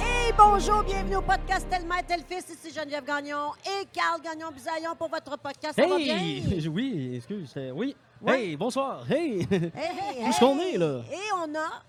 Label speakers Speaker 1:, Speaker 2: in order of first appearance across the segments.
Speaker 1: Hey, bonjour, bienvenue au podcast Tellement et Tel Fils. Ici Geneviève Gagnon et Carl Gagnon-Bisaillon pour votre podcast. Ça va bien?
Speaker 2: Hey! Oui, excuse. j'étais- Oui.
Speaker 1: Ouais.
Speaker 2: Hey, bonsoir. Hey!
Speaker 1: Hey, hey,
Speaker 2: Où est-ce qu'on est, là?
Speaker 1: Et on a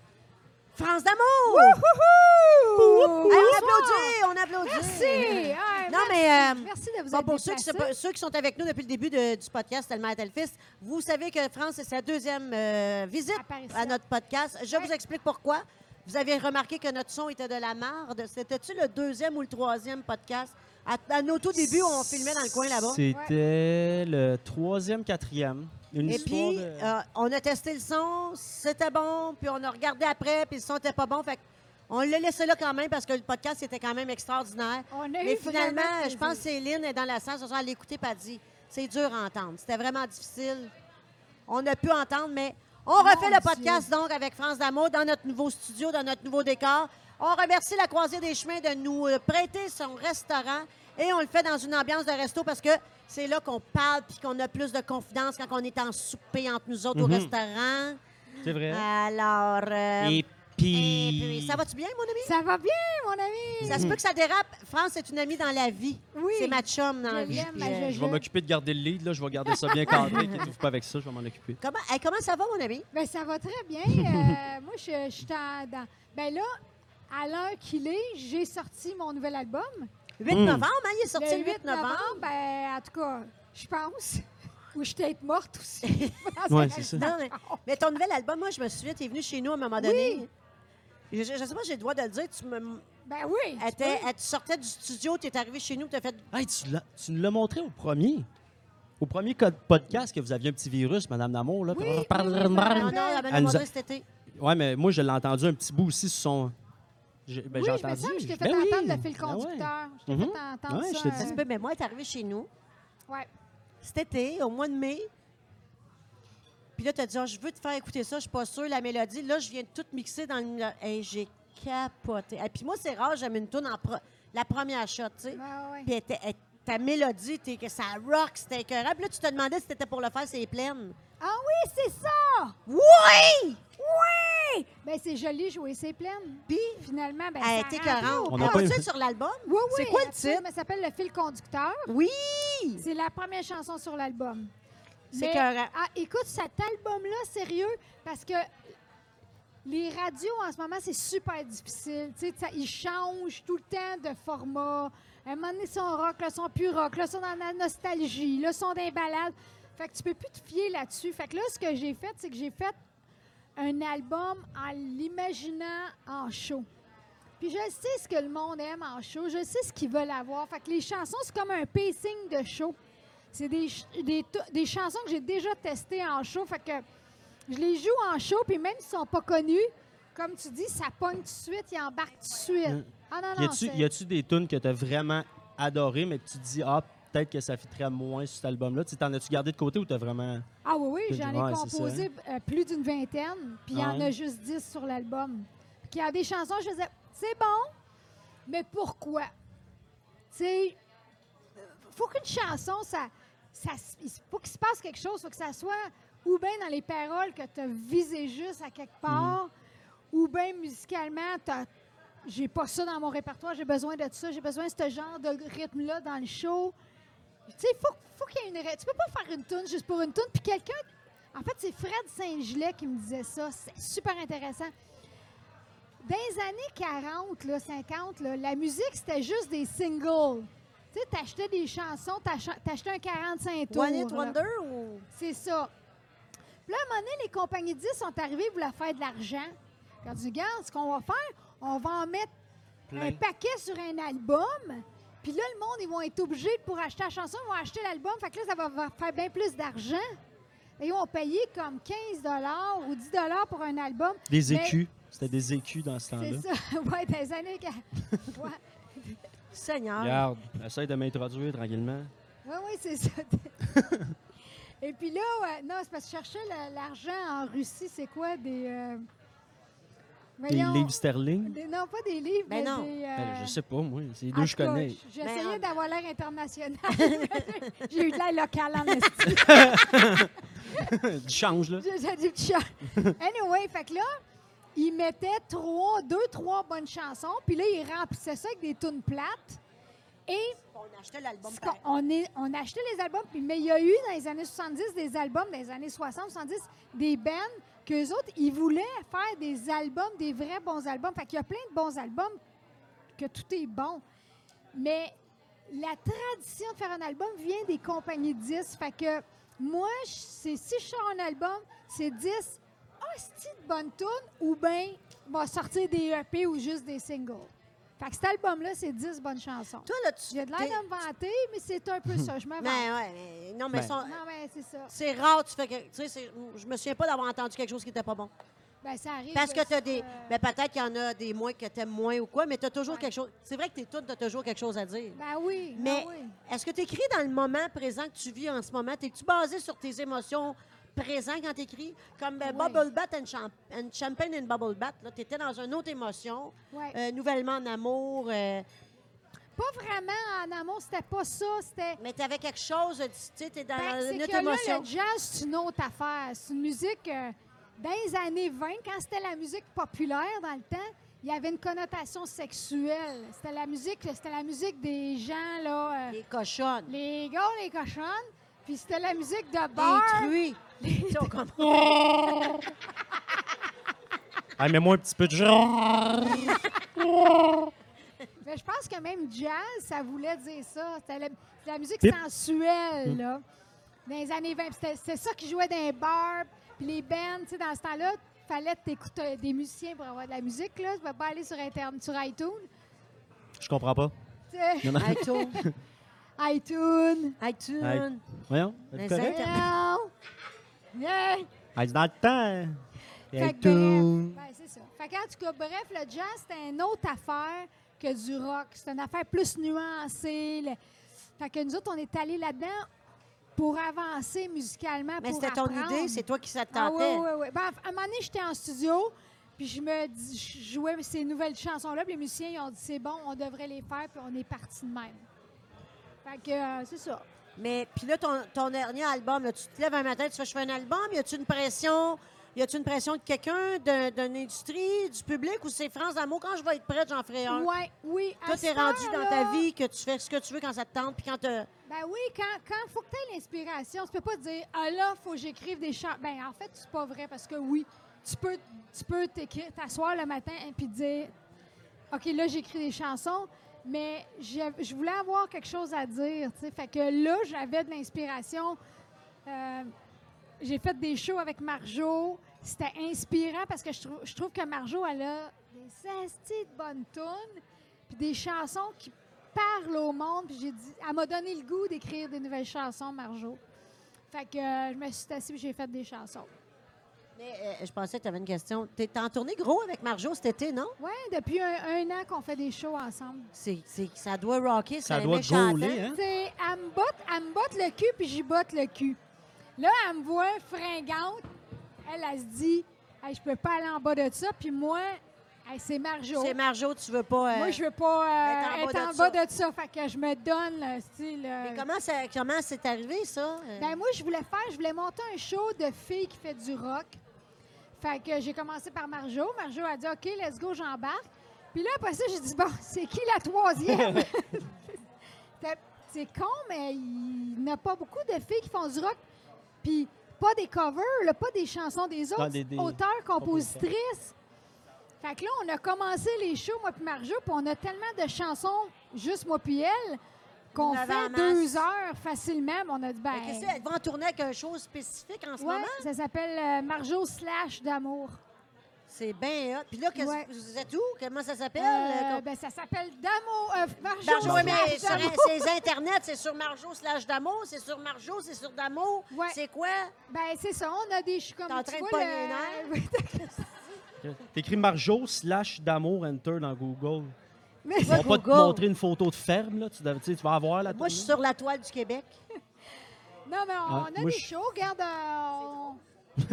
Speaker 1: France d'amour! Wouhou! Hey, on applaudit, on applaudit.
Speaker 3: Merci! Ah,
Speaker 1: Non,
Speaker 3: merci.
Speaker 1: mais, euh,
Speaker 3: merci de vous
Speaker 1: Bon,
Speaker 3: être
Speaker 1: pour ceux qui, se-
Speaker 3: déplacés.
Speaker 1: ceux qui sont avec nous depuis le début de- du podcast Tellement et tel fils, vous savez que France, c'est sa deuxième euh, visite
Speaker 3: Apparition.
Speaker 1: à notre podcast. Je vous
Speaker 3: Ouais.
Speaker 1: explique pourquoi. Vous avez remarqué que notre son était de la marde. C'était-tu le deuxième ou le troisième podcast? À, à nos tout débuts, on filmait dans le coin là-bas.
Speaker 2: C'était le troisième, quatrième. Une
Speaker 1: Et
Speaker 2: histoire
Speaker 1: puis,
Speaker 2: de-
Speaker 1: euh, on a testé le son, c'était bon, puis on a regardé après, puis le son n'était pas bon. Fait que on l'a laissé là quand même parce que le podcast était quand même extraordinaire.
Speaker 3: On a
Speaker 1: Mais
Speaker 3: eu
Speaker 1: finalement,
Speaker 3: vraiment
Speaker 1: je
Speaker 3: plaisir.
Speaker 1: pense que Céline est dans la salle ce soir, elle l'écoutait pas dit. C'est dur à entendre. C'était vraiment difficile. On a pu entendre, mais on refait le
Speaker 3: Dieu.
Speaker 1: podcast donc avec France D'Amour dans notre nouveau studio, dans notre nouveau décor. On remercie la Croisée des Chemins de nous euh, prêter son restaurant et on le fait dans une ambiance de resto parce que c'est là qu'on parle puis qu'on a plus de confidence quand on est en souper entre nous autres
Speaker 2: Mhm.
Speaker 1: au restaurant.
Speaker 2: C'est vrai.
Speaker 1: Alors. euh,
Speaker 2: et
Speaker 1: et
Speaker 2: puis.
Speaker 1: puis, ça va-tu bien, mon ami?
Speaker 3: Ça va bien, mon ami?
Speaker 1: Ça se peut que ça dérape. France est une amie dans la vie.
Speaker 3: Oui.
Speaker 1: C'est ma chum dans la
Speaker 3: Je
Speaker 1: vie.
Speaker 3: l'aime, ma
Speaker 1: Puis, euh,
Speaker 3: Jojo.
Speaker 2: Je vais m'occuper de garder le lead, là. Je vais garder ça bien cadré. Qui trouve pas avec ça, je vais m'en occuper.
Speaker 1: Comment, hey, comment ça va, mon ami?
Speaker 3: Ben, ça va très bien. Euh, moi, je, je suis en- dans... Ben là, à l'heure qu'il est, j'ai sorti mon nouvel album.
Speaker 1: 8
Speaker 2: Hmm.
Speaker 1: novembre, hein? il est sorti le 8, novembre.
Speaker 3: ben, en tout cas, je pense. Ou je suis peut-être morte aussi.
Speaker 2: Ouais, c'est ça.
Speaker 1: Non, mais, mais ton nouvel album, moi, je me souviens, tu es venu chez nous à un moment donné. Je, je- je sais pas, j'ai le droit de le dire. Tu, me,
Speaker 3: Ben oui. tu
Speaker 1: étais-
Speaker 3: peux.
Speaker 1: tu sortais du studio, tu es arrivé chez nous, tu as fait.
Speaker 2: Hey, tu, l'as- tu nous l'as montré au premier. Au premier co- podcast que vous aviez un petit virus, Madame Namour. Là.
Speaker 3: Oui, oui, oui, oui.
Speaker 1: Non, non, elle m'a
Speaker 2: nous a-
Speaker 1: demandé cet été.
Speaker 2: Ouais, mais moi, je l'ai entendu un petit bout aussi sur son. J'ai ben,
Speaker 3: oui,
Speaker 2: j'ai
Speaker 3: je me
Speaker 2: entendu.
Speaker 3: sens que je t'ai fait
Speaker 2: Ben oui.
Speaker 3: entendre le fil
Speaker 2: Ben ouais.
Speaker 3: conducteur. Je t'ai
Speaker 2: Mhm.
Speaker 3: fait entendre
Speaker 2: Ouais,
Speaker 3: ça.
Speaker 2: je te
Speaker 1: Ça se
Speaker 2: dis.
Speaker 1: peut, mais moi, elle est arrivée chez nous
Speaker 3: euh, ouais.
Speaker 1: cet été, au mois de mai. Puis là, tu as dit, Ah, je veux te faire écouter ça, je suis pas sûre, la mélodie. Là, je viens de tout mixer dans le. Hey, j'ai capoté. Et puis moi, c'est rare, j'aime une tune en pro- la première shot, tu sais.
Speaker 3: Ben ouais.
Speaker 1: Puis elle était- elle- ta mélodie, t'es- que ça rock, c'était écœurant. Puis là, tu te demandais si c'était pour le faire, c'est pleine.
Speaker 3: Ah oui, c'est ça!
Speaker 1: Oui!
Speaker 3: Oui! Ben c'est joli jouer ses plaines. Puis finalement, ben
Speaker 1: Elle
Speaker 3: ça
Speaker 1: était
Speaker 3: rentre.
Speaker 1: écœurante.
Speaker 2: On
Speaker 1: Elle
Speaker 2: n'a pas
Speaker 1: a
Speaker 2: eu-
Speaker 1: ça sur l'album?
Speaker 3: Oui, oui.
Speaker 1: C'est quoi le
Speaker 3: absolument.
Speaker 1: titre?
Speaker 3: Ça s'appelle Le fil conducteur.
Speaker 1: Oui!
Speaker 3: C'est la première chanson sur l'album.
Speaker 1: C'est
Speaker 3: Mais-
Speaker 1: écœurant.
Speaker 3: Ah, écoute, cet album-là, sérieux, parce que les radios en ce moment, c'est super difficile. Tu sais, ça- ils changent tout le temps de format. À un moment donné, ils sont rock, là, ils sont plus rock, là, ils sont dans la nostalgie, là, ils sont dans les balades. Fait que tu peux plus te fier là-dessus. Fait que là, ce que j'ai fait, c'est que j'ai fait un album en l'imaginant en show. Puis je sais ce que le monde aime en show, je sais ce qu'ils veulent avoir. Fait que les chansons, c'est comme un pacing de show. C'est des, ch- des, to- des chansons que j'ai déjà testées en show. Fait que je les joue en show, puis même s'ils sont pas connus, comme tu dis, ça pogne tout de suite, ils embarquent tout de
Speaker 2: Mm.
Speaker 3: suite. Ah non,
Speaker 2: Y
Speaker 3: non,
Speaker 2: a-tu-
Speaker 3: c'est-
Speaker 2: Y a-tu des tunes que t'as vraiment adoré, mais que tu dis, ah, peut-être que ça fitterait moins sur cet album-là? Tu sais, T'en as-tu gardé de côté ou t'as vraiment.
Speaker 3: Ah oui, oui,
Speaker 2: Que-
Speaker 3: j'en
Speaker 2: ouais,
Speaker 3: ai
Speaker 2: c'est ça.
Speaker 3: composé euh, plus d'une vingtaine, puis il y
Speaker 2: Ah
Speaker 3: en
Speaker 2: ouais.
Speaker 3: a juste dix sur l'album. Puis il y a des chansons, je faisais, c'est bon, mais pourquoi? Tu sais, euh, faut qu'une chanson, ça, ça, s- il faut qu'il se passe quelque chose, faut que ça soit ou bien dans les paroles que tu as visé juste à
Speaker 2: Mm.
Speaker 3: quelque part, ou bien musicalement, t'as- j'ai pas ça dans mon répertoire, j'ai besoin de ça, j'ai besoin de ce genre de rythme-là dans le show. Tu sais, faut, faut qu'il y ait une. ra- Tu peux pas faire une tune juste pour une tune. Puis quelqu'un. En fait, c'est Fred Saint-Gelais qui me disait ça. C'est super intéressant. Dans les années 40, là, 50, là, la musique, c'était juste des singles. Tu sais, t'achetais des chansons, t'ach- t'achetais un 45 tours.
Speaker 1: One Hit
Speaker 3: là.
Speaker 1: Wonder ou.
Speaker 3: C'est ça. Puis là, à un moment donné, les compagnies de disques sont arrivées, voulaient faire de l'argent. Ils ont dit, regarde, ce qu'on va faire, on va en mettre un paquet sur un album. Puis là, le monde, ils vont être obligés, pour acheter la chanson, ils vont acheter l'album. Fait que là, ça va va faire bien plus d'argent. Et ils vont payer comme 15 ou 10 pour un album.
Speaker 2: Des
Speaker 3: Mais-
Speaker 2: écus. C'était des écus dans ce temps-là.
Speaker 3: C'est ça. ouais, des années... quar- Ouais.
Speaker 1: Seigneur.
Speaker 2: Regarde, essaye de m'introduire tranquillement.
Speaker 3: Oui, oui, c'est ça. Et puis là, ouais, non, c'est parce que je cherchais la- l'argent en Russie, c'est quoi des. euh,
Speaker 2: Des
Speaker 3: voyons,
Speaker 2: livres sterling?
Speaker 3: des- non, pas des livres,
Speaker 1: Ben
Speaker 3: mais
Speaker 1: non.
Speaker 3: des. euh,
Speaker 2: Ben, je sais pas, moi. C'est les
Speaker 3: en
Speaker 2: deux que je
Speaker 3: tout cas,
Speaker 2: connais.
Speaker 3: j- J'essayais
Speaker 1: Ben, en-
Speaker 3: d'avoir l'air international. J'ai eu de l'air local en esti.
Speaker 2: du change, là.
Speaker 3: J'ai j'ai du petit chat. Anyway, fait que là, il mettait trois, deux, trois bonnes chansons, puis là, il remplissait ça avec des tunes plates. Et
Speaker 1: On achetait l'album.
Speaker 3: ce
Speaker 1: pareil.
Speaker 3: qu'on- on, est, on achetait les albums, puis- mais il y a eu dans les années 70 des albums, dans les années 60, 70, des bands qu'eux autres, ils voulaient faire des albums, des vrais bons albums. Fait qu'il y a plein de bons albums que tout est bon. Mais la tradition de faire un album vient des compagnies de disques. Fait que moi, je- c'est si je sors un album, c'est 10 hosties de bonnes tunes ou bien va sortir des EP ou juste des singles. Fait que cet album-là, c'est 10 bonnes chansons.
Speaker 1: Toi, là, tu.
Speaker 3: J'ai de l'air
Speaker 1: t'es-
Speaker 3: de me vanter, mais c'est un peu ça. Je me vante.
Speaker 1: Mais ouais, mais- non, mais
Speaker 2: Ben.
Speaker 1: son-
Speaker 3: Non, mais c'est ça.
Speaker 1: c'est rare, tu fais que. Tu sais, c'est- je me souviens pas d'avoir entendu quelque chose qui n'était pas bon.
Speaker 3: Ben, ça arrive.
Speaker 1: Parce que tu as
Speaker 3: ça,
Speaker 1: des.
Speaker 3: euh,
Speaker 1: Ben, peut-être qu'il y en a des moins que tu aimes moins ou quoi, mais tu as toujours
Speaker 3: Ouais.
Speaker 1: quelque chose. C'est vrai que t'es toutes, tu as toujours quelque chose à dire.
Speaker 3: Ben oui.
Speaker 1: Mais
Speaker 3: ben oui.
Speaker 1: est-ce que tu écris dans le moment présent que tu vis en ce moment? Es-tu basé sur tes émotions présentes quand tu écris? Comme euh,
Speaker 3: Oui.
Speaker 1: Bubble Bat and, Champ- and Champagne and Bubble Bat, tu étais dans une autre émotion,
Speaker 3: Ouais.
Speaker 1: euh, nouvellement en amour, euh,
Speaker 3: Pas vraiment en amont, c'était pas ça. C'était.
Speaker 1: mais tu avais quelque chose, tu sais, tu es dans
Speaker 3: Ben, c'est
Speaker 1: une
Speaker 3: que
Speaker 1: autre
Speaker 3: là,
Speaker 1: émotion.
Speaker 3: le jazz, c'est une autre affaire. C'est une musique. euh, dans les années 20, quand c'était la musique populaire dans le temps, il y avait une connotation sexuelle. C'était la musique, c'était la musique des gens, là. euh,
Speaker 1: Les cochonnes, les,
Speaker 3: les gars, les cochonnes. Puis c'était la musique de bar.
Speaker 1: truies. Tu sais, on comprend.
Speaker 2: Ah, mets-moi un petit peu de
Speaker 3: Mais je pense que même jazz, ça voulait dire ça. C'était la, c'était la musique
Speaker 2: Hip.
Speaker 3: sensuelle, là. Dans les années 20. Puis c'était- C'est ça qui jouait dans les bars. Puis les bands, tu sais, dans ce temps-là, fallait t'écouter des musiciens pour avoir de la musique, là. Tu ne pas aller sur, Internet, sur iTunes.
Speaker 2: Je comprends pas.
Speaker 3: Tu sais,
Speaker 1: iTunes,
Speaker 3: iTunes.
Speaker 1: iTunes.
Speaker 2: Voyons,
Speaker 1: Mais
Speaker 2: êtes-vous
Speaker 1: ça-
Speaker 2: correct?
Speaker 3: Non. Yeah.
Speaker 2: Ah, c'est dans le temps.
Speaker 3: Fait
Speaker 2: Et
Speaker 3: que
Speaker 2: tout.
Speaker 3: bref, ben, c'est ça. Fait que, en tout cas, bref, le jazz, c'est une autre affaire que du rock. C'est une affaire plus nuancée. le- Fait que nous autres, on est allés là-dedans pour avancer musicalement,
Speaker 1: Mais
Speaker 3: pour
Speaker 1: c'était ton
Speaker 3: apprendre.
Speaker 1: idée, c'est toi qui ça te
Speaker 3: Ah oui,
Speaker 1: tentait.
Speaker 3: oui, oui. Ben, à un moment donné, j'étais en studio, puis je me dis, je jouais ces nouvelles chansons-là, puis les musiciens, ils ont dit, c'est bon, on devrait les faire, puis on est parti de même. Fait que, euh, c'est ça.
Speaker 1: Mais puis là, ton, ton dernier album, là, tu te lèves un matin, tu fais, je fais un album, y a-tu une pression, y a-tu une pression de quelqu'un, d'un- d'une industrie, du public, ou c'est France d'amour, quand je vais être prête, j'en ferai un.
Speaker 3: Ouais, oui. à
Speaker 1: Toi,
Speaker 3: cette
Speaker 1: t'es rendu dans ta
Speaker 3: heure-là,
Speaker 1: vie que tu fais ce que tu veux quand ça te tente, puis quand t'as-
Speaker 3: Ben oui, quand, quand faut que tu aies l'inspiration, tu peux pas dire Ah là, faut que j'écrive des chants. Ben en fait, c'est pas vrai parce que oui, tu peux tu peux t'écrire, t'asseoir le matin et puis dire OK, là j'écris des chansons, mais j'ai- je voulais avoir quelque chose à dire, tu sais. Fait que là, j'avais de l'inspiration. Euh, j'ai fait des shows avec Marjo. C'était inspirant parce que je trouve, je trouve que Marjo, elle a des astis de bonnes tunes, puis des chansons qui parlent au monde. Puis j'ai dit, elle m'a donné le goût d'écrire des nouvelles chansons, Marjo. Fait que euh, je me suis assise et j'ai fait des chansons.
Speaker 1: Mais, euh, je pensais que tu avais une question. T'es en tournée gros avec Marjo cet été, non?
Speaker 3: Ouais, depuis un, un an qu'on fait des shows ensemble.
Speaker 1: C'est, c'est- ça doit rocker, ça,
Speaker 2: Ça doit gauler, hein?
Speaker 3: C'est, elle me botte, elle me botte le cul, puis j'y botte le cul. Là, elle me voit fringante. Elle, elle se dit, Hey, je peux pas aller en bas de ça. Puis moi, Hey, c'est Marjo.
Speaker 1: C'est Marjo, tu veux pas... euh,
Speaker 3: Moi, je veux pas euh,
Speaker 1: être en
Speaker 3: être
Speaker 1: bas
Speaker 3: en
Speaker 1: de
Speaker 3: bas
Speaker 1: ça.
Speaker 3: de ça. Fait que je me donne le style. euh,
Speaker 1: Mais comment, ça, comment c'est arrivé, ça? Euh,
Speaker 3: ben, moi, je voulais faire, je voulais monter un show de filles qui fait du rock. Fait que j'ai commencé par Marjo. Marjo a dit OK, let's go, j'embarque. Puis là, après ça, j'ai dit Bon, c'est qui la
Speaker 2: hein?
Speaker 3: troisième? Fait- c'est con, mais il n'y en a pas beaucoup de filles qui font du rock. Puis pas des covers, là, pas des chansons des autres,
Speaker 2: Non, des- des-
Speaker 3: auteurs, compositrices. Fait que là, on a commencé les shows, moi puis Marjo, puis on a tellement de chansons, juste moi puis elle, qu'on
Speaker 1: Vous l'avez en
Speaker 3: fait
Speaker 1: masse.
Speaker 3: deux heures facilement. mais On a dit, ben,
Speaker 1: fait que c'est, elle va en tournée avec un show spécifique en ce
Speaker 3: Ouais,
Speaker 1: moment?
Speaker 3: ça s'appelle euh, Marjo slash d'amour.
Speaker 1: C'est bien, hot. Puis là, qu'est-ce-
Speaker 3: Ouais.
Speaker 1: vous êtes où? Comment ça s'appelle?
Speaker 3: Euh,
Speaker 1: euh, qu'on-
Speaker 3: ben, ça s'appelle d'amour. euh, Marjo,
Speaker 1: Marjo,
Speaker 3: slash
Speaker 1: mais sur
Speaker 3: d'amour.
Speaker 1: c'est les Internet, c'est sur Marjo slash Damo, c'est sur Marjo, c'est sur Damo.
Speaker 3: Ouais.
Speaker 1: C'est quoi?
Speaker 3: Ben, c'est ça, on a des. Je suis comme.
Speaker 1: T'es en
Speaker 3: tu
Speaker 1: train de
Speaker 3: vois,
Speaker 1: pogner
Speaker 3: le-
Speaker 2: T'écris Marjo slash d'amour enter dans Google.
Speaker 3: Mais
Speaker 2: Ils vont pas te
Speaker 1: Google.
Speaker 2: montrer une photo de ferme, là. Tu, dois- tu sais, tu vas avoir la
Speaker 1: Moi, je suis sur
Speaker 2: tournée.
Speaker 1: la toile du Québec.
Speaker 3: Non, mais on,
Speaker 2: Ah, moi,
Speaker 3: a des
Speaker 2: je-
Speaker 3: shows. Regarde, euh, on-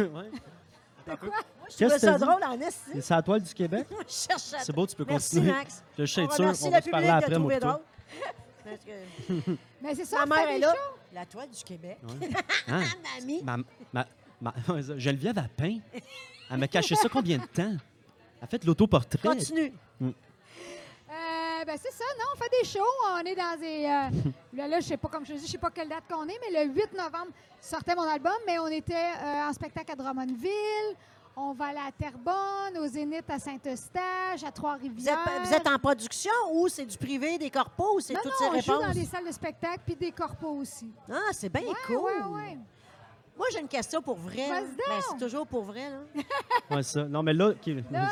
Speaker 2: Ouais.
Speaker 1: Moi, je
Speaker 2: Qu'est-ce
Speaker 1: trouve
Speaker 2: que
Speaker 1: ça
Speaker 2: t'as dit?
Speaker 1: drôle en esti.
Speaker 2: C'est à la toile du Québec?
Speaker 1: Moi, je cherche à-
Speaker 2: C'est beau, tu peux
Speaker 1: Merci,
Speaker 2: continuer.
Speaker 1: Max.
Speaker 2: Je suis
Speaker 1: On
Speaker 2: sûr,
Speaker 1: remercie
Speaker 2: on
Speaker 1: le
Speaker 2: va se
Speaker 1: public
Speaker 2: parler
Speaker 1: de
Speaker 2: après,
Speaker 1: trouver
Speaker 2: moi, plutôt.
Speaker 1: drôle. Parce que
Speaker 3: Mais Ben, c'est ça,
Speaker 1: ma
Speaker 3: on fait
Speaker 1: mère
Speaker 3: des
Speaker 1: est là.
Speaker 3: shows.
Speaker 1: La toile du Québec.
Speaker 2: Ouais. Hein?
Speaker 1: Mamie.
Speaker 2: Ma, ma, ma, Geneviève Appin, elle m'a caché ça combien de temps? Elle fait de l'autoportrait.
Speaker 1: Continue.
Speaker 3: Euh, ben c'est ça, non, on fait des shows, on est dans des... euh, là, là, je sais pas, comme je dis, je sais pas quelle date qu'on est, mais le 8 novembre sortait mon album, mais on était euh, en spectacle à Drummondville, on va aller à Terrebonne, au Zénith à Saint-Eustache, à
Speaker 1: Vous êtes,
Speaker 3: Trois-Rivières.
Speaker 1: vous êtes en production ou c'est du privé, des corpos ou c'est
Speaker 3: Non,
Speaker 1: toutes
Speaker 3: Ah non,
Speaker 1: ces
Speaker 3: on joue dans
Speaker 1: réponses?
Speaker 3: des salles de spectacle puis des corpos aussi.
Speaker 1: Ah, c'est bien
Speaker 3: Ouais,
Speaker 1: cool.
Speaker 3: ouais, ouais.
Speaker 1: Moi, j'ai une question pour vrai. là.
Speaker 3: Vas-y donc.
Speaker 1: Ben, c'est toujours pour vrai. là.
Speaker 2: Ouais, ça. Non, mais là, OK.
Speaker 3: Là,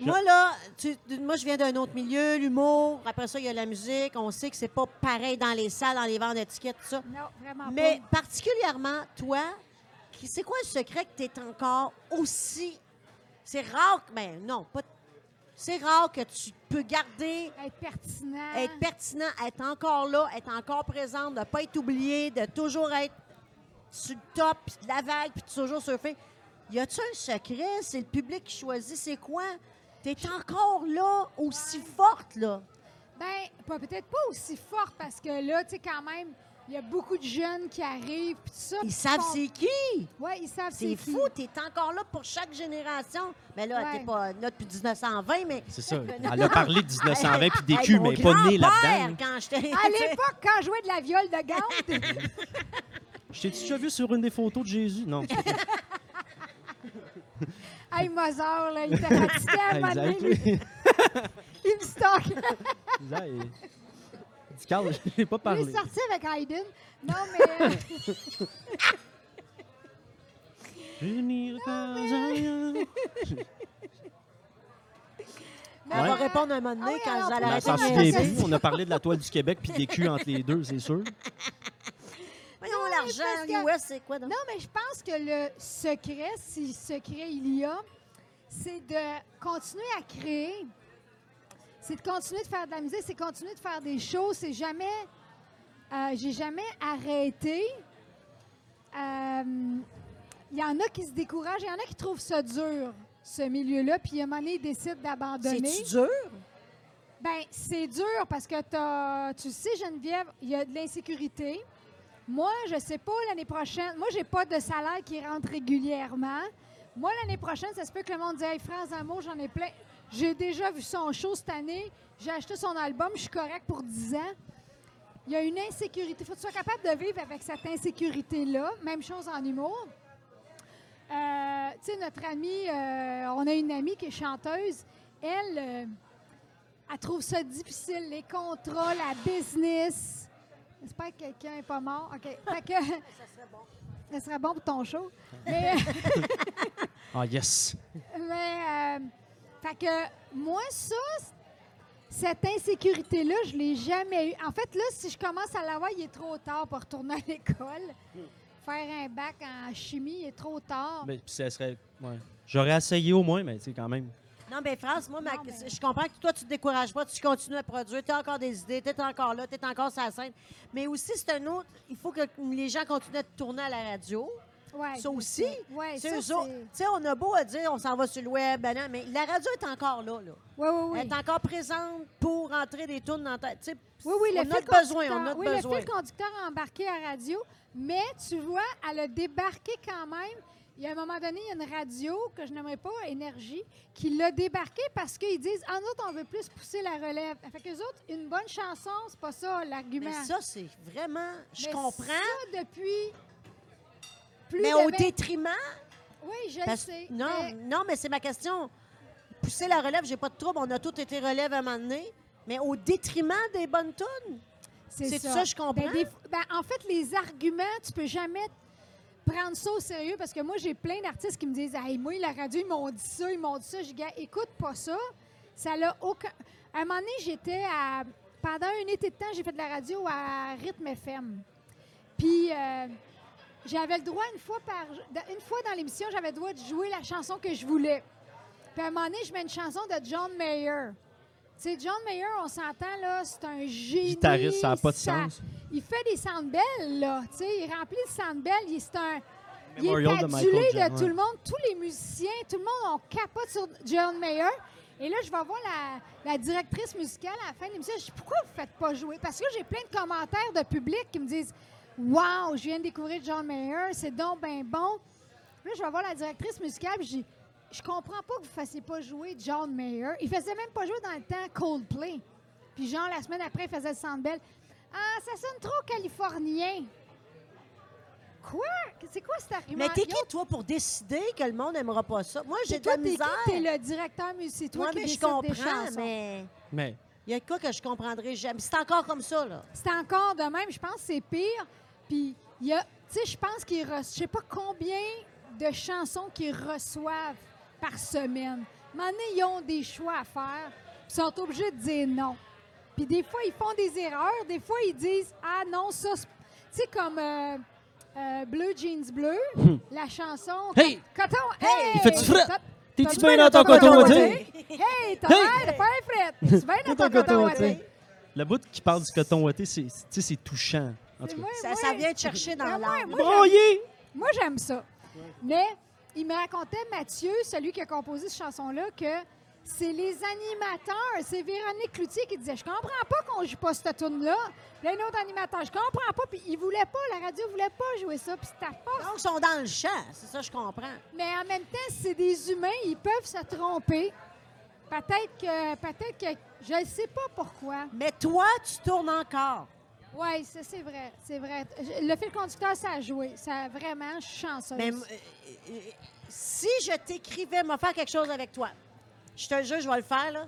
Speaker 1: Moi, là, tu- tu- moi, je viens d'un autre milieu, l'humour. Après ça, il y a la musique. On sait que c'est pas pareil dans les salles, dans les ventes d'étiquettes, tout ça.
Speaker 3: non, vraiment
Speaker 1: Mais
Speaker 3: Ah, pas.
Speaker 1: particulièrement, toi, qui- c'est quoi le secret que tu es encore aussi. C'est rare que. Ben, non, pas. C'est rare que tu peux garder,
Speaker 3: Être pertinent.
Speaker 1: être pertinent, être encore là, être encore présente, de ne pas être oublié, de toujours être sur le top, puis de la vague, puis de toujours surfer. Y a-tu un secret? C'est le public qui choisit. C'est quoi? T'es encore là, aussi forte, là.
Speaker 3: Ben, pas- peut-être pas aussi fort parce que là, tu sais, quand même, il y a beaucoup de jeunes qui arrivent, puis tout ça.
Speaker 1: Ils savent
Speaker 3: Font-
Speaker 1: c'est qui!
Speaker 3: Ouais, ils savent
Speaker 1: C'est
Speaker 3: qui.
Speaker 1: fou, tu es encore là pour chaque génération. Mais là,
Speaker 3: Ouais.
Speaker 1: t'es pas là depuis 1920, mais.
Speaker 2: C'est ça. Ah, Elle a parlé de 1920 puis des culs,
Speaker 1: Hey,
Speaker 2: mais
Speaker 1: mon
Speaker 2: elle est pas née
Speaker 1: grand-père,
Speaker 2: là-dedans.
Speaker 1: quand j'étais.
Speaker 3: À l'époque, quand je jouais de la viole de garde,
Speaker 2: Je t'ai déjà vu sur une des photos de Jésus? Non. c'est pas-
Speaker 3: hey, Mozart, là, il était fatigué à un moment donné,
Speaker 2: exact.
Speaker 3: lui.
Speaker 2: oui.
Speaker 3: Il me stocke.
Speaker 2: Exact. Il dit, Carl, je n'ai pas
Speaker 3: Il
Speaker 2: parlé.
Speaker 3: est sorti avec Hayden. Non, mais. euh,
Speaker 2: Je n'irai pas à rien.
Speaker 1: Mais Elle va
Speaker 2: Ouais.
Speaker 1: répondre un moment
Speaker 3: Ah
Speaker 1: donné
Speaker 3: oui,
Speaker 1: quand
Speaker 3: alors,
Speaker 1: vous allez
Speaker 3: on
Speaker 2: On
Speaker 1: arrêter
Speaker 2: s'en
Speaker 1: de
Speaker 3: mais-
Speaker 2: souvient
Speaker 1: m'insister.
Speaker 2: plus. On a parlé de la toile du Québec puis des culs entre les deux, c'est sûr.
Speaker 1: Voyons, l'argent,
Speaker 3: Ah parce que-
Speaker 1: l'US, c'est quoi? donc?
Speaker 3: Non, mais je pense que le secret, si secret il y a, c'est de continuer à créer. C'est de continuer de faire de la musique, c'est continuer de faire des choses. C'est jamais. euh, J'ai jamais arrêté. Euh, Il y en a qui se découragent, il y en a qui trouvent ça dur, ce milieu-là, puis à un moment donné, ils décident d'abandonner.
Speaker 1: C'est-tu dur?
Speaker 3: Ben, c'est dur parce que t'as- tu sais, Geneviève, il y a de l'insécurité. Moi, je sais pas l'année prochaine. Moi, j'ai pas de salaire qui rentre régulièrement. Moi, l'année prochaine, ça se peut que le monde dise Hey, France Amour, j'en ai plein. J'ai déjà vu son show cette année. J'ai acheté son album. Je suis correct pour 10 ans. Il y a une insécurité. Il faut que tu sois capable de vivre avec cette insécurité-là. Même chose en humour. Euh, tu sais, notre amie, euh, on a une amie qui est chanteuse. Elle, euh, elle trouve ça difficile, les contrats, la business. J'espère que quelqu'un n'est pas mort. OK. Fait que, ça serait bon. Ça serait bon pour ton show. Mais,
Speaker 2: Ah, yes.
Speaker 3: mais, euh, fait que, moi, ça, c- cette insécurité-là, je ne l'ai jamais eue. En fait, là, si je commence à l'avoir, il est trop tard pour retourner à l'école. Faire un bac en chimie, il est trop
Speaker 1: Ah.
Speaker 3: tard.
Speaker 2: Mais puis ça serait. ouais. J'aurais essayé au moins, mais tu sais, quand même.
Speaker 1: Non, mais France, moi, ma-
Speaker 3: Non, mais-
Speaker 1: je comprends que toi, tu te décourages pas, tu continues à produire, tu as encore des idées, tu es encore là, tu es encore sur la scène. Mais aussi, c'est un autre. Il faut que les gens continuent à te tourner à la radio.
Speaker 3: Ouais,
Speaker 1: Ça aussi,
Speaker 3: ouais,
Speaker 1: C'est
Speaker 3: Ben, ça,
Speaker 1: eux
Speaker 3: c'est-
Speaker 1: autres. Tu sais, on a beau à dire, on s'en va sur le web, ben non, mais la radio est encore là. là.
Speaker 3: Ouais, ouais, ouais.
Speaker 1: Elle est encore présente pour entrer des tours dans ta. tu sais,
Speaker 3: Oui, oui, le
Speaker 1: on a
Speaker 3: fil
Speaker 1: de besoin, on
Speaker 3: conducteur.
Speaker 1: a de
Speaker 3: oui,
Speaker 1: besoin.
Speaker 3: le fil conducteur a embarqué à radio, mais tu vois, elle a débarqué quand même. Il y a un moment donné, il y a une radio que je n'aimerais pas, Énergie, qui l'a débarqué parce qu'ils disent En autres, on veut plus pousser la relève. Fait qu'eux autres, une bonne chanson, c'est pas ça l'argument.
Speaker 1: Mais ça, c'est vraiment. Je
Speaker 3: Mais
Speaker 1: comprends,
Speaker 3: ça, depuis. Plus
Speaker 1: mais
Speaker 3: de
Speaker 1: au
Speaker 3: vingt-
Speaker 1: détriment.
Speaker 3: Oui, je le
Speaker 1: parce-
Speaker 3: sais.
Speaker 1: non,
Speaker 3: mais-
Speaker 1: non, mais c'est ma question. Pousser la relève, j'ai pas de trouble. On a tous été relève à un moment donné. Mais au détriment des bonnes tunes. C'est ça, je comprends.
Speaker 3: Ben, des fois- ben, en fait, les arguments, tu peux jamais prendre ça au sérieux parce que moi, j'ai plein d'artistes qui me disent Hey, moi, la radio, ils m'ont dit ça, ils m'ont dit ça. Je dis Gars, écoute pas ça. Ça n'a aucun. À un moment donné, j'étais à. Pendant un été de temps, j'ai fait de la radio à Rythme FM. Puis. euh, j'avais le droit une fois par dans- une fois dans l'émission, j'avais le droit de jouer la chanson que je voulais. Puis à un moment donné, je mets une chanson de John Mayer. Tu sais, John Mayer, on s'entend là, c'est un génie.
Speaker 2: Guitariste, ça n'a pas de
Speaker 3: ça-
Speaker 2: sens.
Speaker 3: il fait des sandbells, là. Tu sais, il remplit le sandbell. Il, c'est un, il est
Speaker 2: Memorial de Michael
Speaker 3: adulé de,
Speaker 2: Jackson,
Speaker 3: tout
Speaker 2: ouais.
Speaker 3: le monde. Tous les musiciens, tout le monde, on capote sur John Mayer. Et là, je vais voir la, la directrice musicale à la fin de l'émission. Je dis, pourquoi vous ne faites pas jouer? Parce que j'ai plein de commentaires de public qui me disent, wow, ben je viens de découvrir John Mayer, c'est donc bien bon. Puis Là, je vais voir la directrice musicale, puis je dis je comprends pas que vous fassiez pas jouer John Mayer. Il faisait même pas jouer dans le temps Coldplay. Puis genre, la semaine après, il faisait le Sandbell. Ah, ça sonne trop californien. Quoi? C'est quoi cet argument?
Speaker 1: Mais t'es qui, toi, pour décider que le monde n'aimera pas ça? Moi, j'ai de la misère.
Speaker 3: T'es le directeur musical. C'est toi
Speaker 1: Moi,
Speaker 3: qui
Speaker 1: mais je
Speaker 3: décides des
Speaker 1: comprends,
Speaker 3: chansons.
Speaker 1: mais
Speaker 2: Mais
Speaker 1: il y a quoi que je comprendrais jamais. C'est encore comme ça, là.
Speaker 3: C'est encore de même. Je pense que c'est pire. Puis, il y a, tu sais, je pense qu'ils reçoivent, je sais pas combien de chansons qu'ils reçoivent par semaine. Maintenant, ils ont des choix à faire. Ils sont obligés de dire non. Puis des fois, ils font des erreurs. Des fois, ils disent Ah non, ça, c'est- tu sais, comme euh, euh, Bleu Jeans Bleu, la chanson.
Speaker 2: Hmm. Hey!
Speaker 3: Coton, hey!
Speaker 2: Il fait-tu fret?
Speaker 3: T'as-
Speaker 2: T'es-tu
Speaker 3: t'as
Speaker 2: bien dans ton coton ouaté?
Speaker 3: Hey, t'as
Speaker 2: Hey!
Speaker 3: l'air de faire fret! Tu bien dans ton coton ouaté?
Speaker 2: le bout qui parle du coton ouaté, c'est tu sais, c'est touchant. En tout cas.
Speaker 3: Moi,
Speaker 1: Ça,
Speaker 3: moi,
Speaker 1: ça vient te chercher dans
Speaker 3: Ah, moi,
Speaker 1: l'âme.
Speaker 3: moi, j'aime-
Speaker 2: Broyé!
Speaker 3: Moi, j'aime ça. Mais il me racontait, Mathieu, celui qui a composé cette chanson-là, que c'est les animateurs, c'est Véronique Cloutier qui disait Je comprends pas qu'on joue pas cette tune-là. Puis là, un autre animateur, je comprends pas. Puis il voulait pas, la radio voulait pas jouer ça. Puis c'était pas.
Speaker 1: Donc, ils sont dans le champ. C'est ça, je comprends.
Speaker 3: Mais en même temps, c'est des humains, ils peuvent se tromper. Peut-être que. Peut-être que. Je ne sais pas pourquoi.
Speaker 1: Mais toi, tu tournes encore.
Speaker 3: Oui, ça, c'est vrai. C'est vrai. Je- Le fil conducteur, ça a joué. Ça a vraiment, je suis chanceuse.
Speaker 1: Mais euh, euh, si je t'écrivais, me faire quelque chose avec toi, je te le jure, je vais le faire, là.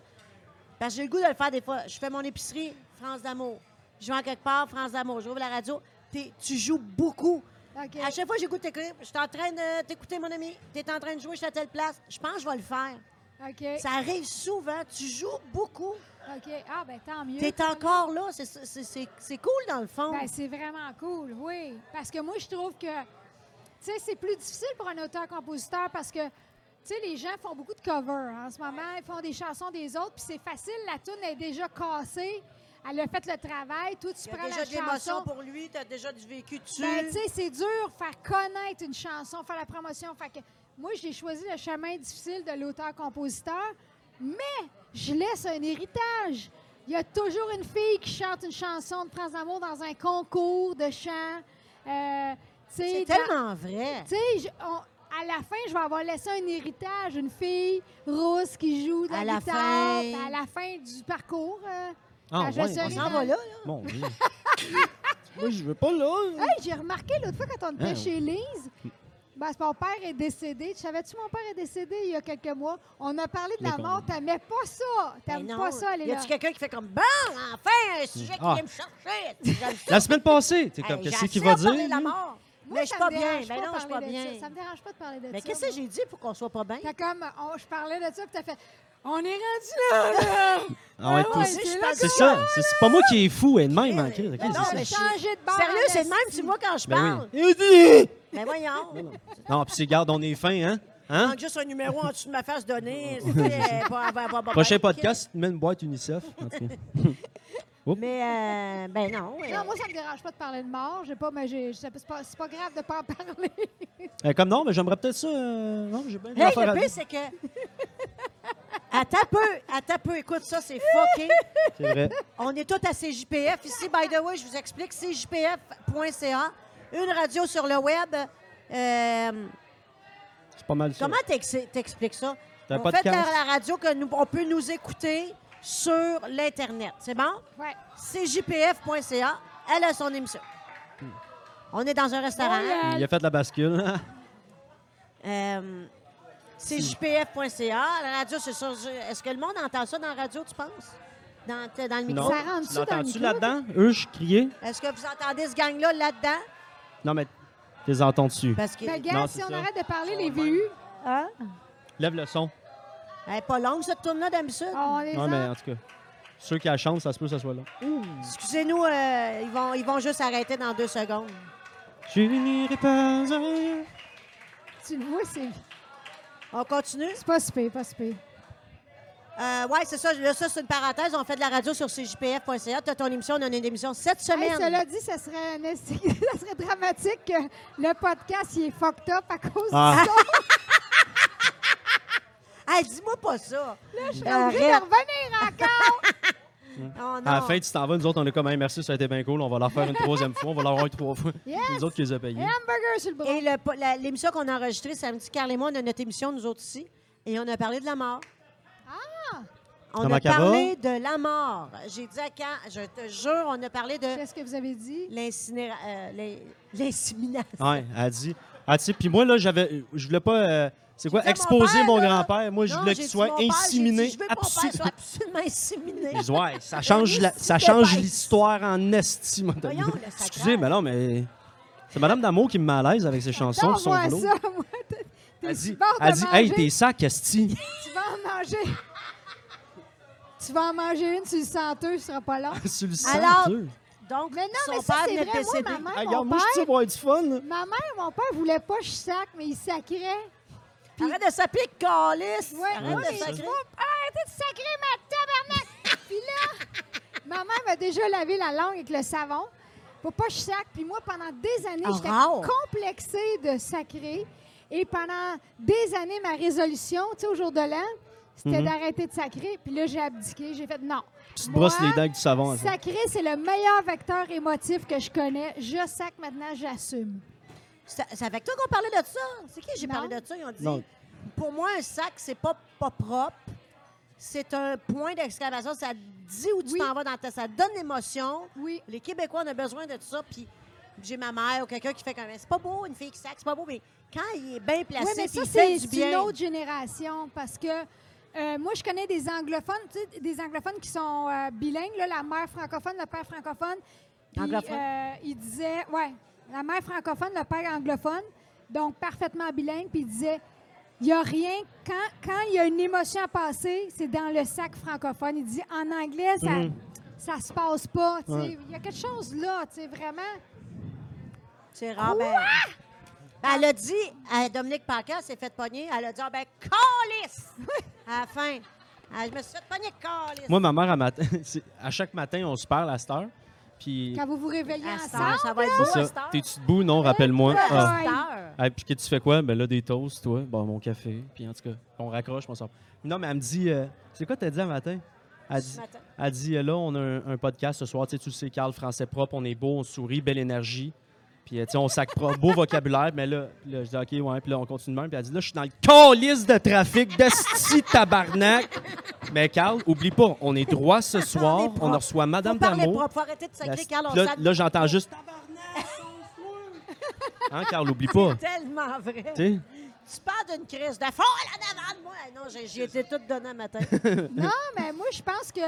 Speaker 1: Parce que j'ai le goût de le faire des fois. Je fais mon épicerie, France d'amour. Je vais en quelque part, France d'amour. J'ouvre la radio. T'es- tu joues beaucoup.
Speaker 3: OK.
Speaker 1: À chaque fois que j'écoute tes clips, je suis en train de t'écouter, mon ami. T'es en train de jouer, je suis à telle place. Je pense que je vais le faire.
Speaker 3: OK.
Speaker 1: Ça arrive souvent. Tu joues beaucoup.
Speaker 3: OK. Ah, ben tant mieux.
Speaker 1: T'es encore là. C'est- C'est c'est- c'est cool, dans le fond.
Speaker 3: Ben, c'est vraiment cool, oui. Parce que moi, je trouve que, tu sais, c'est plus difficile pour un auteur-compositeur parce que, tu sais, les gens font beaucoup de covers en ce moment. Ils font des chansons des autres, puis c'est facile. La tune est déjà cassée. Elle a fait le travail. Toi, tu
Speaker 1: Il y a
Speaker 3: prends
Speaker 1: déjà de
Speaker 3: la chanson.
Speaker 1: l'émotion pour lui. T'as déjà du vécu dessus.
Speaker 3: Ben, tu sais, c'est dur faire connaître une chanson, faire la promotion. Fait que moi, j'ai choisi le chemin difficile de l'auteur-compositeur, mais je laisse un héritage. Il y a toujours une fille qui chante une chanson de France d'amour dans un concours de chant. Euh, tu
Speaker 1: C'est
Speaker 3: sais, dans-
Speaker 1: tellement vrai.
Speaker 3: Tu sais, je- on- à la fin, je vais avoir laissé un héritage, une fille rousse qui joue de la,
Speaker 1: À la
Speaker 3: guitare,
Speaker 1: fin.
Speaker 3: à la fin du parcours. euh,
Speaker 2: Ah,
Speaker 3: Ah, je
Speaker 2: ouais,
Speaker 3: sais,
Speaker 2: on
Speaker 1: On
Speaker 2: s'en
Speaker 1: s'en va là, là.
Speaker 2: Mon Dieu. Moi, je veux pas là.
Speaker 3: Hey, j'ai remarqué l'autre fois quand on était
Speaker 2: Ah.
Speaker 3: chez Lise, ben, c'est mon père est décédé. Tu savais-tu, mon père est décédé il y a quelques mois. On a parlé de
Speaker 2: Les
Speaker 3: la mort. T'aimais pas ça.
Speaker 1: Mais
Speaker 3: T'aimes
Speaker 1: non,
Speaker 3: pas ça, aller
Speaker 1: Y
Speaker 3: là.
Speaker 1: a-tu quelqu'un qui fait comme Bon, enfin, un sujet qui
Speaker 2: Ah.
Speaker 1: vient me chercher. J'aime ça.
Speaker 2: La semaine passée, t'es
Speaker 1: Hey,
Speaker 2: comme,
Speaker 1: j'ai
Speaker 2: qu'est-ce qu'il
Speaker 1: assez à
Speaker 2: va dire?
Speaker 1: parler de la
Speaker 2: lui?
Speaker 1: mort.
Speaker 3: Moi,
Speaker 1: mais je
Speaker 3: ça
Speaker 1: suis pas
Speaker 3: me
Speaker 1: bien.
Speaker 3: dérange
Speaker 1: Mais non, je suis pas
Speaker 3: parler de ça.
Speaker 1: bien.
Speaker 3: Ça me dérange pas de parler de ça.
Speaker 1: Mais qu'est-ce que j'ai dit pour qu'on soit pas bien?
Speaker 3: T'as comme, on- je parlais de ça, puis t'as fait, on est rendu là, là.
Speaker 2: Ah ouais,
Speaker 3: Ah
Speaker 2: toi,
Speaker 3: ouais,
Speaker 2: c'est-
Speaker 3: c'est
Speaker 1: là
Speaker 2: c'est
Speaker 1: que-
Speaker 2: ça. C'est c'est pas moi qui est fou, elle même. hein, Chris, ok,
Speaker 1: Mais non,
Speaker 2: c'est ça.
Speaker 1: mais
Speaker 3: J'ai changé de bord.
Speaker 1: Sérieux, c'est le même,
Speaker 3: Alessi.
Speaker 1: tu vois, quand je
Speaker 2: Ben
Speaker 1: parle.
Speaker 2: oui.
Speaker 1: Mais voyons.
Speaker 2: Non, puis c'est garde, on est fin, hein?
Speaker 1: Il
Speaker 2: Hein?
Speaker 1: manque juste un numéro en dessous de ma face donnée. C'était pas- pas- pas- pas-
Speaker 2: Prochain
Speaker 1: pas-
Speaker 2: podcast, tu mets une boîte UNICEF. en tout cas.
Speaker 1: Mais, euh, ben non. euh,
Speaker 3: Non, moi, ça me dérange pas de parler de mort. J'ai pas, mais j'ai- c'est pas, c'est pas grave de pas en parler.
Speaker 2: Euh, comme non, mais j'aimerais peut-être ça. euh, non, j'ai bien des
Speaker 1: Hey,
Speaker 2: affaires à
Speaker 1: le pire,
Speaker 2: dire.
Speaker 1: c'est que. Attends un peu, attends un peu, écoute ça, c'est fucké.
Speaker 2: C'est vrai.
Speaker 1: On est tous à CJPF ici. By the way, je vous explique, cjpf.ca, une radio sur le web. Euh,
Speaker 2: C'est pas mal ça.
Speaker 1: comment t'ex- t'expliques ça?
Speaker 2: C'est un
Speaker 1: On fait
Speaker 2: podcast.
Speaker 1: par la radio que nous, on peut nous écouter sur l'Internet. C'est bon?
Speaker 3: Ouais.
Speaker 1: cjpf.ca, elle a son émission. On est dans un restaurant.
Speaker 3: Oh, yeah.
Speaker 2: Il a fait de la bascule. hein?
Speaker 1: Euh, cjpf.ca, la radio, c'est sur... Est-ce que le monde entend ça dans la radio, tu penses? Dans, dans le micro?
Speaker 2: Non.
Speaker 3: Ça rentre-tu
Speaker 2: Tu
Speaker 3: dans le
Speaker 2: l'entends-tu
Speaker 3: micro,
Speaker 2: là-dedans? Eux, je criais.
Speaker 1: Est-ce que vous entendez ce gang-là là-dedans?
Speaker 2: Non, mais tu les entends-tu?
Speaker 1: Parce que...
Speaker 3: Ben,
Speaker 2: Non,
Speaker 3: regarde, si
Speaker 2: c'est
Speaker 3: on
Speaker 2: ça.
Speaker 3: arrête de parler, les VU,
Speaker 1: Hein?
Speaker 2: Lève le son.
Speaker 1: Elle est pas longue, cette tourne-là, d'habitude.
Speaker 3: on les
Speaker 2: Non,
Speaker 3: a-
Speaker 2: mais en tout cas, ceux qui la chantent, ça se peut que ça soit là.
Speaker 1: Excusez-nous, euh, ils, vont, ils vont juste arrêter dans deux secondes.
Speaker 2: Je finirai par... un-
Speaker 3: Tu le vois, c'est
Speaker 1: On continue?
Speaker 3: c'est pas super, pas super.
Speaker 1: Euh, oui, c'est ça. Là, ça, c'est une parenthèse. On fait de la radio sur cjpf.ca. Tu as ton émission. On a une émission cette
Speaker 3: Hey,
Speaker 1: semaine.
Speaker 3: cela dit, ça serait, un esti- ça serait dramatique que le podcast il est fucked up à cause
Speaker 2: Ah.
Speaker 3: du son.
Speaker 1: Hey, dis-moi pas ça.
Speaker 3: Je suis
Speaker 1: Euh,
Speaker 3: obligée de
Speaker 1: arrête.
Speaker 3: revenir encore.
Speaker 1: Oh, non.
Speaker 2: À la fin, tu t'en vas. Nous autres, on est comme, Hey, merci, ça a été bien cool. On va leur faire une troisième fois. On va leur avoir une trois fois.
Speaker 3: Yes!
Speaker 2: Les autres qui les ont payés.
Speaker 3: Et hamburger sur le bras.
Speaker 1: Et le po- la- l'émission qu'on a enregistrée samedi, Carl et moi, on a notre émission, nous autres ici. et on a parlé de la mort.
Speaker 3: Ah!
Speaker 1: On
Speaker 2: Comment
Speaker 1: a
Speaker 2: qu'elle va?
Speaker 1: parlé de la mort. J'ai dit à quand, je te jure, on a parlé de
Speaker 3: Qu'est-ce que vous avez dit?
Speaker 1: l'incinéra- euh, l'in- l'insémination.
Speaker 2: Ouais, elle dit. Ah, tu sais, puis moi, là, j'avais. Je voulais pas. euh, c'est quoi?
Speaker 1: dit à mon
Speaker 2: Exposer
Speaker 1: père,
Speaker 2: mon
Speaker 1: là,
Speaker 2: grand-père. Moi, je
Speaker 1: Non,
Speaker 2: voulais
Speaker 1: j'ai
Speaker 2: qu'il
Speaker 1: dit,
Speaker 2: soit
Speaker 1: mon père, j'ai dit,
Speaker 2: inséminé.
Speaker 1: Je veux que mon père
Speaker 2: absolu-
Speaker 1: soit absolument inséminé.
Speaker 2: Ils disent, ouais, ça change, la- ça
Speaker 1: Ressuscité
Speaker 2: change
Speaker 1: bête.
Speaker 2: l'histoire en estime.
Speaker 1: ben, Voyons, le sacral.
Speaker 2: Excusez, mais non, mais. C'est Madame Damour qui me met à l'aise avec ses chansons,
Speaker 3: Attends,
Speaker 2: son
Speaker 3: moi,
Speaker 2: boulot.
Speaker 3: ça, moi, t'es- t'es
Speaker 2: Elle dit,
Speaker 3: sur le bord de
Speaker 2: elle dit Hey,
Speaker 3: manger,
Speaker 2: t'es sac, Esti.
Speaker 3: Tu vas en manger. tu vas en manger une, tu le senteux, tu seras pas là.
Speaker 2: Sur le
Speaker 1: Alors, hein,
Speaker 2: Dieu.
Speaker 1: Donc,
Speaker 3: Mais non,
Speaker 1: son
Speaker 3: mais ça,
Speaker 1: père
Speaker 3: c'est
Speaker 1: venait de
Speaker 3: vrai. Moi,
Speaker 1: décéder.
Speaker 3: ma mère,
Speaker 2: Ah,
Speaker 3: mon
Speaker 2: regarde, moi, je suis
Speaker 3: père,
Speaker 2: avoir du fun, là.
Speaker 3: ma mère et mon père voulaient pas que je sacre, mais ils sacraient. puis-
Speaker 1: Arrête de s'appeler calice.
Speaker 3: Ouais,
Speaker 1: Arrête
Speaker 3: ouais,
Speaker 1: de
Speaker 3: mais-
Speaker 1: sacrer.
Speaker 3: Arrêtez de sacrer ma tabarnak! Puis là, ma mère m'a déjà lavé la langue avec le savon pour pas que je sacre. Puis moi, pendant des années,
Speaker 1: Oh,
Speaker 3: j'étais
Speaker 1: wow!
Speaker 3: complexée de sacrer. Et pendant des années, ma résolution, tu sais, au jour de l'an, c'était
Speaker 2: Mhm.
Speaker 3: d'arrêter de sacrer. Puis là, j'ai abdiqué. J'ai fait non.
Speaker 2: Tu te brosses
Speaker 3: Moi,
Speaker 2: les dents avec du savon. hein. après.
Speaker 3: Sacrer, c'est le meilleur vecteur émotif que je connais. Je sacre maintenant, j'assume.
Speaker 1: C'est c'est avec toi qu'on parlait de ça. C'est qui j'ai
Speaker 3: Non.
Speaker 1: parlé de ça? Ils ont dit,
Speaker 2: Non.
Speaker 1: pour moi, un sac, c'est pas, pas propre. C'est un point d'exclamation. Ça dit où tu
Speaker 3: Oui.
Speaker 1: t'en vas dans ta... Ça donne l'émotion.
Speaker 3: Oui.
Speaker 1: Les Québécois, on a besoin de ça. Puis j'ai ma mère ou quelqu'un qui fait comme c'est pas beau une fille qui sac, c'est pas beau, mais quand il est bien placé,
Speaker 3: Oui, mais
Speaker 1: puis
Speaker 3: ça,
Speaker 1: il fait
Speaker 3: c'est
Speaker 1: du
Speaker 3: une
Speaker 1: bien.
Speaker 3: autre génération parce que euh, moi, je connais des anglophones, tu sais, des anglophones qui sont euh, bilingues, là, la mère francophone, le père francophone. Puis,
Speaker 1: Anglophone.
Speaker 3: euh, ils disaient, ouais, la mère francophone, le père anglophone, donc parfaitement bilingue, puis ils disaient, il n'y a rien, quand quand il y a une émotion à passer, c'est dans le sac francophone. Il dit, en anglais, ça
Speaker 2: Mhm.
Speaker 3: ça se passe pas. tu sais. Il
Speaker 2: Ouais.
Speaker 3: y a quelque chose là, tu sais, vraiment.
Speaker 1: C'est rare, ben- ben, elle a dit à Dominique Paquin, elle s'est fait pogner. Elle a dit, ah, ben, calice! à la fin. Ah, je me suis fait pogner, calice.
Speaker 2: Moi, ma mère, à, matin, c'est- à chaque matin, on se parle à cette heure. Puis,
Speaker 3: Quand vous vous réveillez
Speaker 1: À cette
Speaker 3: ensemble,
Speaker 1: heure, ça va être
Speaker 2: c'est
Speaker 1: beau à cette
Speaker 2: ça.
Speaker 1: heure.
Speaker 2: T'es-tu debout? Non, rappelle-moi.
Speaker 3: Ouais.
Speaker 2: Ah.
Speaker 1: À cette heure.
Speaker 2: Ah, puis que tu fais quoi? Ben là, des toasts, toi. Bon, mon café. Puis en tout cas, on raccroche, on sort. Non, mais elle me dit, euh, c'est quoi t'as dit un matin? Elle dit,
Speaker 1: Ce matin.
Speaker 2: elle dit, euh, là, on a un, un podcast ce soir. Tu sais, tu le sais, Carl, français propre, on est beau, on sourit, belle énergie. Puis, euh, tu sais, on sac propre, beau vocabulaire. Mais là, puis là, je dis, OK, ouais. Puis là, on continue de même. Puis elle dit, là, je suis dans le calice de trafic d'esti tabarnak. Mais Carl, oublie pas, on est droit ce soir.
Speaker 1: propre.
Speaker 2: on reçoit Madame
Speaker 1: Faut parler
Speaker 2: Damour.
Speaker 1: propre, faut arrêter de
Speaker 2: La-
Speaker 1: sacrer, Carl, on
Speaker 2: là,
Speaker 1: sale
Speaker 2: là, j'entends juste. Hein, Carl, oublie pas.
Speaker 1: tellement vrai.
Speaker 2: Tu sais?
Speaker 1: Tu parles d'une crise de fond, là, devant de moi. Ah Non, j'ai- j'y étais toute donnée un matin.
Speaker 3: Non, mais moi, je pense que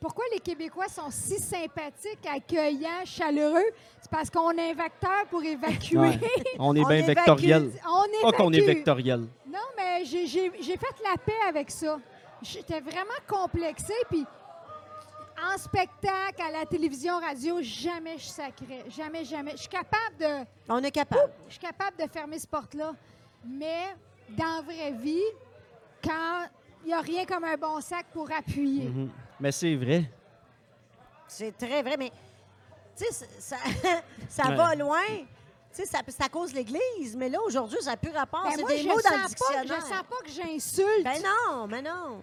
Speaker 3: pourquoi les Québécois sont si sympathiques, accueillants, chaleureux, c'est parce qu'on a un vecteur pour évacuer.
Speaker 2: Ouais. On est
Speaker 1: On
Speaker 2: bien
Speaker 1: évacue.
Speaker 2: vectoriel.
Speaker 3: On évacue.
Speaker 2: Pas qu'on est vectoriel.
Speaker 3: Non, mais j'ai- j'ai j'ai fait la paix avec ça. J'étais vraiment complexée, puis en spectacle, à la télévision, radio, jamais je sacrais. Jamais, jamais. Je suis capable de...
Speaker 1: On est capable.
Speaker 3: je suis capable de fermer ce porte-là. Mais dans la vraie vie, quand il n'y a rien comme un bon sac pour appuyer.
Speaker 2: Mhm. Mais c'est vrai.
Speaker 1: C'est très vrai, mais tu sais, ça, ça- ça
Speaker 2: Ouais.
Speaker 1: va loin. Tu sais, ça- c'est à cause de l'Église, mais là, aujourd'hui, ça n'a plus rapport.
Speaker 3: Ben
Speaker 1: Ah, c'est
Speaker 3: moi,
Speaker 1: des
Speaker 3: je
Speaker 1: mots dans le
Speaker 3: sens pas-
Speaker 1: dictionnaire.
Speaker 3: je sens pas que j'insulte
Speaker 1: Ben non, mais non.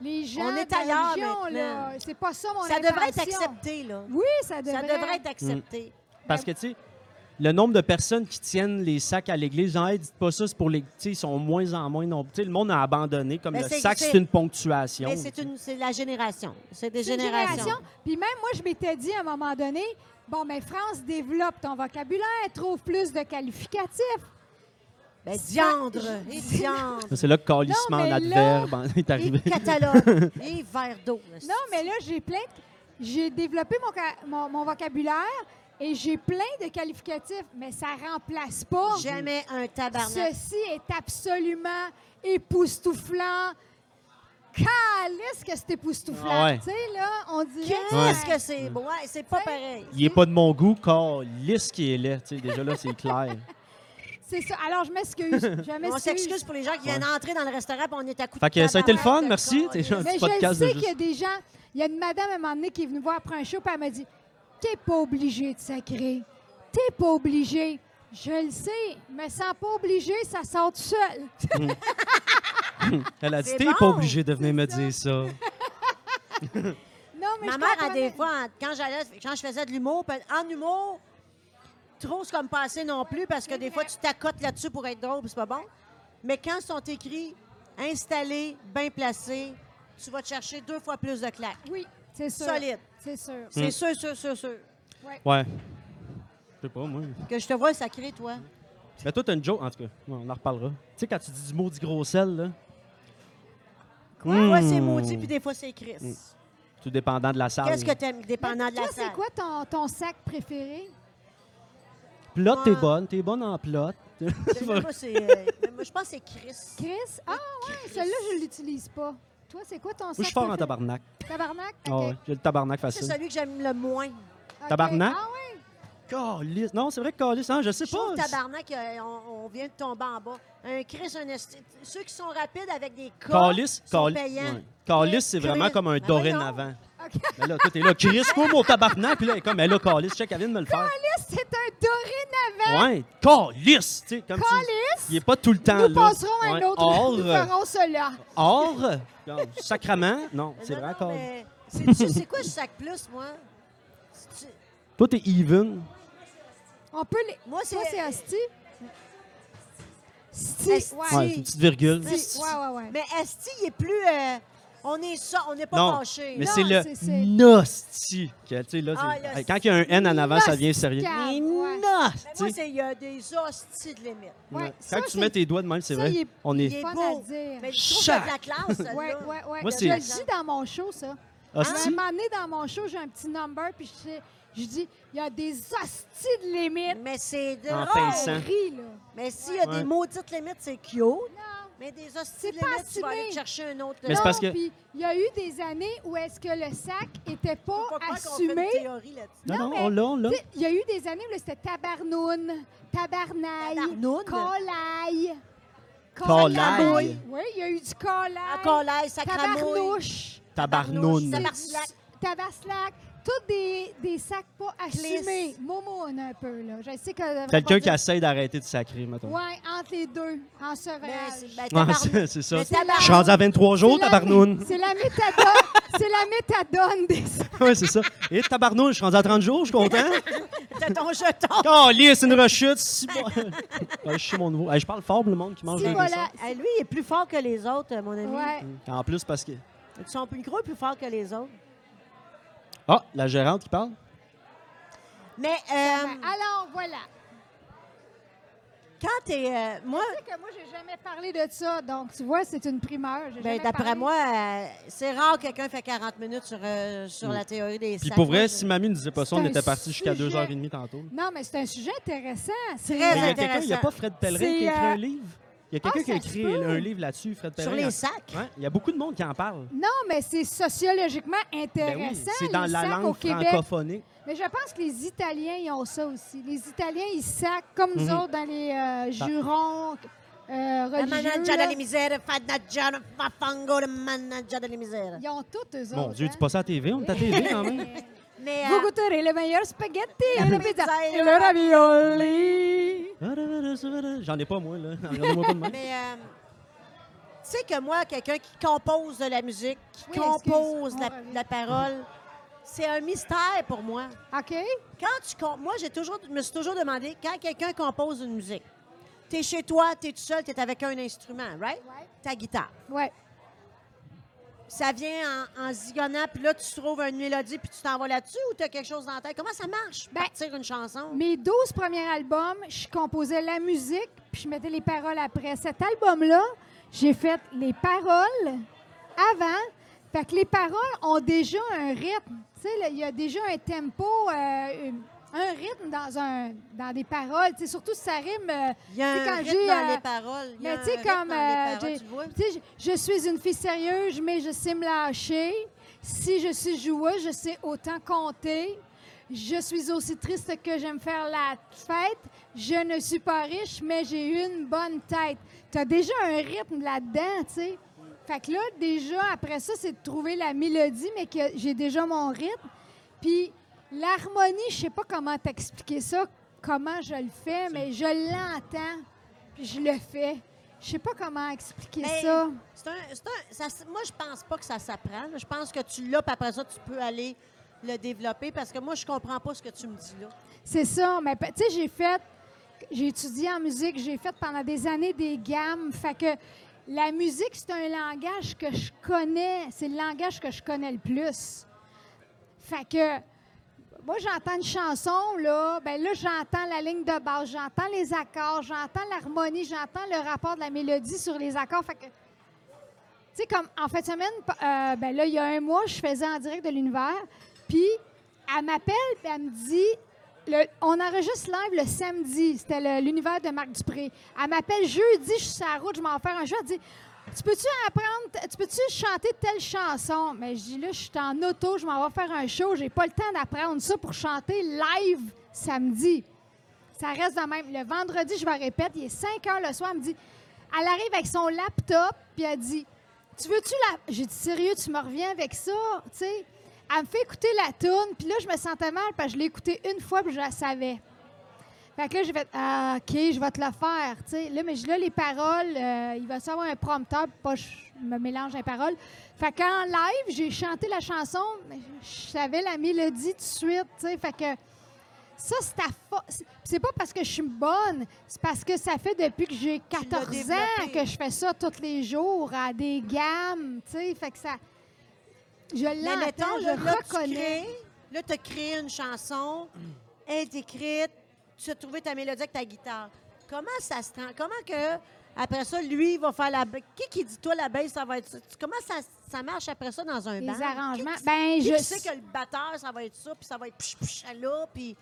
Speaker 3: les gens
Speaker 1: On est
Speaker 3: de la
Speaker 1: ailleurs
Speaker 3: religion,
Speaker 1: maintenant.
Speaker 3: là. C'est pas ça mon
Speaker 1: Ça devrait être
Speaker 3: intention.
Speaker 1: accepté, là.
Speaker 3: Oui, ça devrait.
Speaker 1: Ça devrait être
Speaker 2: Mm.
Speaker 1: accepté.
Speaker 2: Parce que, tu sais, le nombre de personnes qui tiennent les sacs à l'église, genre, Hey, dites pas ça, c'est pour les. Tu sais, ils sont de moins en moins nombreux. Tu sais, le monde a abandonné. Comme
Speaker 1: Mais
Speaker 2: le
Speaker 1: c'est-
Speaker 2: sac,
Speaker 1: c'est-
Speaker 2: c'est une ponctuation.
Speaker 1: Mais c'est une- c'est la génération. C'est des
Speaker 3: C'est une
Speaker 1: générations.
Speaker 3: génération. Puis même moi, je m'étais dit à un moment donné, bon, mais France, développe ton vocabulaire, trouve plus de qualificatifs.
Speaker 1: Ben,
Speaker 3: Ça-
Speaker 1: diandre,
Speaker 3: je-
Speaker 1: et diandre,
Speaker 2: C'est là que calissement en
Speaker 3: Non, mais
Speaker 2: adverbe en- est arrivé.
Speaker 1: et catalogue, et verre d'eau.
Speaker 3: Non, mais là, j'ai plein de- J'ai développé mon, ca- mon, mon vocabulaire et j'ai plein de qualificatifs, mais ça remplace pas.
Speaker 1: Jamais un tabarnak.
Speaker 3: Ceci est absolument époustouflant. Calisse que c'est époustouflant.
Speaker 2: Ah ouais.
Speaker 3: Tu sais, là, on dirait...
Speaker 1: Qu'est-ce
Speaker 3: Ouais.
Speaker 1: que
Speaker 2: Mm.
Speaker 1: c'est beau? Ouais, c'est pas pareil.
Speaker 2: Il est pas de mon goût, calisse qui est là. Tu sais, déjà là, c'est clair.
Speaker 3: C'est ça. Alors, je m'excuse. Je
Speaker 1: On s'excuse
Speaker 3: m'excuse.
Speaker 1: pour les gens qui viennent entrer dans le restaurant et on est à coup de
Speaker 2: Fait que ça a été le fun,
Speaker 1: tabarnak de
Speaker 2: merci.
Speaker 1: calice.
Speaker 2: T'es gentil.
Speaker 3: Mais
Speaker 2: petit
Speaker 3: je le
Speaker 2: podcast de
Speaker 3: sais qu'il y a
Speaker 2: juste-
Speaker 3: des gens... Il y a une madame, à un moment donné, qui est venue voir après un show, puis elle m'a dit, « T'es pas obligé de sacrer. T'es pas obligé. » Je le sais. Me sens pas obligé, ça sort tout seul.
Speaker 2: Elle a dit
Speaker 1: C'est
Speaker 2: T'es
Speaker 1: bon.
Speaker 2: pas obligé de venir me dire ça.
Speaker 3: Non, mais
Speaker 1: Ma
Speaker 3: je
Speaker 1: mère, à
Speaker 3: comprenais.
Speaker 1: des fois, en- quand, j'allais, quand je faisais de l'humour, pe- en humour, trop c'est comme passé non plus, parce que des fois, tu t'accotes là-dessus pour être drôle, puis c'est pas bon. Mais quand ils sont écrits installé, bien placé, tu vas te chercher deux fois plus de claques.
Speaker 3: Oui, c'est sûr.
Speaker 1: Solide.
Speaker 3: C'est sûr.
Speaker 1: C'est sûr, sûr, sûr, sûr.
Speaker 2: Ouais. Je sais pas, moi.
Speaker 1: Que je te vois sacré, toi.
Speaker 2: Mais toi, t'as une joke, en tout cas. On en reparlera. Tu sais, quand tu dis du maudit gros sel, là.
Speaker 1: Quoi?
Speaker 2: Hmm.
Speaker 1: Moi, c'est maudit, puis des fois, c'est Chris.
Speaker 2: Tout dépendant de la salle.
Speaker 1: Qu'est-ce que t'aimes, dépendant de la
Speaker 3: toi, c'est
Speaker 1: salle?
Speaker 3: quoi ton, ton sac préféré?
Speaker 2: Plot, t'es
Speaker 1: Ouais.
Speaker 2: bonne. T'es bonne en plot.
Speaker 1: Ah. Je sais pas, c'est, euh, mais moi, je pense que c'est Chris.
Speaker 3: Chris? Ah, ouais, celui-là, je ne l'utilise pas. Toi, c'est quoi ton sac
Speaker 2: Euh, Moi, je suis fort en
Speaker 3: préféré?
Speaker 2: tabarnak.
Speaker 3: Tabarnak?
Speaker 2: Ah
Speaker 3: OK.
Speaker 2: ouais, j'ai le tabarnak
Speaker 1: C'est
Speaker 2: facile.
Speaker 1: celui que j'aime le moins.
Speaker 3: OK.
Speaker 2: Tabarnak?
Speaker 3: Ah ouais?
Speaker 2: Calisse. Non, c'est vrai que Calisse, hein, je sais
Speaker 1: Je trouve
Speaker 2: pas.
Speaker 1: tabarnak, euh, on, on vient de tomber en bas. Un Chris, un esti- Ceux qui sont rapides avec des cas
Speaker 2: Calisse,
Speaker 1: sont
Speaker 2: Cali-
Speaker 1: payants.
Speaker 2: ouais. Calisse, c'est
Speaker 1: Chris.
Speaker 2: vraiment comme un
Speaker 1: Ben voyons.
Speaker 2: dorénavant.
Speaker 3: OK.
Speaker 2: Mais là, toi, t'es là, Chris, quoi, mon tabarnak? Puis là, elle est comme, mais là, Calisse, check, elle vient de me le faire.
Speaker 3: Là, c'est un dorénavant.
Speaker 2: Ouais, Calisse! Tu sais, comme si-
Speaker 3: Calice.
Speaker 2: Il est pas tout le temps
Speaker 3: Nous
Speaker 2: là.
Speaker 3: passerons à un
Speaker 2: Ouais.
Speaker 3: autre.
Speaker 2: Or,
Speaker 3: Nous ferons cela.
Speaker 2: or, non, sacrament, non, c'est
Speaker 1: Euh, Non,
Speaker 2: vrai
Speaker 1: non,
Speaker 2: encore.
Speaker 1: mais C'est c'est quoi je sac plus, moi? C'est-
Speaker 2: Toi, t'es even.
Speaker 3: On peut les...
Speaker 1: Moi,
Speaker 3: Toi,
Speaker 1: c'est-
Speaker 3: c'est hostie. Sti.
Speaker 1: Esti.
Speaker 3: Ouais.
Speaker 2: Ouais, c'est une petite virgule.
Speaker 1: tu-
Speaker 3: Esti. Ouais, ouais, ouais.
Speaker 1: Mais Esti, il est plus. euh, on est ça, on n'est pas
Speaker 2: Non,
Speaker 1: fâchés.
Speaker 2: mais
Speaker 1: là.
Speaker 2: c'est
Speaker 3: c'est-
Speaker 2: le
Speaker 3: c'est-
Speaker 2: nosti. que, tu sais, là,
Speaker 1: Ah,
Speaker 2: c'est-
Speaker 1: le
Speaker 2: quand il y a un N en avant, ça devient sérieux.
Speaker 3: Nosticable,
Speaker 2: Mais
Speaker 3: ouais.
Speaker 1: Mais
Speaker 2: nosti.
Speaker 1: moi, c'est- il y a des hosties de limite.
Speaker 3: Ouais,
Speaker 2: Ouais.
Speaker 3: ça,
Speaker 2: Quand tu
Speaker 3: c'est-
Speaker 2: mets tes doigts de même, c'est
Speaker 3: ça,
Speaker 2: vrai.
Speaker 3: il est-
Speaker 2: On
Speaker 1: Il
Speaker 2: est.
Speaker 1: est
Speaker 3: Fun
Speaker 1: beau.
Speaker 3: à dire.
Speaker 1: Mais je trouve que de la classe, celle-là.
Speaker 3: Ouais, ouais, ouais.
Speaker 2: Moi,
Speaker 3: je
Speaker 2: c'est-
Speaker 3: le dis dans mon show, ça. Je vais
Speaker 2: Hostie.
Speaker 3: m'amener dans mon show, j'ai un petit number, puis je, sais- je dis, il y a des hosties de limites.
Speaker 1: Mais c'est
Speaker 2: En
Speaker 1: drôle.
Speaker 2: pinçant.
Speaker 3: On rit, là.
Speaker 1: Mais s'il y a
Speaker 2: Ouais.
Speaker 1: des maudites limites, c'est cute.
Speaker 3: Non.
Speaker 1: Mais des
Speaker 3: C'est
Speaker 1: hosties de
Speaker 3: pas
Speaker 1: limites, tu vas
Speaker 3: assumé.
Speaker 1: aller te chercher un autre.
Speaker 2: Mais c'est
Speaker 1: Non,
Speaker 2: parce que-
Speaker 3: Non, puis il y a eu des années où est-ce que le sac était pas
Speaker 1: faut pas croire qu'on fait une
Speaker 3: assumé.
Speaker 1: théorie là-dessus.
Speaker 2: Non, non,
Speaker 3: mais-
Speaker 2: on l'a, on l'a.
Speaker 3: Tu sais, Il y a eu des années où là, c'était tabarnoune, tabarnaille,
Speaker 1: Tabarnoune?
Speaker 3: colaille.
Speaker 2: Colaille.
Speaker 3: Oui, il y a eu du colaille.
Speaker 1: À Colaille, Sacramouille,
Speaker 3: Tabarnouche.
Speaker 2: Tabarnoune.
Speaker 1: Tabarnouche. Tabarslac.
Speaker 3: Tabarslac. Tous des, des sacs pas
Speaker 1: Clisse.
Speaker 3: assumés. Momoune un peu, là. Je sais que...
Speaker 2: Quelqu'un qui essaye d'arrêter de sacrer, mettons.
Speaker 3: Oui, entre les deux, en
Speaker 1: Mais c'est-
Speaker 3: sevrage.
Speaker 1: ben,
Speaker 2: Ouais,
Speaker 1: tabarnou-
Speaker 2: c'est- c'est ça.
Speaker 1: Mais
Speaker 2: Je suis
Speaker 1: tabarnou-
Speaker 2: rendu à 23 jours,
Speaker 3: C'est la-
Speaker 2: tabarnoune.
Speaker 3: C'est la méthadone. c'est la méthadone des sacs.
Speaker 2: Ouais, c'est ça. Et tabarnoune, je suis rendu à 30 jours, je suis content.
Speaker 1: T'as ton jeton.
Speaker 2: Calisse, une rechute. Si bon. Ouais, je suis mon nouveau. Hey, je parle fort pour le monde qui mange
Speaker 3: Si
Speaker 2: des
Speaker 3: voilà.
Speaker 2: desserts.
Speaker 1: Eh, Lui, il est plus fort que les autres, euh, mon ami.
Speaker 3: Ouais.
Speaker 2: En plus, parce que.
Speaker 1: Son micro est plus fort que les autres.
Speaker 2: Ah, la gérante qui parle?
Speaker 1: Mais euh,
Speaker 3: Ben, alors, voilà.
Speaker 1: quand t'es. euh, moi,
Speaker 3: Tu sais que moi, j'ai jamais parlé de ça. Donc, tu vois, c'est une primeur. J'ai
Speaker 1: ben,
Speaker 3: jamais
Speaker 1: d'après
Speaker 3: parlé.
Speaker 1: moi, euh, c'est rare que quelqu'un fait 40 minutes sur, euh, sur la théorie des
Speaker 2: Mm. Puis
Speaker 1: sacs.
Speaker 2: pour vrai,
Speaker 1: Moi,
Speaker 2: si Mamie ne disait pas ça,
Speaker 3: C'est
Speaker 2: on
Speaker 3: un
Speaker 2: était parti jusqu'à
Speaker 3: sujet.
Speaker 2: 2h30 tantôt.
Speaker 3: Non, mais c'est un sujet intéressant. C'est
Speaker 1: Très
Speaker 2: Mais il y a quelqu'un,
Speaker 1: intéressant.
Speaker 2: il n'y a pas Fred Pellerin
Speaker 3: C'est,
Speaker 2: qui a écrit
Speaker 3: euh,
Speaker 2: un livre. Il y a quelqu'un
Speaker 3: ah,
Speaker 2: qui a
Speaker 3: ça se
Speaker 2: écrit
Speaker 3: peut.
Speaker 2: un livre là-dessus, Fred
Speaker 1: Sur
Speaker 2: Pellerin.
Speaker 1: les sacs.
Speaker 2: Ouais, il y a beaucoup de monde qui en parle.
Speaker 3: Non, mais c'est sociologiquement
Speaker 2: Ben oui,
Speaker 3: intéressant.
Speaker 2: c'est dans
Speaker 3: les
Speaker 2: la
Speaker 3: sacs au
Speaker 2: langue
Speaker 3: Québec.
Speaker 2: francophonique.
Speaker 3: Mais je pense que les Italiens, ils ont ça aussi. Les Italiens, ils sacent comme nous autres dans les euh, jurons euh,
Speaker 1: Le
Speaker 3: religieux.
Speaker 1: manager de
Speaker 3: là.
Speaker 1: la misère, Fadnaja, Fafango, le manager de la misère.
Speaker 3: Ils ont toutes, eux autres.
Speaker 2: Mon Dieu,
Speaker 3: hein.
Speaker 2: tu passes à la TV, on est à la TV quand même.
Speaker 1: Mais euh,
Speaker 3: Vous goûterez le meilleur spaghetti et la pizza
Speaker 1: pizza et
Speaker 3: et
Speaker 1: le
Speaker 3: le ravioli.
Speaker 2: J'en ai pas, moi, là. Regardez-moi pas de même.
Speaker 1: Mais euh, tu sais que moi, quelqu'un qui compose de la musique, qui
Speaker 3: Oui,
Speaker 1: compose
Speaker 3: excuse, Oh,
Speaker 1: de la,
Speaker 3: on revient.
Speaker 1: de la parole, c'est un mystère pour moi.
Speaker 3: OK?
Speaker 1: Quand tu com- moi, j'ai toujours, je me suis toujours demandé, quand quelqu'un compose une musique, t'es chez toi, t'es tout seul, t'es avec un instrument, right?
Speaker 3: Ouais.
Speaker 1: Ta guitare.
Speaker 3: Ouais.
Speaker 1: Ça vient en, en zigonnant, puis là, tu trouves une mélodie, puis tu t'en vas là-dessus, ou t'as quelque chose dans la tête? Comment ça marche,
Speaker 3: Ben,
Speaker 1: partir une chanson?
Speaker 3: Mes 12 premiers albums, je composais la musique, puis je mettais les paroles après. Cet album-là, j'ai fait les paroles avant. Fait que les paroles ont déjà un rythme. Tu sais, là, il y a déjà un tempo, euh, une- un rythme dans, un, dans des paroles. Tu sais, surtout si ça rime. euh,
Speaker 1: Il y a
Speaker 3: tu sais,
Speaker 1: un
Speaker 3: quand
Speaker 1: rythme
Speaker 3: j'ai,
Speaker 1: dans
Speaker 3: euh,
Speaker 1: les paroles. il y a
Speaker 3: mais
Speaker 1: un
Speaker 3: tu sais,
Speaker 1: rythme
Speaker 3: comme.
Speaker 1: dans
Speaker 3: euh,
Speaker 1: les paroles,
Speaker 3: j'ai-
Speaker 1: tu le vois?
Speaker 3: tu sais, je, je suis une fille sérieuse, mais je sais me lâcher. Si je suis joueuse, je sais autant compter. Je suis aussi triste que j'aime faire la fête. Je ne suis pas riche, mais j'ai une bonne tête. Tu as déjà un rythme là-dedans, tu sais. Fait que là, déjà, après ça, c'est de trouver la mélodie, mais que j'ai déjà mon rythme. Puis l'harmonie, je sais pas comment t'expliquer ça, comment je le fais, mais je l'entends, puis je le fais. Je sais pas comment expliquer
Speaker 1: Mais
Speaker 3: ça.
Speaker 1: c'est un- c'est un- ça s- moi, je pense pas que ça s'apprend. là. Je pense que tu l'as, puis après ça, tu peux aller le développer parce que moi, je comprends pas ce que tu me dis là.
Speaker 3: C'est ça, mais pe- tu sais, j'ai fait, j'ai étudié en musique, j'ai fait pendant des années des gammes, fait que La musique, c'est un langage que je connais. C'est le langage que je connais le plus. Fait que moi, j'entends une chanson, là, ben là, j'entends la ligne de base, j'entends les accords, j'entends l'harmonie, j'entends le rapport de la mélodie sur les accords. Fait que, tu sais, comme en fin de semaine, euh, ben là, il y a un mois, je faisais en direct de l'univers, puis elle m'appelle, puis elle me dit, le- on enregistre live le samedi, c'était le- l'univers de Marc Dupré. Elle m'appelle jeudi, je suis sur la route, je m'en fais un jeu, elle dit... Tu peux-tu apprendre, tu peux-tu chanter telle chanson? Mais je dis là, je suis en auto, je m'en vais faire un show, j'ai pas le temps d'apprendre ça pour chanter live samedi. Ça reste de même. Le vendredi, je vais répète, il est 5 heures le soir, elle me dit, elle arrive avec son laptop, puis elle dit, tu veux-tu la... J'ai dit, sérieux, tu me reviens avec ça, tu sais? Elle me fait écouter la toune, puis là, je me sentais mal parce que je l'ai écoutée une fois, puis je la savais. Fait que là, j'ai fait Ah, OK, je vais te le faire. tu sais. Là, mais je- là, les paroles, euh, il va savoir un prompteur pour pas que je me mélange les paroles. Fait qu'en live, j'ai chanté la chanson, mais je savais la mélodie tout de suite. tu sais. Fait que ça, c'est ta fa- c'est- C'est pas parce que je suis bonne, c'est parce que ça fait depuis que j'ai
Speaker 1: l'as
Speaker 3: 14 ans
Speaker 1: développé.
Speaker 3: que je fais ça tous les jours à des gammes. tu sais. Fait que ça. Je
Speaker 1: Mais
Speaker 3: l'entends,
Speaker 1: mettons,
Speaker 3: je
Speaker 1: là,
Speaker 3: le
Speaker 1: là, tu
Speaker 3: reconnais.
Speaker 1: crées, là, tu as créé une chanson, elle est écrite, tu as trouvé ta mélodie avec ta guitare. Comment ça se trans... Comment que, après ça, lui, il va faire la... ba- Qui qui dit, toi, la baisse, ça va être ça? Tu- Comment ça, ça marche après ça dans un
Speaker 3: Les
Speaker 1: band? Qui
Speaker 3: arrangements.
Speaker 1: qui-
Speaker 3: Ben,
Speaker 1: qui
Speaker 3: je
Speaker 1: qui sait
Speaker 3: sais-
Speaker 1: que le batteur, ça va être ça, puis ça va être psh, psh, là, puis...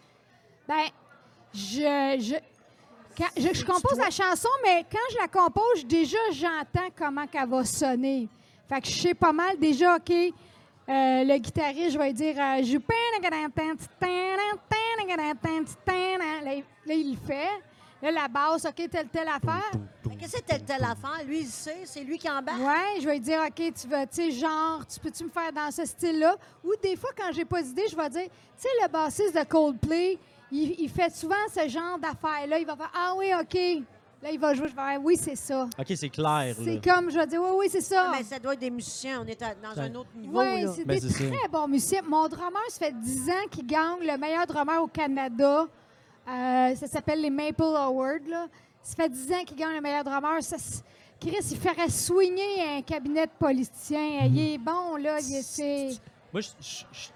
Speaker 3: Ben, je, je, quand- je, je compose la chanson, mais quand je la compose, déjà, j'entends comment qu'elle va sonner. Fait que je sais pas mal déjà, OK, euh, le guitariste, je vais lui dire euh, je là, il- là, il le fait. Là, la basse, OK, telle, telle affaire.
Speaker 1: Mais Qu'est-ce que c'est telle, telle affaire? Lui, il sait, c'est lui qui embarque.
Speaker 3: Ouais, je vais lui dire, OK, tu veux, tu sais, genre, tu peux-tu me faire dans ce style-là? Ou des fois, quand j'ai pas d'idée, je vais dire, tu sais, le bassiste de Coldplay, il, il fait souvent ce genre d'affaires-là. Il va faire, ah oui, OK. Là, il va jouer, je vais faire, oui, c'est ça.
Speaker 2: OK, c'est clair.
Speaker 3: C'est
Speaker 2: là.
Speaker 3: comme, je vais dire, oui, oui, c'est ça.
Speaker 1: Ah, Mais ça doit être des musiciens, on est à- dans un autre niveau,
Speaker 3: Oui,
Speaker 1: là.
Speaker 3: c'est
Speaker 2: Ben,
Speaker 3: des
Speaker 2: c'est ça.
Speaker 3: très bons musiciens. Mon drummer, ça fait 10 ans qu'il gagne le meilleur drummer au Canada. Euh, ça s'appelle les Maple Awards. Là. Ça fait 10 ans qu'il gagne le meilleur drummer. Ça, s- Chris, il ferait soigner un cabinet de politicien.
Speaker 2: Mm-hmm.
Speaker 3: Il est bon, là. Il est, c'est-
Speaker 2: Moi, je- je- je-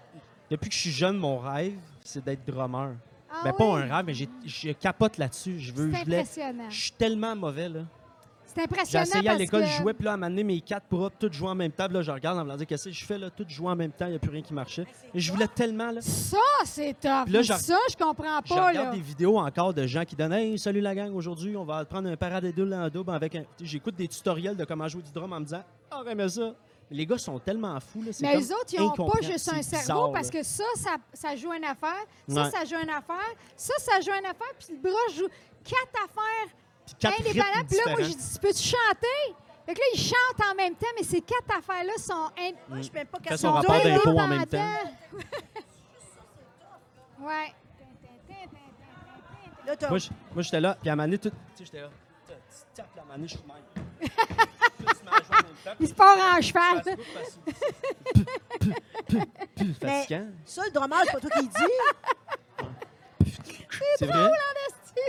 Speaker 2: depuis que je suis jeune, mon rêve, c'est d'être drummer.
Speaker 3: Ah
Speaker 2: ben,
Speaker 3: oui,
Speaker 2: pas un rêve, mais j'ai- je capote là-dessus. Je veux,
Speaker 3: C'est
Speaker 2: je voulais.
Speaker 3: impressionnant.
Speaker 2: Je suis tellement mauvais, là.
Speaker 3: C'est
Speaker 2: J'ai
Speaker 3: impressionnant.
Speaker 2: essayé à
Speaker 3: parce
Speaker 2: l'école,
Speaker 3: que-
Speaker 2: je jouais, puis là, à m'amener mes quatre pour up, tout jouer en même temps. Puis là, je regarde, en me disant, qu'est-ce que je fais, là, tout jouer en même temps, il n'y a plus rien qui marchait. Et je voulais tellement, là.
Speaker 3: Ça, c'est top.
Speaker 2: Puis là, je-
Speaker 3: ça, je comprends
Speaker 2: Je
Speaker 3: pas.
Speaker 2: regarde
Speaker 3: Là.
Speaker 2: des vidéos encore de gens qui donnent Hey, salut la gang, aujourd'hui, on va prendre un paradédule en double avec un. J'écoute des tutoriels de comment jouer du drum en me disant Oh, mais ça. Mais les gars sont tellement fous, là. c'est
Speaker 3: Mais
Speaker 2: comme
Speaker 3: les autres, ils n'ont pas
Speaker 2: incompréhensible.
Speaker 3: juste un
Speaker 2: C'est
Speaker 3: cerveau
Speaker 2: bizarre,
Speaker 3: parce
Speaker 2: là.
Speaker 3: que ça, ça, ça joue une affaire, ça,
Speaker 2: Ouais.
Speaker 3: ça joue une affaire, ça, ça joue une affaire, puis le bras joue quatre affaires
Speaker 2: Puis quatre rythmes
Speaker 3: indépendants. Puis là, moi,
Speaker 2: différents.
Speaker 3: j'ai dit, peux-tu chanter? Fait que là, ils chantent en même temps, mais ces quatre affaires-là sont in-
Speaker 1: Moi, je suis même pas
Speaker 2: Fais son
Speaker 1: capable-
Speaker 2: rapport d'impôt en même temps.
Speaker 3: ouais.
Speaker 1: Là, t'as-
Speaker 2: Moi, je- moi, j'étais là, puis à Mané, tout. Tu sais, j'étais là. Tu tapes la Mané, je suis même. Là, tu m'as joué en même temps,
Speaker 3: Il
Speaker 2: puis
Speaker 3: se part en
Speaker 2: ça
Speaker 3: cheval.
Speaker 2: se coupe, ça se coupe. Puh, puh, puh, puh,
Speaker 1: Mais-
Speaker 2: Fatigant.
Speaker 1: Ben, Ça, le drummer, c'est pas toi qui le dis.
Speaker 2: C'est vrai?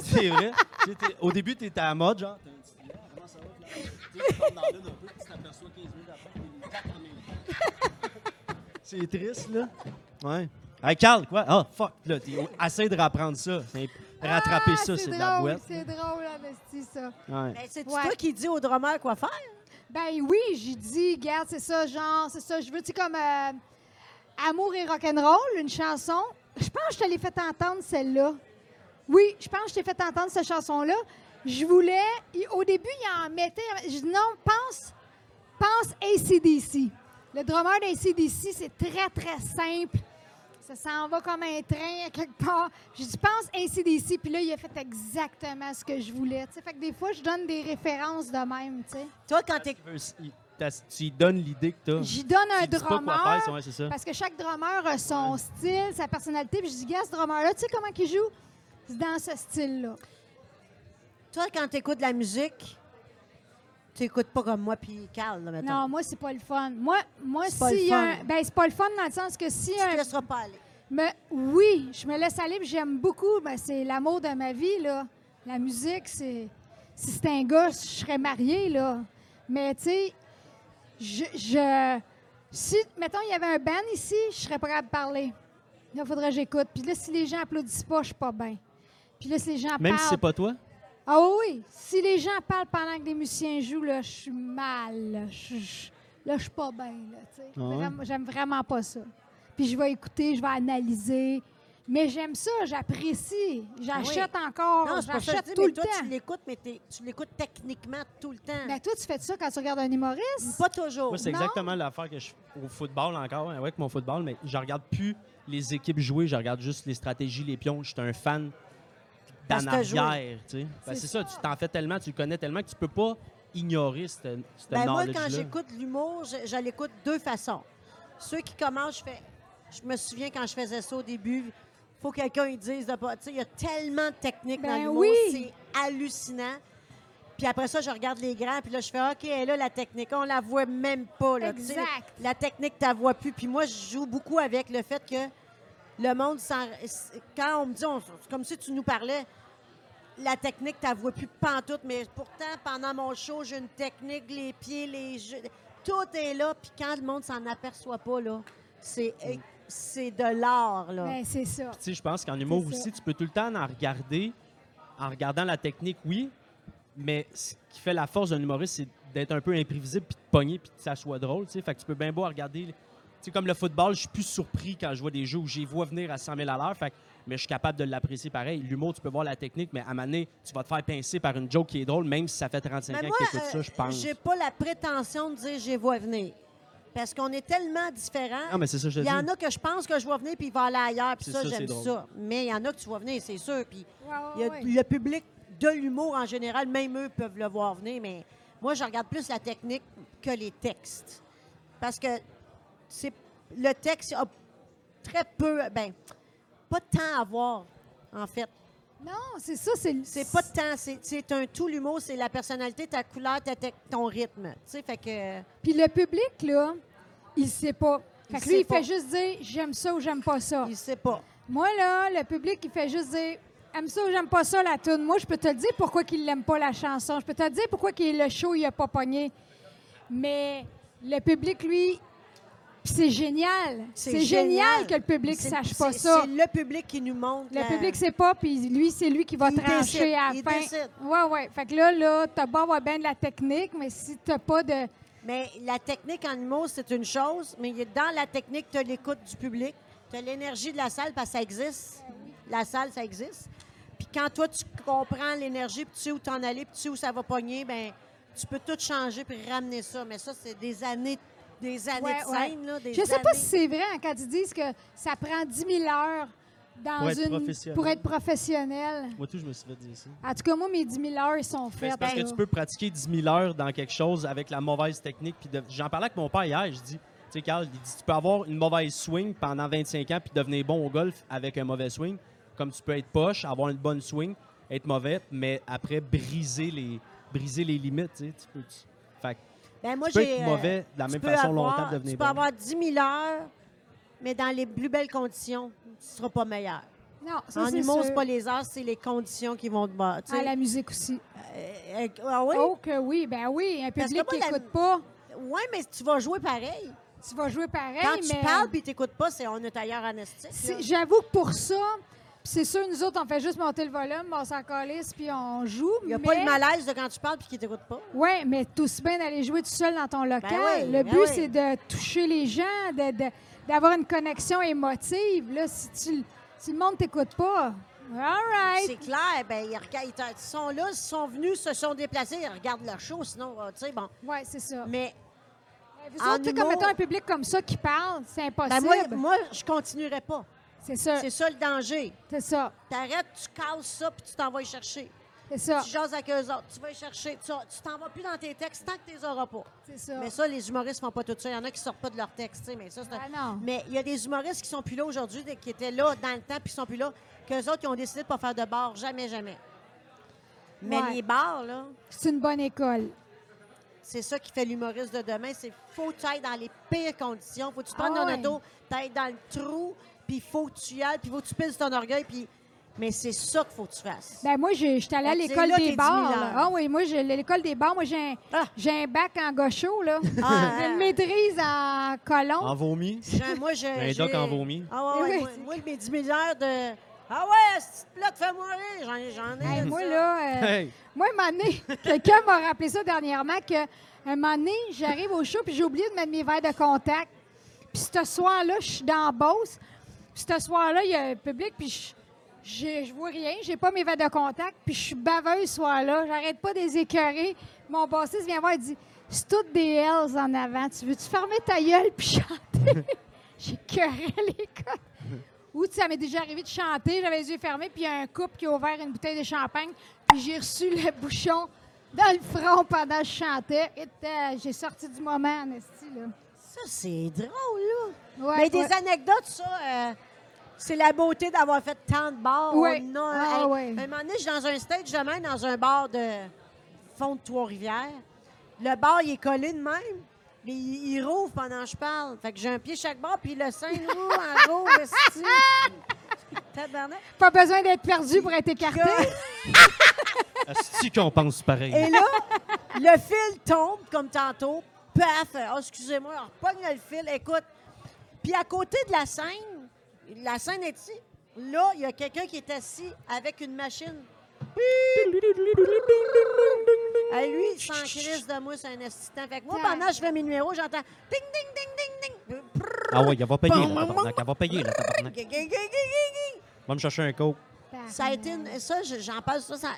Speaker 2: C'est vrai. Tu sais, t'es- Au début, tu étais à la mode, genre. t'as un petit bilan, comment ça va, puis là, tu sais, tu tombes dans l'une un peu, puis tu t'aperçois 15 minutes après, puis les quatre en même temps. C'est triste, là. Ouais. Hey, Carl, quoi? Ah, fuck. Là, t'es- essaie de rapprendre ça. Mais Rattraper
Speaker 3: Ah,
Speaker 2: ça, c'est de la
Speaker 3: drôle,
Speaker 2: boîte.
Speaker 3: C'est drôle, en esti, ça.
Speaker 2: Ouais.
Speaker 1: Ben, c'est
Speaker 3: Ouais.
Speaker 1: toi qui dis au drummer quoi faire.
Speaker 3: Ben oui, j'ai dit, regarde, c'est ça, genre, c'est ça. Je veux, tu sais, comme euh, Amour et rock'n'roll, une chanson. Je pense que je te l'ai fait entendre, celle-là. Oui, je pense que je t'ai fait entendre cette chanson-là. Je voulais, il- au début, il en mettait. Je dis non, pense, pense ACDC. Le drummer d'ACDC, c'est très, très simple. Ça s'en va comme un train à quelque part. J'ai dit, pense ACDC. Puis là, il a fait exactement ce que je voulais. tu sais. Fait que des fois, je donne des références de même. tu sais.
Speaker 1: Toi, quand t'es.
Speaker 2: Tu veux- il- t'as- Tu lui donnes l'idée que t'as.
Speaker 3: J'y donne un
Speaker 2: Tu dis pas quoi faire,
Speaker 3: drummer.
Speaker 2: c'est- ouais, c'est ça.
Speaker 3: Parce que chaque drummer a son style, sa personnalité. Puis je dis, gars, ce drummer-là, tu sais comment il joue? C'est dans ce style-là.
Speaker 1: Toi, quand t'écoutes de la musique, t'écoutes pas comme moi puis Carl, là, mettons.
Speaker 3: Non, moi, c'est pas le fun. Moi, moi
Speaker 1: C'est pas
Speaker 3: si
Speaker 1: le
Speaker 3: un.
Speaker 1: fun.
Speaker 3: Ben, c'est pas le fun dans le sens que si
Speaker 1: Tu te
Speaker 3: un.
Speaker 1: laisseras pas aller.
Speaker 3: Mais oui, je me laisse aller, puis j'aime beaucoup. Ben, c'est l'amour de ma vie, là. La musique, c'est. Si c'était un gars, je serais mariée, là. Mais tu sais, je, je- Si, mettons, il y avait un ban ici, je serais pas capable de parler. Là, il faudrait que j'écoute. Puis là, si les gens applaudissent pas, je suis pas bien. Puis là, si les gens
Speaker 2: Même si
Speaker 3: parlent.
Speaker 2: c'est pas toi?
Speaker 3: Ah oui, si les gens parlent pendant que les musiciens jouent, là, je suis mal. là. Je- je- Là, je suis pas bien. là, tu sais.
Speaker 2: Ah ouais?
Speaker 3: Vraiment- J'aime vraiment pas ça. Puis je vais écouter, je vais analyser. Mais j'aime ça, j'apprécie. J'achète encore.
Speaker 1: Ah Non, c'est pas ça que je
Speaker 3: J'achète
Speaker 1: dis,
Speaker 3: tout
Speaker 1: mais
Speaker 3: le
Speaker 1: toi, tu
Speaker 3: temps.
Speaker 1: l'écoutes, mais t'es- tu l'écoutes techniquement tout le temps.
Speaker 3: Mais toi, tu fais de ça quand tu regardes un humoriste?
Speaker 1: Pas toujours.
Speaker 2: Moi, c'est
Speaker 3: Non.
Speaker 2: exactement l'affaire que je au football encore, hein, ouais, avec mon football, mais je regarde plus les équipes jouer, je regarde juste les stratégies, les pions. Je suis un fan d'en
Speaker 1: Parce que t'as joué.
Speaker 2: arrière, tu sais. Parce que C'est ça, tu t'en fais tellement, tu le connais tellement que tu peux pas ignorer cette, cette
Speaker 1: Ben, moi,
Speaker 2: knowledge-là.
Speaker 1: quand j'écoute l'humour, je, je l'écoute de deux façons. Ceux qui commencent, je fais. Je me souviens quand je faisais ça au début, faut que quelqu'un il dise de pas. tu sais, Il y a tellement de techniques dans
Speaker 3: Ben
Speaker 1: l'humour,
Speaker 3: oui.
Speaker 1: c'est hallucinant. Puis après ça, je regarde les grands, puis là, je fais OK, elle a la technique. On la voit même pas. Là, tu sais.
Speaker 3: Exact.
Speaker 1: La technique, tu la vois plus. Puis moi, je joue beaucoup avec le fait que le monde, s'en- quand on me dit, on- c'est comme si tu nous parlais, la technique, tu la vois plus pantoute, mais pourtant, pendant mon show, j'ai une technique, les pieds, les jeux, tout est là, puis quand le monde s'en aperçoit pas, là, c'est,
Speaker 2: Mm.
Speaker 1: c'est de l'art, là.
Speaker 3: Ben, c'est ça.
Speaker 2: Tu sais, je pense qu'en humour
Speaker 3: C'est ça.
Speaker 2: aussi, tu peux tout le temps en regarder, en regardant la technique, oui, mais ce qui fait la force d'un humoriste, c'est d'être un peu imprévisible, puis de pogner, puis que ça soit drôle, tu sais. Fait que tu peux bien beau regarder... Tu sais, comme le football, je suis plus surpris quand je vois des jeux où j'y vois venir à 100 000 à l'heure, fait que- mais je suis capable de l'apprécier pareil. L'humour, tu peux voir la technique, mais à un moment donné, tu vas te faire pincer par une joke qui est drôle, même si ça fait 35
Speaker 1: Mais
Speaker 2: ans
Speaker 1: moi,
Speaker 2: que tu écoutes ça,
Speaker 1: euh,
Speaker 2: je pense.
Speaker 1: j'ai pas la prétention de dire j'ai vois venir. Parce qu'on est tellement différents.
Speaker 2: Ah, mais c'est ça que je te
Speaker 1: Il y en
Speaker 2: dis.
Speaker 1: a que je pense que je vois venir, puis il va aller ailleurs, puis
Speaker 2: C'est
Speaker 1: ça,
Speaker 2: ça, c'est
Speaker 1: j'aime
Speaker 2: drôle.
Speaker 1: ça. Mais il y en a que tu vois venir, c'est sûr. Puis
Speaker 3: Ouais, ouais,
Speaker 1: il y a-
Speaker 3: Ah ouais.
Speaker 1: le public de l'humour en général, même eux peuvent le voir venir, mais moi, je regarde plus la technique que les textes. Parce que c'est le texte a très peu, ben, pas tant à voir, en fait.
Speaker 3: Non, c'est ça, c'est le-
Speaker 1: C'est pas tant, c'est c'est un tout l'humour, c'est la personnalité, ta couleur, ta tec- ton rythme. Tu sais, fait que.
Speaker 3: Puis le public, là, il sait pas. Fait
Speaker 1: Il
Speaker 3: que lui,
Speaker 1: sait
Speaker 3: il
Speaker 1: pas.
Speaker 3: fait juste dire j'aime ça ou j'aime pas ça.
Speaker 1: Il sait pas.
Speaker 3: Moi, là, le public, il fait juste dire aime ça ou j'aime pas ça, la tune. Moi, je peux te le dire pourquoi qu'il l'aime pas, la chanson. Je peux te le dire pourquoi qu'il le show, il a pas pogné. Mais le public, lui, pis c'est génial. C'est génial. que le public
Speaker 1: C'est-
Speaker 3: sache pas
Speaker 1: c'est-
Speaker 3: ça.
Speaker 1: C'est le public qui nous montre.
Speaker 3: Le
Speaker 1: la-
Speaker 3: public sait pas, puis lui, c'est lui qui va
Speaker 1: Il décide,
Speaker 3: trancher à
Speaker 1: il
Speaker 3: la fin.
Speaker 1: décide.
Speaker 3: Ouais, ouais. Fait que là, là, t'as beau avoir bien de la technique, mais si t'as pas de.
Speaker 1: Mais la technique en humour, c'est une chose, mais il y a- dans la technique, tu as l'écoute du public, tu as l'énergie de la salle parce que ça existe.
Speaker 3: Eh
Speaker 1: La salle, ça existe. Puis quand toi, tu comprends l'énergie, puis tu sais où t'en aller, puis tu sais où ça va pogner, ben tu peux tout changer puis ramener ça. Mais ça, c'est des années, des années
Speaker 3: Ouais,
Speaker 1: de
Speaker 3: ouais.
Speaker 1: scène, là, des
Speaker 3: Je sais pas
Speaker 1: années.
Speaker 3: si c'est vrai hein, quand ils disent que ça prend 10 000 heures dans
Speaker 2: Pour être
Speaker 3: une
Speaker 2: professionnel.
Speaker 3: pour être professionnel.
Speaker 2: Moi, tout, je me suis fait dire ça.
Speaker 3: En tout cas, moi, mes 10 000 heures, ils sont
Speaker 2: Ben,
Speaker 3: faites.
Speaker 2: c'est parce
Speaker 3: là.
Speaker 2: que tu peux pratiquer 10 000 heures dans quelque chose avec la mauvaise technique. Puis de- J'en parlais avec mon père hier, je dis, tu sais, Carl, il dit, tu peux avoir une mauvaise swing pendant 25 ans puis devenir bon au golf avec un mauvais swing, comme tu peux être poche, avoir une bonne swing, être mauvais, mais après briser les, briser les limites, tu sais, tu peux... tu- fait que
Speaker 1: Ben, moi,
Speaker 2: tu peux
Speaker 1: j'ai,
Speaker 2: être
Speaker 1: euh,
Speaker 2: mauvais de la
Speaker 1: tu
Speaker 2: même
Speaker 1: peux
Speaker 2: façon
Speaker 1: avoir-
Speaker 2: longtemps, devenir
Speaker 1: Tu peux
Speaker 2: bon.
Speaker 1: avoir 10 000 heures, mais dans les plus belles conditions, tu seras pas meilleur.
Speaker 3: Non, ça,
Speaker 1: Ben, en
Speaker 3: c'est
Speaker 1: humour,
Speaker 3: sûr.
Speaker 1: c'est pas les heures, c'est les conditions qui vont te battre. tu
Speaker 3: À
Speaker 1: sais.
Speaker 3: la musique aussi.
Speaker 1: Euh, euh, ah oui?
Speaker 3: Oh que oui, ben oui, un
Speaker 1: Parce que
Speaker 3: public qui
Speaker 1: moi, la-
Speaker 3: n'écoute pas,
Speaker 1: Oui, mais tu vas jouer pareil.
Speaker 3: tu vas jouer pareil,
Speaker 1: Quand tu
Speaker 3: mais
Speaker 1: parles puis t'écoutes pas, c'est on est ailleurs en esthétique.
Speaker 3: C'est-
Speaker 1: là.
Speaker 3: j'avoue que pour ça, pis c'est sûr, nous autres, on fait juste monter le volume, on s'en calisse, puis on joue,
Speaker 1: Il n'y a
Speaker 3: mais...
Speaker 1: pas le malaise de quand tu parles puis qu'ils t'écoutent pas.
Speaker 3: Oui, mais tout aussi bien d'aller jouer tout seul dans ton local.
Speaker 1: oui,
Speaker 3: le
Speaker 1: ben
Speaker 3: but,
Speaker 1: oui.
Speaker 3: c'est de toucher les gens, de- de- d'avoir une connexion émotive. Là, si, tu, si le monde t'écoute pas, all right.
Speaker 1: C'est clair, ben ils, rega- ils te- ils sont là, ils sont venus, se sont déplacés, ils regardent leur show, sinon, euh, tu sais, bon.
Speaker 3: Oui, c'est ça.
Speaker 1: Mais
Speaker 3: Vous
Speaker 1: en
Speaker 3: autres, tu sais, comme
Speaker 1: humour-
Speaker 3: mettons un public comme ça qui parle, c'est
Speaker 1: ben,
Speaker 3: impossible.
Speaker 1: moi, moi, je continuerai pas.
Speaker 3: c'est ça,
Speaker 1: C'est ça le danger.
Speaker 3: c'est ça,
Speaker 1: T'arrêtes, tu casses ça, puis tu t'en vas y chercher.
Speaker 3: c'est ça,
Speaker 1: Tu jases avec eux autres, tu vas y chercher. Tu tu t'en vas plus dans tes textes tant que tu les auras pas.
Speaker 3: c'est ça.
Speaker 1: Mais ça, les humoristes font pas tout ça. Il y en a qui sortent pas de leur texte, tu sais, mais ça, c'est un-
Speaker 3: Ah non.
Speaker 1: Mais il y a des humoristes qui sont plus là aujourd'hui, des- qui étaient là dans le temps, puis qui sont plus là, qu'eux autres, qui ont décidé de pas faire de bar, jamais, jamais. Mais
Speaker 3: Ouais.
Speaker 1: les bars, là,
Speaker 3: C'est une bonne école.
Speaker 1: c'est ça qui fait l'humoriste de demain, c'est faut que tu ailles dans les pires conditions, faut que tu prennes
Speaker 3: Ah
Speaker 1: ton
Speaker 3: ouais.
Speaker 1: auto, tu ailles dans le trou, puis faut que tu y ailles, puis faut que tu piles ton orgueil, puis Mais c'est ça qu'il faut que tu fasses.
Speaker 3: Ben moi, je suis allée à
Speaker 1: Fait que c'est
Speaker 3: l'école
Speaker 1: là
Speaker 3: des
Speaker 1: tes
Speaker 3: bars.
Speaker 1: 10 000
Speaker 3: là. Ah oui, moi, j'ai l'école des bars. Moi, j'ai un,
Speaker 1: Ah!
Speaker 3: j'ai un bac en gaucho, là.
Speaker 1: Ah,
Speaker 3: J'ai une
Speaker 1: ah.
Speaker 3: maîtrise en colon.
Speaker 2: En vomi?
Speaker 1: J'ai- moi, j'ai.
Speaker 2: Un
Speaker 1: j'ai-
Speaker 2: Ben, doc en vomi.
Speaker 1: Ah, ouais, ouais,
Speaker 3: Ben, Oui.
Speaker 1: moi, moi, mes 10 000 heures de. Ah, ouais, cette plate fait mourir. J'en ai. J'en ai
Speaker 3: Hey,
Speaker 1: de
Speaker 3: moi,
Speaker 1: ça.
Speaker 3: là, euh,
Speaker 2: Hey!
Speaker 3: moi, un moment donné, quelqu'un m'a rappelé ça dernièrement, que un moment donné, j'arrive au show, puis j'ai oublié de mettre mes verres de contact. Puis ce soir-là, je suis dans la Beauce. Puis ce soir-là, il y a un public, puis je- je je vois rien, j'ai pas mes verres de contact, puis je suis baveuse ce soir-là. J'arrête pas de les écœurer. Mon bassiste vient voir et dit « C'est toutes des Hells en avant. Tu veux-tu fermer ta gueule puis chanter? » J'écœurais les gars. Ou tu sais, ça m'est déjà arrivé de chanter, j'avais les yeux fermés, puis il y a un couple qui a ouvert une bouteille de champagne, puis j'ai reçu le bouchon dans le front pendant que je chantais. Et euh, j'ai sorti du moment, en esti, là.
Speaker 1: Ça, c'est drôle, là.
Speaker 3: Ouais,
Speaker 1: Mais
Speaker 3: ouais.
Speaker 1: des anecdotes, ça, euh, c'est la beauté d'avoir fait tant de bars.
Speaker 3: Ouais.
Speaker 1: On en a-
Speaker 3: Ah,
Speaker 1: hey,
Speaker 3: ouais.
Speaker 1: Un moment donné, je suis dans un stage demain, dans un bar de fond de Trois-Rivières. Le bar, il est collé de même, mais il, il rouvre pendant que je parle. Fait que j'ai un pied chaque bar, puis le sein rouvre en rouge, esti. Tabarnak.
Speaker 3: Pas besoin d'être perdu pour être écarté.
Speaker 2: Est-ce qu'on pense pareil?
Speaker 1: Et là, le fil tombe comme tantôt. Paf! Ah, excusez-moi, on repogne le fil. Écoute. Puis à côté de la scène, la scène est ici. Là, il y a quelqu'un qui est assis avec une machine. À lui, il s'en crisse de moi, c'est un assistant. Fait que moi, pendant que je fais mes numéros, j'entends ding, ding, ding, ding, ding. Prrr,
Speaker 2: Ah ouais, elle va payer, la tabarnak. Elle va payer, la tabarnak.
Speaker 1: ging, ging, ging, ging, ging.
Speaker 2: Va me chercher un coke.
Speaker 3: Ben,
Speaker 1: Ça a été une- Ça, je- j'en parle, ça, ça.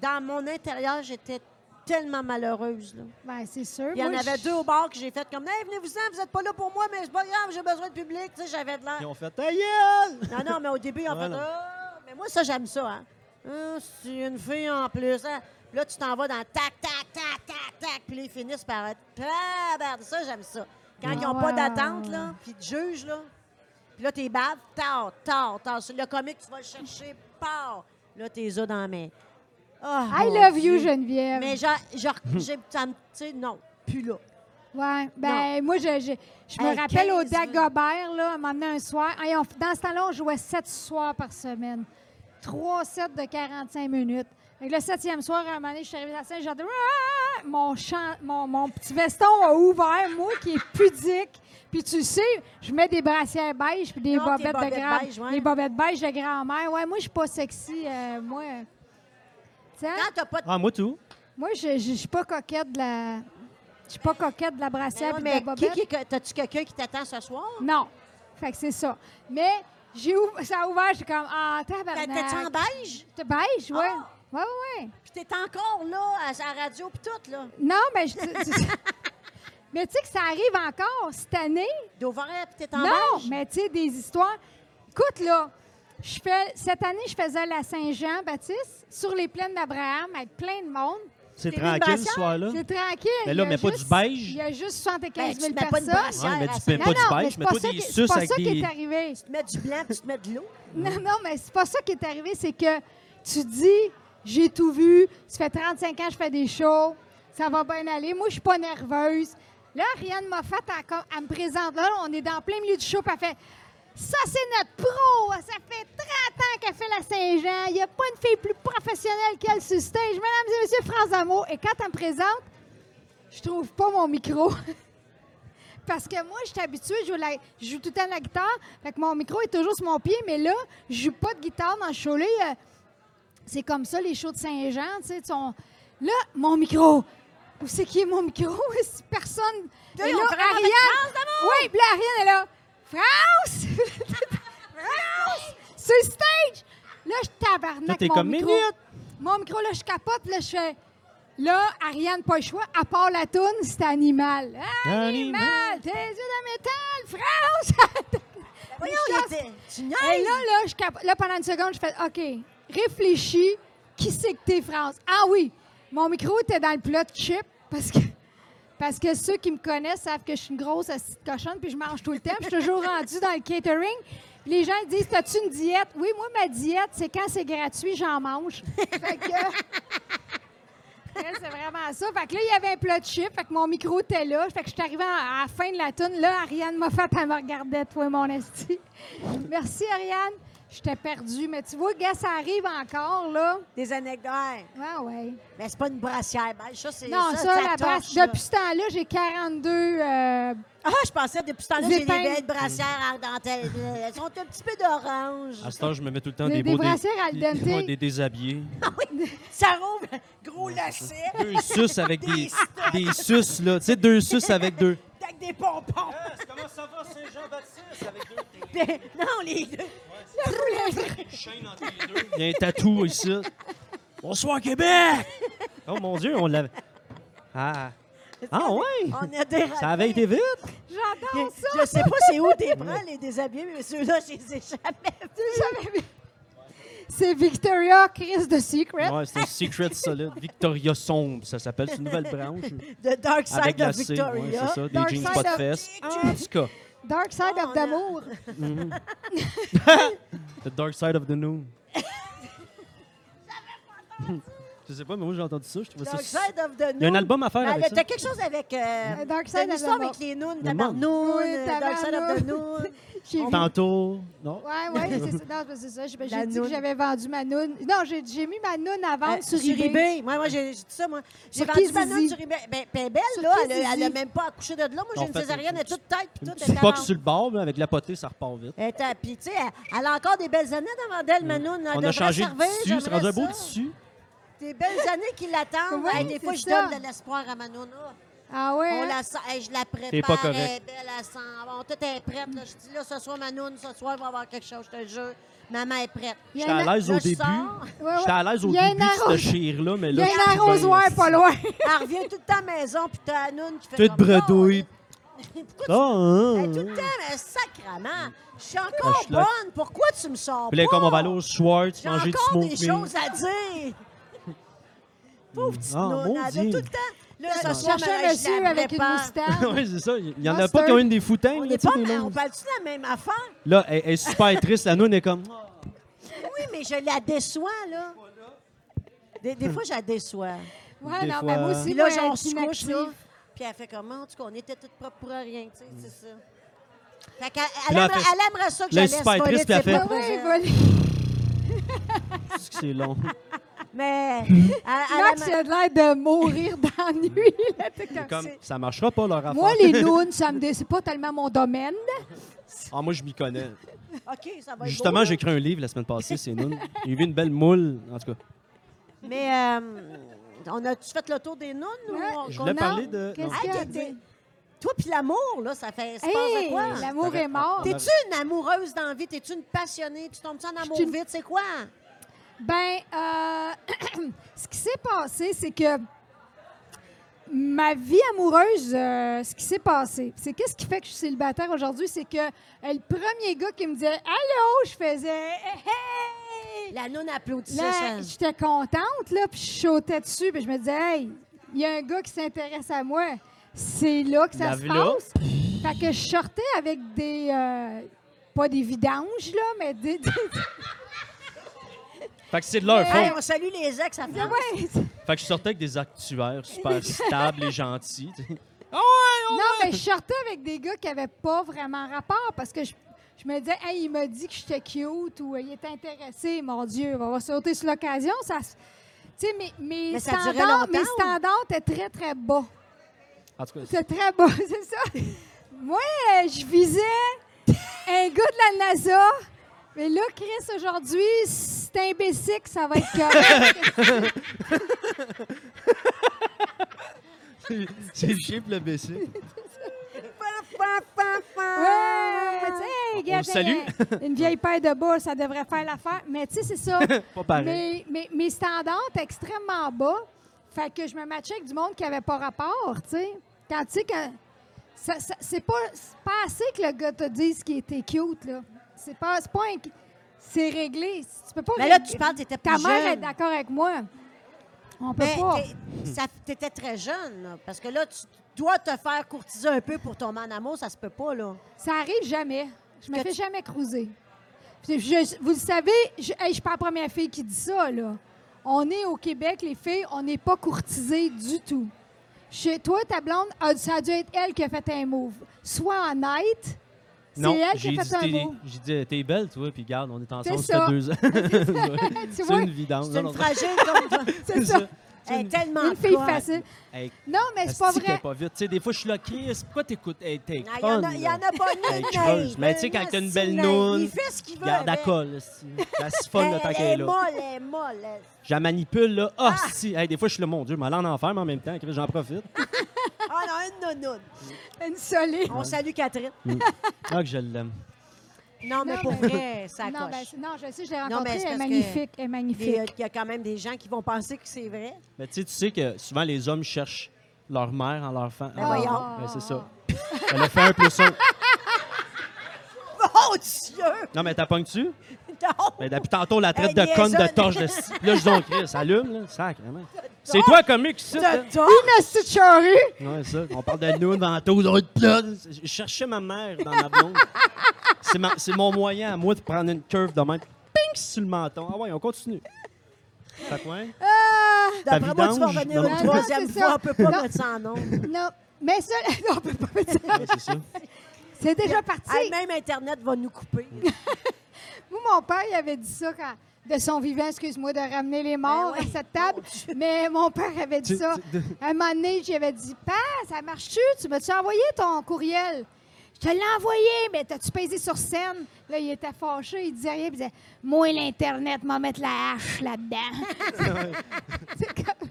Speaker 1: Dans mon intérieur, j'étais tellement malheureuse. Là.
Speaker 3: Ben, c'est sûr.
Speaker 1: Il y en
Speaker 3: Moi,
Speaker 1: avait
Speaker 3: je-
Speaker 1: deux au bar que j'ai fait comme Hey, venez-vous-en, vous n'êtes pas là pour moi, mais c'est pas grave, j'ai besoin de public. Tu sais, j'avais de l'air.
Speaker 2: Ils ont fait ta gueule!
Speaker 1: Non, non, mais au début, ils ont
Speaker 2: Voilà.
Speaker 1: fait Ah! Mais moi, ça, j'aime ça. Hein. Ah, c'est une fille en plus. hein. Puis Là, tu t'en vas dans tac, tac, tac, tac, tac. Puis là, ils finissent par être Tabarnak! Ça, j'aime ça. Quand ils n'ont
Speaker 3: Ah,
Speaker 1: pas
Speaker 3: ouais, ouais,
Speaker 1: d'attente,
Speaker 3: ouais,
Speaker 1: là, puis de juge, là. Puis là, t'es bave, tard, tard, tard. Sur le comique, tu vas le chercher, pars. Là, t'es ça dans la main. Ah,
Speaker 3: I
Speaker 1: mon
Speaker 3: love you,
Speaker 1: Dieu.
Speaker 3: Geneviève.
Speaker 1: Mais genre, genre, j'ai, ça me- tu sais, non, plus là.
Speaker 3: Ouais, ben, moi, je, je, je me
Speaker 1: Hey,
Speaker 3: rappelle au
Speaker 1: 15 minutes.
Speaker 3: Dagobert, là, à un moment donné, un soir. Hey, on f- dans ce temps-là, on jouait sept soirs par semaine. Trois sets de 45 minutes. Fait que le septième soir, à un moment donné, je suis arrivée à la scène, j'ai dit Ah! mon, chan- mon, mon petit veston a ouvert, moi, qui est pudique. Puis tu sais, je mets des brassières beige puis des
Speaker 1: Non, tes
Speaker 3: bobettes,
Speaker 1: bobettes
Speaker 3: de grand
Speaker 1: beiges, ouais.
Speaker 3: des bobettes beige de grand-mère. Ouais, moi, je suis pas sexy, euh, moi. Tiens,
Speaker 1: Quand t'as pas de
Speaker 2: Ah, moi tout.
Speaker 3: moi, je je- je suis pas coquette de la... Je suis pas coquette de la
Speaker 1: Mais,
Speaker 3: brassière puis
Speaker 1: mais
Speaker 3: de la
Speaker 1: qui, qui-
Speaker 3: bobette.
Speaker 1: que- t'as-tu quelqu'un qui t'attend ce soir?
Speaker 3: Non. Fait que c'est ça. Mais j'ai ouv- ça a ouvert, j'étais comme Ah,
Speaker 1: T'es- T'es-tu en
Speaker 3: tabarnak.
Speaker 1: beige?
Speaker 3: T'es beige, ouais.
Speaker 1: Ah.
Speaker 3: Ouais, ouais, ouais.
Speaker 1: Puis t'es encore là, à la radio, puis tout, là.
Speaker 3: Non, mais je. tu- tu- mais tu sais que ça arrive encore cette année.
Speaker 1: D'ouvert, puis t'es en
Speaker 3: Non,
Speaker 1: beige?
Speaker 3: mais tu sais, des histoires. Écoute, là, je fais, cette année, je faisais la Saint-Jean-Baptiste sur les plaines d'Abraham avec plein de monde.
Speaker 2: C'est
Speaker 1: T'es
Speaker 2: tranquille,
Speaker 1: une
Speaker 2: ce soir-là.
Speaker 3: C'est tranquille.
Speaker 2: Mais là,
Speaker 3: il y a
Speaker 2: mais pas du
Speaker 3: juste-
Speaker 2: beige?
Speaker 3: Il y a juste 75
Speaker 1: Hein? Ben,
Speaker 3: 000
Speaker 1: tu mets pas une
Speaker 3: personnes.
Speaker 1: brassière.
Speaker 2: Ouais, mais tu
Speaker 1: c'est
Speaker 2: fais
Speaker 1: la
Speaker 2: pas
Speaker 1: scène.
Speaker 2: du beige, mais
Speaker 3: pas
Speaker 2: pas
Speaker 3: ça
Speaker 2: des
Speaker 3: qui- c'est
Speaker 2: suces
Speaker 3: pas
Speaker 2: avec
Speaker 3: ça qui
Speaker 2: des.
Speaker 3: est arrivé.
Speaker 1: Tu te mets du blanc, puis tu te mets de l'eau.
Speaker 3: Non, non, mais c'est pas ça qui est arrivé. C'est que tu dis, j'ai tout vu, ça fait 35 ans que je fais des shows, ça va bien aller. Moi, je suis pas nerveuse. Là, Ariane m'a fait, elle, com- elle me présente. Là, on est dans plein milieu du show, puis elle fait Ça, c'est notre pro. Ça fait 30 ans qu'elle fait la Saint-Jean. Il n'y a pas une fille plus professionnelle qu'elle sur stage. Mesdames et messieurs, France Amour. Et quand elle me présente, je trouve pas mon micro. Parce que moi, je suis habituée, je joue, la- je joue tout le temps la guitare. Fait que mon micro est toujours sur mon pied, mais là, je joue pas de guitare dans ce show-là. Il y a- C'est comme ça, les shows de Saint-Jean, tu sais. tu- on- Là, mon micro! Où c'est qui est mon micro? Si Personne.
Speaker 1: Là,
Speaker 3: Et
Speaker 1: on
Speaker 3: là,
Speaker 1: fait comme avec France d'amour!
Speaker 3: Oui, puis là, Ariane est là. France! France! Sur le stage! Là, je
Speaker 2: Là,
Speaker 3: tabarnak
Speaker 2: t'es
Speaker 3: mon
Speaker 2: comme
Speaker 3: micro.
Speaker 2: minute.
Speaker 3: Mon micro, là, je capote, puis là, je fais... Là, Ariane, pas le choix. À part la toune, c'est animal.
Speaker 2: Animal.
Speaker 3: Animal! Tes yeux de métal! France!
Speaker 1: Voyons,
Speaker 3: Je
Speaker 1: il
Speaker 3: casse-
Speaker 1: était... Tu niaises?
Speaker 3: Et là, là, je capo- là, pendant une seconde, je fais OK, réfléchis. Qui c'est que t'es, France? Ah oui, mon micro était dans le plat de chip parce que, parce que ceux qui me connaissent savent que je suis une grosse assis de cochonne puis je mange tout le temps. puis Je suis toujours rendue dans le catering. Puis Les gens ils disent T'as-tu une diète? Oui, moi, ma diète, c'est quand c'est gratuit, j'en mange. Fait que. Elle, C'est vraiment ça. Fait que là, il y avait un plat de chips. Fait que mon micro était là. Fait que je suis arrivée à à la fin de la toune. Là, Ariane m'a fait, elle me regardait, toi, mon esti. Merci, Ariane. J'étais perdue. Mais tu vois, gars, ça arrive encore, là.
Speaker 1: Des anecdotes.
Speaker 3: Ah ouais.
Speaker 1: Mais c'est pas une brassière. Ben, ça, c'est.
Speaker 3: Non, ça,
Speaker 1: c'est
Speaker 3: la
Speaker 1: torche,
Speaker 3: brasse.
Speaker 1: là.
Speaker 3: Depuis ce temps-là, j'ai 42. euh,
Speaker 1: Ah, je pensais depuis ce temps-là, j'ai des
Speaker 3: Zépin.
Speaker 1: belles brassières en dentelle. Elles sont un petit peu d'orange.
Speaker 2: À cette heure, Ah, je me mets tout le temps
Speaker 3: Des-
Speaker 2: des,
Speaker 3: des
Speaker 2: beaux
Speaker 3: brassières al
Speaker 2: des,
Speaker 3: dente.
Speaker 2: ouais, des déshabillés.
Speaker 1: Ça roule. Gros lacets.
Speaker 2: deux suces avec des,
Speaker 1: Des stocks.
Speaker 2: des suces, là. Tu sais, deux suces avec deux.
Speaker 1: Avec des pompons.
Speaker 2: Comment ça va, Saint-Jean-Baptiste, avec deux
Speaker 1: Des- Non, les deux.
Speaker 2: chaînes entre les deux? Il y a un tatou ici. Bonsoir, Québec! Oh mon Dieu, on l'avait. Ah. Ah ouais!
Speaker 1: On a dérapé.
Speaker 2: Ça avait été vite!
Speaker 3: J'adore ça.
Speaker 1: Je sais pas c'est où t'es prends les déshabillés, mais ceux-là, je les ai jamais vus.
Speaker 3: J'avais vu. C'est Victoria Chris de Secret.
Speaker 2: Ouais, c'est un Secret Solid. Victoria Sombre, ça s'appelle. C'est une nouvelle branche.
Speaker 1: The Dark
Speaker 2: Avec
Speaker 1: Side
Speaker 2: la
Speaker 1: of
Speaker 2: C, ouais, c'est
Speaker 1: Victoria.
Speaker 2: ça. Des
Speaker 3: Dark
Speaker 2: jeans
Speaker 3: Side
Speaker 2: pas de
Speaker 3: of-
Speaker 2: fesses. En tout cas,
Speaker 3: Dark Side
Speaker 1: Oh,
Speaker 3: of d'amour.
Speaker 2: The Dark Side of the Noon. Je sais pas, mais moi j'ai entendu ça. Je trouvais
Speaker 1: Dark
Speaker 2: ça.
Speaker 1: Side of the Noon.
Speaker 2: Il y a un album à faire
Speaker 1: Mais
Speaker 2: avec ça.
Speaker 1: T'as quelque chose avec. Euh,
Speaker 3: Dark
Speaker 1: t'as
Speaker 3: Side
Speaker 1: une
Speaker 3: of
Speaker 1: histoire
Speaker 3: the
Speaker 1: avec les Nouns,
Speaker 2: Le monde.
Speaker 1: Tabarnoun,
Speaker 3: Oui,
Speaker 1: euh, Dark Side of the Noon.
Speaker 3: J'ai vu.
Speaker 2: Tantôt. Non.
Speaker 3: Ouais, ouais, c'est ça. Non, c'est ça. J'ai ben,
Speaker 1: La
Speaker 3: j'ai dit que
Speaker 1: noune.
Speaker 3: j'avais vendu ma noune. Non, j'ai j'ai mis ma noune à vendre
Speaker 1: Euh,
Speaker 3: sur, eBay.
Speaker 1: Moi, moi j'ai j'ai dit ça, moi. J'ai
Speaker 3: Sur
Speaker 1: vendu
Speaker 3: Kijiji.
Speaker 1: ma noun sur eBay. Ben, ben belle,
Speaker 3: Sur
Speaker 1: là, elle a-
Speaker 3: Kijiji.
Speaker 1: elle a même pas accouché de là. Moi,
Speaker 2: En
Speaker 1: j'ai une
Speaker 2: fait,
Speaker 1: césarienne, elle est toute tête, puis
Speaker 2: Une
Speaker 1: tout.
Speaker 2: petite poque sur le bord, là, avec la potée, ça repart vite.
Speaker 1: Elle est à- puis, tu sais, elle, elle a encore des belles années devant elle, ma noun. Elle
Speaker 2: On a
Speaker 1: devrait
Speaker 2: changé
Speaker 1: servir,
Speaker 2: de tissu, c'est
Speaker 1: j'aimerais
Speaker 2: rendu un
Speaker 1: ça.
Speaker 2: beau tissu.
Speaker 1: Des belles années qui l'attendent.
Speaker 3: Oui,
Speaker 1: Hey, des fois,
Speaker 3: c'est
Speaker 1: je
Speaker 3: ça.
Speaker 1: donne de l'espoir à Manona.
Speaker 3: Ah ouais.
Speaker 1: On
Speaker 3: hein?
Speaker 1: la sent- hey, je la prépare.
Speaker 2: T'es pas correct.
Speaker 1: Elle est belle, elle s'en va. Tout est prête. Là. Je dis là, ce soir, Manoune, ce soir, il va y avoir quelque chose, je te jure. Maman est prête.
Speaker 3: Il y a
Speaker 2: J'étais
Speaker 3: un-
Speaker 2: à l'aise
Speaker 1: Là,
Speaker 2: au
Speaker 1: je
Speaker 2: début.
Speaker 1: sors.
Speaker 3: Ouais, ouais.
Speaker 2: J'étais à l'aise au
Speaker 3: Il y a un
Speaker 2: début de
Speaker 3: arros-
Speaker 2: ce chire-là, mais
Speaker 3: Il y a
Speaker 2: là.
Speaker 3: un arrosoir pas loin.
Speaker 1: Elle revient tout le temps à la maison, puis t'as Anoun qui fait
Speaker 2: Toute
Speaker 1: comme,
Speaker 2: bredouille.
Speaker 1: Oh, Pourquoi tu...
Speaker 2: Oh,
Speaker 1: Hey, tout le temps, mais sacrement. Je suis
Speaker 2: Ah, je
Speaker 1: encore
Speaker 2: suis là.
Speaker 1: bonne. Pourquoi tu me sors
Speaker 2: Puis là,
Speaker 1: pas?
Speaker 2: comme on va aller au Schwartz,
Speaker 1: J'ai
Speaker 2: manger du
Speaker 1: encore des
Speaker 2: smoked meat.
Speaker 1: choses à dire. Pauvre petite
Speaker 2: Ah,
Speaker 1: Noun, elle avait
Speaker 2: maudit.
Speaker 1: tout le temps... Là,
Speaker 3: Je
Speaker 1: ce soir,
Speaker 3: cherchais
Speaker 1: Maman,
Speaker 3: un
Speaker 1: je la
Speaker 3: monsieur avec une
Speaker 1: prépare.
Speaker 3: moustache.
Speaker 2: Oui, c'est ça. Il y en a
Speaker 3: Monster.
Speaker 2: pas qui ont une des foutaines.
Speaker 1: On
Speaker 2: là,
Speaker 1: est
Speaker 2: tu
Speaker 1: pas...
Speaker 2: sais, des
Speaker 1: On
Speaker 2: longues.
Speaker 1: parle-tu de la même affaire?
Speaker 2: Là, elle elle est super triste. La noune est comme.
Speaker 1: Oui, mais je la déçois, là. Des, des fois, je la déçois.
Speaker 3: Ouais,
Speaker 2: Des
Speaker 3: non,
Speaker 2: fois- hein.
Speaker 3: mais moi aussi,
Speaker 1: Puis là,
Speaker 3: moi,
Speaker 1: genre, on
Speaker 3: être
Speaker 1: se couche, là.
Speaker 3: inactive.
Speaker 1: Puis elle fait comment? En tout cas, on était toutes propres pour rien, tu sais, c'est ça. Fait qu'elle elle
Speaker 2: Puis là,
Speaker 1: aimerait,
Speaker 2: elle fait-
Speaker 1: elle aimerait ça que j'allais
Speaker 2: là, elle est super
Speaker 1: voler
Speaker 2: triste,
Speaker 1: de ses
Speaker 2: puis elle
Speaker 3: Ah
Speaker 2: fait-
Speaker 1: propres
Speaker 3: ouais,
Speaker 1: ailes.
Speaker 3: voilà.
Speaker 2: Qu'est-ce que C'est long.
Speaker 1: Mais elle,
Speaker 3: Max,
Speaker 1: elle
Speaker 3: il a l'air de mourir d'ennui. là, t'es comme-
Speaker 2: Comme, ça marchera pas leur affaire.
Speaker 3: Moi, les nounes, ça me dé- c'est pas tellement mon domaine.
Speaker 2: Ah, moi, je m'y connais.
Speaker 1: aimerait- OK, ça va être beau,
Speaker 2: Justement,
Speaker 1: là.
Speaker 2: j'ai écrit un livre la semaine passée, c'est Noun. J'ai vu une belle moule, en tout cas.
Speaker 1: Mais euh, on a-tu fait le tour des nounes? ou
Speaker 3: Ouais,
Speaker 1: on-
Speaker 2: Je
Speaker 1: qu'on
Speaker 2: voulais
Speaker 1: a-
Speaker 2: parler de.
Speaker 3: Qu'est-ce
Speaker 2: non.
Speaker 1: Hey,
Speaker 3: qu'elle
Speaker 1: t'es-
Speaker 3: a dit?
Speaker 1: Toi puis l'amour, là, ça fait... Ça passe à
Speaker 3: Hey,
Speaker 1: quoi?
Speaker 3: l'amour est mort.
Speaker 1: T'es-tu une amoureuse d'envie? T'es-tu une passionnée? Tu tombes-tu en amour
Speaker 3: une-
Speaker 1: vite? C'est quoi?
Speaker 3: Ben, euh, ce qui s'est passé, c'est que ma vie amoureuse, euh, ce qui s'est passé, c'est qu'est-ce qui fait que je suis célibataire aujourd'hui, c'est que euh, le premier gars qui me disait allô, je faisais hey.
Speaker 1: La noune applaudissait.
Speaker 3: Là,
Speaker 1: ça.
Speaker 3: j'étais contente là, puis je sautais dessus, puis je me disais hey, il y a un gars qui s'intéresse à moi. C'est là que ça
Speaker 2: La
Speaker 3: se
Speaker 2: v'là.
Speaker 3: passe. Fait que je sortais avec des euh, pas des vidanges là, mais des, des-
Speaker 2: Fait que c'est de leur
Speaker 1: Hey,
Speaker 2: faute.
Speaker 1: on salue les ex, ça fait...
Speaker 3: ouais.
Speaker 2: Fait que je sortais avec des actuaires super stables et gentils. tu sais.
Speaker 3: Ah Non,
Speaker 1: Oh,
Speaker 3: mais je sortais avec des gars qui n'avaient pas vraiment rapport parce que je, je me disais, hey, il m'a dit que j'étais cute ou euh, il est intéressé, mon Dieu, on va sauter sur l'occasion. Ça, se- tu sais, mes, mes
Speaker 1: Mais ça durait
Speaker 3: standards, mes
Speaker 1: longtemps ou-
Speaker 3: standards étaient très, très bas.
Speaker 2: En tout cas,
Speaker 3: C'est très bas, c'est ça. Moi, euh, je visais un gars de la NASA, mais là, Chris, aujourd'hui, c'est un imbécile, ça va être correct.
Speaker 2: c'est- c'est le chip, le BC.
Speaker 3: Ouais, mais tu sais,
Speaker 2: On le
Speaker 3: regarde,
Speaker 2: salue.
Speaker 3: euh, une vieille paire de boules, ça devrait faire l'affaire. Mais tu sais, c'est ça.
Speaker 2: Pas pareil.
Speaker 3: Mais, mais- mes standards étaient extrêmement bas. Fait que je me matchais avec du monde qui n'avait pas rapport, tu sais. Quand tu sais que. ça- ça- c'est pas, c'est pas assez que le gars te dise qu'il était cute, là. C'est pas, c'est pas un- C'est réglé. Tu peux pas.
Speaker 1: Mais là,
Speaker 3: régler-
Speaker 1: tu parles, t'étais
Speaker 3: Ta
Speaker 1: plus
Speaker 3: mère
Speaker 1: jeune.
Speaker 3: est d'accord avec moi. On peut
Speaker 1: Mais
Speaker 3: pas.
Speaker 1: t'es- ça- t'étais très jeune, là, parce que là, tu dois te faire courtiser un peu pour tomber en amour, ça se peut pas, là.
Speaker 3: Ça arrive jamais. Je me
Speaker 1: Que
Speaker 3: fais
Speaker 1: tu-
Speaker 3: jamais cruiser. Je- je- vous le savez, je ne suis pas la première fille qui dit ça. Là. On est au Québec, les filles, on n'est pas courtisées du tout. Chez toi, ta blonde, a- ça a dû être elle qui a fait un move. Sois honnête,
Speaker 2: Non,
Speaker 3: C'est elle
Speaker 2: j'ai
Speaker 3: qui a
Speaker 2: dit,
Speaker 3: fait un
Speaker 2: t'es-
Speaker 3: mot.
Speaker 2: j'ai dit, t'es belle, toi, puis garde, on est ensemble,
Speaker 3: C'est
Speaker 2: ça
Speaker 3: ça.
Speaker 2: fait deux ans.
Speaker 3: tu
Speaker 2: C'est
Speaker 3: vois,
Speaker 2: une vidange.
Speaker 1: C'est
Speaker 2: Non,
Speaker 1: une
Speaker 2: non,
Speaker 1: fragile comme toi.
Speaker 3: c'est ça.
Speaker 1: Elle est tellement
Speaker 3: Une fille
Speaker 1: conne.
Speaker 3: facile.
Speaker 2: Hey,
Speaker 3: Non, mais c'est pas
Speaker 2: asti qu'elle est
Speaker 3: vrai.
Speaker 2: pas vite. Tu sais, des fois, je suis là, Chris, pourquoi t'écoutes? Hey, t'es
Speaker 1: Ah, Il y en a-
Speaker 2: conne,
Speaker 1: il y en
Speaker 2: là.
Speaker 1: a pas
Speaker 2: Elle
Speaker 1: une
Speaker 2: creuse.
Speaker 1: naine.
Speaker 2: Mais tu sais, quand
Speaker 1: Un
Speaker 2: t'as une belle
Speaker 1: naine, Il
Speaker 2: noune,
Speaker 1: fait ce qu'il veut.
Speaker 2: Garde à
Speaker 1: avec.
Speaker 2: colle, asti. la siphonne le temps
Speaker 1: Elle
Speaker 2: qu'elle est
Speaker 1: est
Speaker 2: là.
Speaker 1: molle, elle est molle. elle.
Speaker 2: Je la manipule, là. Ah, si! Hey, des fois, je suis là, mon Dieu, je m'en allais en enfer, mais en même temps, Chris, j'en profite.
Speaker 1: Ah non, une nounoune.
Speaker 3: Une solide.
Speaker 1: On salue Catherine.
Speaker 2: Ah, que je l'aime.
Speaker 1: Non, mais
Speaker 3: Non,
Speaker 1: pour
Speaker 3: mais-
Speaker 1: vrai, ça
Speaker 3: Non, ben,
Speaker 1: coche.
Speaker 3: c'est- non, je sais, je l'ai
Speaker 1: Non, mais c'est
Speaker 3: rencontrée. Elle est
Speaker 1: parce que-
Speaker 3: magnifique. Elle est
Speaker 1: Puis,
Speaker 3: magnifique.
Speaker 1: euh, Il y a quand même des gens qui vont penser que c'est vrai.
Speaker 2: Mais tu sais, tu sais que souvent, les hommes cherchent leur mère en leur femme.
Speaker 1: Ben, voyons.
Speaker 2: c'est ça. Elle a fait un plus un.
Speaker 1: Mon Oh, Dieu!
Speaker 2: Non, mais t'appognes-tu?
Speaker 1: Non!
Speaker 2: Mais depuis tantôt, la traite
Speaker 1: Hey,
Speaker 2: de conne de
Speaker 1: liaisonne.
Speaker 2: torche de scie. Là, je dis, on Chris, allume, là, sacrément. C'est toi, comique, ici. là.
Speaker 1: De toi?
Speaker 3: Une hostie de charrue.
Speaker 2: Ouais, ça. On parle de nous, devant tous, on est là. Je cherchais ma mère dans ma blonde. C'est, ma- c'est mon moyen à moi de prendre une curve de même. Ping sur le menton. Ah ouais, on continue. Fait quoi?
Speaker 1: D'après moi, tu vas
Speaker 2: vidange?
Speaker 1: revenir
Speaker 2: Non,
Speaker 1: une
Speaker 2: non.
Speaker 1: troisième
Speaker 3: Non, c'est ça.
Speaker 1: fois. On peut pas
Speaker 3: Non.
Speaker 1: mettre ça en nom.
Speaker 3: Non, mais ça, non, on peut pas mettre ça.
Speaker 2: Ouais, c'est ça.
Speaker 3: C'est déjà parti.
Speaker 1: Hey, Même Internet va nous couper.
Speaker 3: Moi, mon père, il avait dit ça quand, de son vivant, excuse-moi, de ramener les morts
Speaker 1: Ben oui,
Speaker 3: à cette table. mais mon père avait dit
Speaker 2: Tu-
Speaker 3: ça.
Speaker 2: tu- de-
Speaker 3: À un moment donné, j'avais dit Père, ça marche-tu? Tu m'as-tu envoyé ton courriel? Je te l'ai envoyé, mais t'as-tu pesé sur scène? Là, il était fâché, il disait rien, puis il disait Moi, l'Internet m'a mettre la hache là-dedans. c'est comme.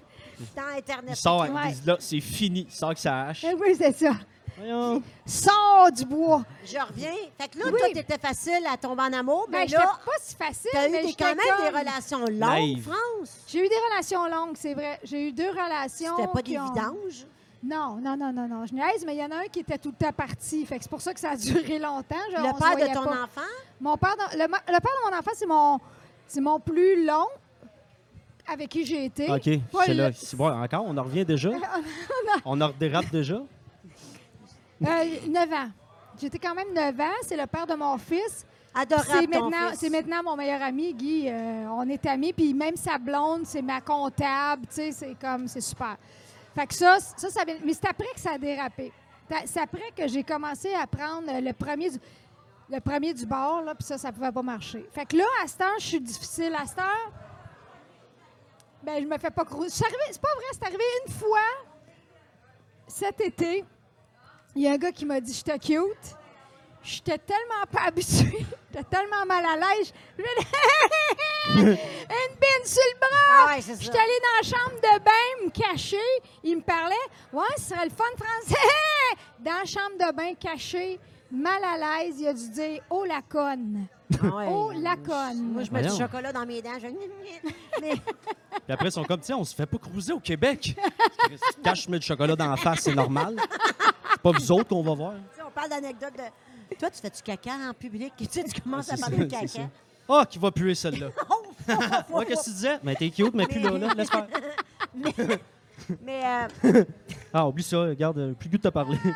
Speaker 1: Dans Internet.
Speaker 2: Il sort avec
Speaker 3: Ouais.
Speaker 2: des- là, c'est fini. Il sort avec sa hache.
Speaker 3: Eh Oui, c'est ça.
Speaker 2: Voyons.
Speaker 3: Sors du bois.
Speaker 1: Je reviens. Fait que là,
Speaker 3: Oui.
Speaker 1: toi, t'étais facile à tomber en amour,
Speaker 3: Ben,
Speaker 1: mais
Speaker 3: j'étais
Speaker 1: là,
Speaker 3: pas si facile,
Speaker 1: t'as eu
Speaker 3: mais
Speaker 1: des,
Speaker 3: j'étais
Speaker 1: quand même
Speaker 3: comme-
Speaker 1: des relations longues,
Speaker 2: Naïve.
Speaker 1: France.
Speaker 3: J'ai eu des relations longues, c'est vrai. J'ai eu deux relations.
Speaker 1: C'était pas des
Speaker 3: qui ont-
Speaker 1: vidanges.
Speaker 3: Non, non, non, non, non. Je niaise, mais il y en a un qui était tout le temps parti. Fait que c'est pour ça que ça a duré longtemps. Je- on
Speaker 1: Le
Speaker 3: se
Speaker 1: père de
Speaker 3: voyait
Speaker 1: ton
Speaker 3: pas.
Speaker 1: enfant?
Speaker 3: Mon père, dans- le, ma- le père de mon enfant, c'est mon, c'est mon plus long avec qui j'ai été.
Speaker 2: OK,
Speaker 3: Pas
Speaker 2: c'est
Speaker 3: le-
Speaker 2: là. C'est bon, encore, on en revient déjà? on en dérape déjà?
Speaker 3: Euh, 9 ans. J'étais quand même 9 ans. C'est le père de mon fils.
Speaker 1: Adorable,
Speaker 3: C'est
Speaker 1: ton
Speaker 3: maintenant,
Speaker 1: fils.
Speaker 3: c'est maintenant mon meilleur ami, Guy. Euh, on est amis. Puis même sa blonde, c'est ma comptable. Tu sais, c'est comme, c'est super. Fait que ça, ça, ça vient- Mais c'est après que ça a dérapé. Ta- C'est après que j'ai commencé à prendre euh, le premier du, le premier du bord, là, puis ça, ça pouvait pas marcher. Fait que là, à cette heure, je suis difficile. À cette heure, ben, je me fais pas croiser. C'est arrivé- c'est pas vrai, c'est arrivé une fois cet été. Il y a un gars qui m'a dit J'étais cute. J'étais tellement pas habituée. J'étais tellement mal à l'aise. Je me dis, Une bine sur le bras!
Speaker 1: Ah ouais, c'est ça.
Speaker 3: J'étais allée dans la chambre de bain, me cacher. Il me parlait. Ouais, ce serait le fun français. Dans la chambre de bain, cachée, mal à l'aise, il a dû dire Oh la conne.
Speaker 1: Ah ouais.
Speaker 3: Oh la conne.
Speaker 1: Moi, je mets du
Speaker 2: Voyons.
Speaker 1: chocolat dans mes dents. je- Mais-
Speaker 2: Puis après, ils sont comme, tiens, on se fait pas cruiser au Québec. Quand je mets du chocolat dans la face, c'est normal. C'est pas vous autres qu'on va voir.
Speaker 1: Tu sais, on parle d'anecdotes de. Toi, tu fais du caca en public. Tu sais, tu commences à
Speaker 2: C'est ça,
Speaker 1: parler de
Speaker 2: c'est ça.
Speaker 1: caca.
Speaker 2: Ah, qui va puer celle-là.
Speaker 1: Oh, oh, oh,
Speaker 2: Moi, qu'est-ce que tu disais? Mais t'es cute, mais plus là, là. Laisse faire.
Speaker 1: oh. Mais, euh,
Speaker 2: Ah, oublie ça, regarde, euh, plus le goût de te parler.
Speaker 3: Ah,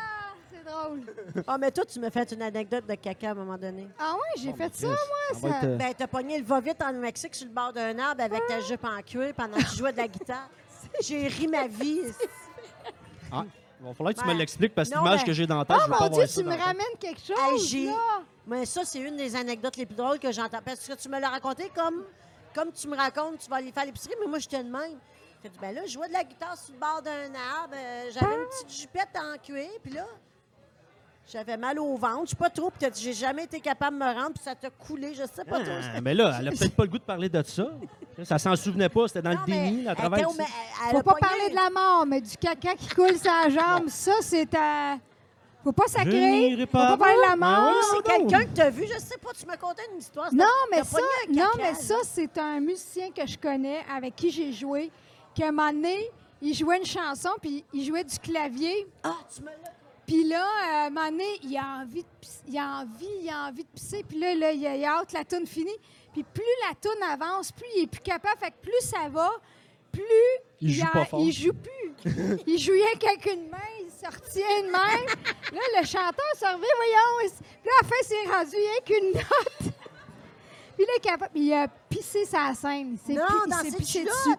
Speaker 3: c'est drôle.
Speaker 1: oh, mais toi, tu me fais une anecdote de caca à un moment donné.
Speaker 3: Ah ouais, j'ai fait ça, moi.
Speaker 2: Oh, Ça va
Speaker 3: ça.
Speaker 2: être, euh,
Speaker 1: Ben, t'as pogné le va-vite en New Mexique sur le bord d'un arbre avec ta jupe en cuir pendant que tu jouais de la guitare. J'ai ri ma vie.
Speaker 2: ah, il va falloir que tu
Speaker 1: Ben,
Speaker 2: me l'expliques parce que
Speaker 1: non,
Speaker 2: l'image
Speaker 1: ben-
Speaker 2: que j'ai dans la tête,
Speaker 3: Oh
Speaker 2: je veux pas
Speaker 3: mon
Speaker 2: avoir
Speaker 3: Dieu,
Speaker 2: ça
Speaker 3: tu
Speaker 2: dans
Speaker 3: me
Speaker 2: la tête.
Speaker 3: ramènes quelque chose.
Speaker 1: Hey, j'ai-
Speaker 3: là.
Speaker 1: Mais ça, c'est une des anecdotes les plus drôles que j'entends. Parce que tu me l'as raconté comme, comme tu me racontes, tu vas aller faire l'épicerie, mais moi, je te le même. J'ai dit, ben là, je jouais de la guitare sur le bord d'un arbre, euh, j'avais une petite jupette en cuir, puis là, j'avais mal au ventre, je sais pas trop, peut-être j'ai jamais été capable de me rendre, puis ça t'a coulé, je sais pas trop.
Speaker 2: Ah, mais là, elle a peut-être pas le goût de parler de ça. Ça s'en souvenait pas, c'était dans
Speaker 1: Non,
Speaker 2: le déni,
Speaker 1: mais
Speaker 2: la
Speaker 1: elle
Speaker 2: travail.
Speaker 1: était au-
Speaker 2: tu
Speaker 1: mais
Speaker 2: sais.
Speaker 1: elle- elle
Speaker 3: Faut
Speaker 1: a
Speaker 3: pas
Speaker 1: pogné-
Speaker 3: parler de la mort, mais du caca qui coule sa jambe, ça, c'est à. Faut pas
Speaker 2: Je
Speaker 3: sacrer.
Speaker 2: n'irai
Speaker 3: Faut
Speaker 2: pas.
Speaker 3: pas parler de la
Speaker 2: Ben oui,
Speaker 3: mort.
Speaker 1: C'est quelqu'un que t'as vu, je sais pas, tu me contais une histoire.
Speaker 3: Non,
Speaker 1: t'as-
Speaker 3: mais
Speaker 1: t'as
Speaker 3: ça,
Speaker 1: pogné un
Speaker 3: non,
Speaker 1: caca,
Speaker 3: mais
Speaker 1: là.
Speaker 3: ça, c'est un musicien que je connais, avec qui j'ai joué, qu'à un moment donné, il jouait une chanson, puis il jouait du clavier.
Speaker 1: Ah, tu me l'as.
Speaker 3: Puis là, euh, à un moment donné, il a envie de pisser, il a envie, il a envie de pisser. Puis là, là, il a, il a hâte, la toune finie. Puis plus la toune avance, plus il est plus capable. Fait que plus ça va, plus
Speaker 2: Il joue
Speaker 3: a-
Speaker 2: pas fort.
Speaker 3: il joue plus. il jouait qu'avec une main, il sortait une main. là, le chanteur s'est relevé, voyons. il s- Puis là, à la fin, c'est rendu rien qu'une note. Puis là, il est capable- il a pissé sa scène. Il s'est
Speaker 1: Non,
Speaker 3: pi- il
Speaker 1: dans
Speaker 3: s'est
Speaker 1: ses
Speaker 3: pissé
Speaker 1: culottes.
Speaker 3: dessus.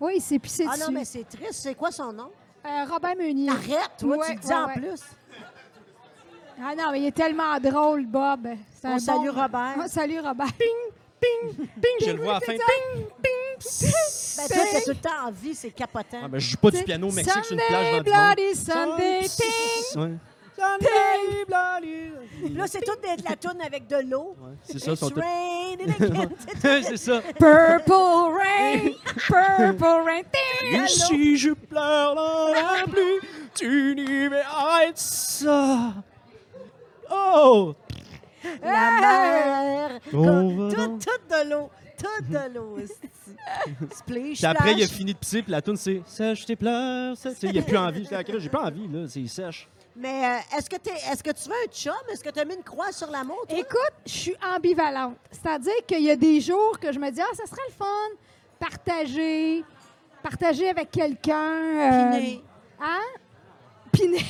Speaker 3: Oui, il s'est pissé
Speaker 1: Ah
Speaker 3: dessus.
Speaker 1: non, mais c'est triste. C'est quoi son nom?
Speaker 3: Euh, Robin Meunier.
Speaker 1: Arrête, toi,
Speaker 3: Ouais,
Speaker 1: tu le dis
Speaker 3: ouais,
Speaker 1: en
Speaker 3: ouais.
Speaker 1: plus.
Speaker 3: Ah non, mais il est tellement drôle, Bob. C'est un
Speaker 1: On salue
Speaker 3: bon-
Speaker 1: Robert.
Speaker 3: Ah, salut, Robert.
Speaker 2: Ping, je le vois à la fin. Ping, ping.
Speaker 1: Ben, toi, t'es tout le temps en vie, c'est capotant.
Speaker 2: Ah, ben, je joue pas du piano au Mexique, c'est une plage dans
Speaker 3: Sunday,
Speaker 2: du monde.
Speaker 3: bloody Sunday, ping!
Speaker 2: Ouais.
Speaker 1: Puis Là, c'est tout d'être la toune avec de l'eau.
Speaker 2: Ouais, c'est ça,
Speaker 1: It's
Speaker 2: sont tous-
Speaker 1: raining again.
Speaker 2: c'est ça.
Speaker 3: Purple rain, purple rain, ding!
Speaker 2: Et si je pleure dans la pluie, tu n'y verras ça. Oh!
Speaker 1: La mer.
Speaker 2: On
Speaker 1: comme-
Speaker 2: va
Speaker 1: Tout,
Speaker 2: dans-
Speaker 1: tout de l'eau. Tout de l'eau. esti. Splish,
Speaker 2: Puis après, il a
Speaker 1: splash.
Speaker 2: fini de pisser, puis la toune, c'est Sèche tes pleurs. sèche- Tu sais, Il a plus envie. J'étais là, J'ai pas envie, là. C'est sèche.
Speaker 1: Mais euh, est-ce que, est que tu veux un chum? Est-ce que tu as mis une croix sur l'amour, toi?
Speaker 3: Écoute, je suis ambivalente. C'est-à-dire qu'il y a des jours que je me dis, ah, ça serait le fun, partager, partager avec quelqu'un. euh,
Speaker 1: Piner.
Speaker 3: Hein? Piner.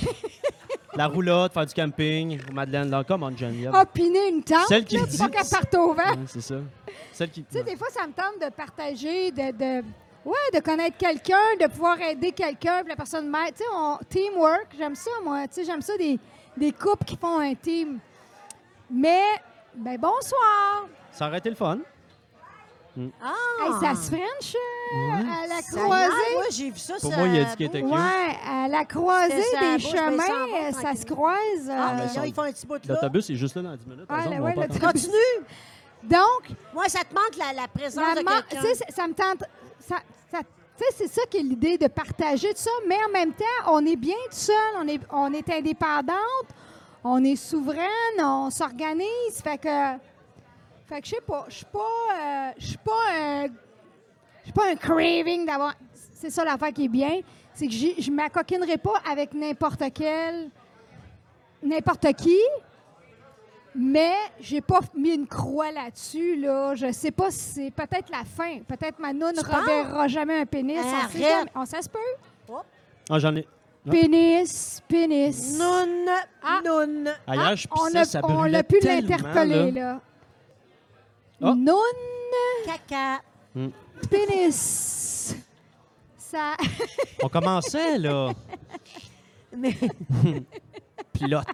Speaker 2: La roulotte, faire du camping. Madeleine, là, come on, Geneviève.
Speaker 3: Ah, piner une tente,
Speaker 2: Celle qui
Speaker 3: là,
Speaker 2: dit-
Speaker 3: pas qu'elle parte au vent.
Speaker 2: Ouais, c'est ça. Celle qui.
Speaker 3: Tu sais, des fois, ça me tente de partager, de, de, ouais, de connaître quelqu'un, de pouvoir aider quelqu'un, puis la personne m'aide. Tu sais, on- teamwork, j'aime ça, moi. Tu sais, j'aime ça, des, des couples qui font un team. Mais, ben bonsoir!
Speaker 2: Ça aurait été le fun.
Speaker 1: Ah!
Speaker 3: Hey, ça se French euh, à la
Speaker 1: Ça y est,
Speaker 3: croisée.
Speaker 1: ouais, j'ai vu ça. euh,
Speaker 2: Pour
Speaker 1: ça-
Speaker 2: moi, il a dit qu'il était cute.
Speaker 3: Ouais, à la croisée
Speaker 1: C'était ça,
Speaker 3: des
Speaker 1: bouche, ben, ça
Speaker 3: chemins,
Speaker 1: va,
Speaker 3: euh, ça se
Speaker 1: tranquille.
Speaker 3: croise.
Speaker 1: Ah,
Speaker 3: euh,
Speaker 1: mais
Speaker 2: ben,
Speaker 1: là,
Speaker 2: son-
Speaker 1: ils font un petit bout de là.
Speaker 2: L'autobus est juste là dans 10 minutes. par
Speaker 3: Ah,
Speaker 2: exemple,
Speaker 3: le-
Speaker 2: on
Speaker 3: ouais,
Speaker 2: va
Speaker 3: le
Speaker 2: pas attendre.
Speaker 1: Continue!
Speaker 3: donc,
Speaker 1: Moi, ça te manque la, la présence
Speaker 3: la
Speaker 1: de
Speaker 3: man- tu sais,
Speaker 1: quelqu'un.
Speaker 3: ça, ça me tente. Ça, ça- tu sais, c'est ça qui est l'idée de partager tout ça, mais en même temps, on est bien tout seul, on est, on est indépendante, on est souveraine, on s'organise. Fait que, fait que je sais pas, je suis pas, euh, je suis pas, un- je suis pas un craving d'avoir. C'est ça l'affaire qui est bien, c'est que j'y- je m'acoquinerai pas avec n'importe quel, n'importe qui. Mais j'ai pas mis une croix là-dessus, là. Je sais pas si c'est peut-être la fin. Peut-être Manon ne
Speaker 1: Tu penses?
Speaker 3: reverra jamais un pénis. On sait
Speaker 1: Arrête.
Speaker 3: jamais. On ça se peut.
Speaker 2: Ah, j'en ai. Non.
Speaker 3: Pénis, pénis.
Speaker 1: Noun,
Speaker 3: Ah.
Speaker 1: noun.
Speaker 3: Ah,
Speaker 2: Ailleurs, je
Speaker 3: on
Speaker 2: pissais,
Speaker 3: a,
Speaker 2: ça
Speaker 3: on
Speaker 2: brûlait
Speaker 3: a pu
Speaker 2: tellement,
Speaker 3: l'interpeller, là.
Speaker 2: Ah.
Speaker 3: Non,
Speaker 1: Caca.
Speaker 3: pénis. Ça.
Speaker 2: On commençait, là.
Speaker 1: Mais en
Speaker 2: Pilote.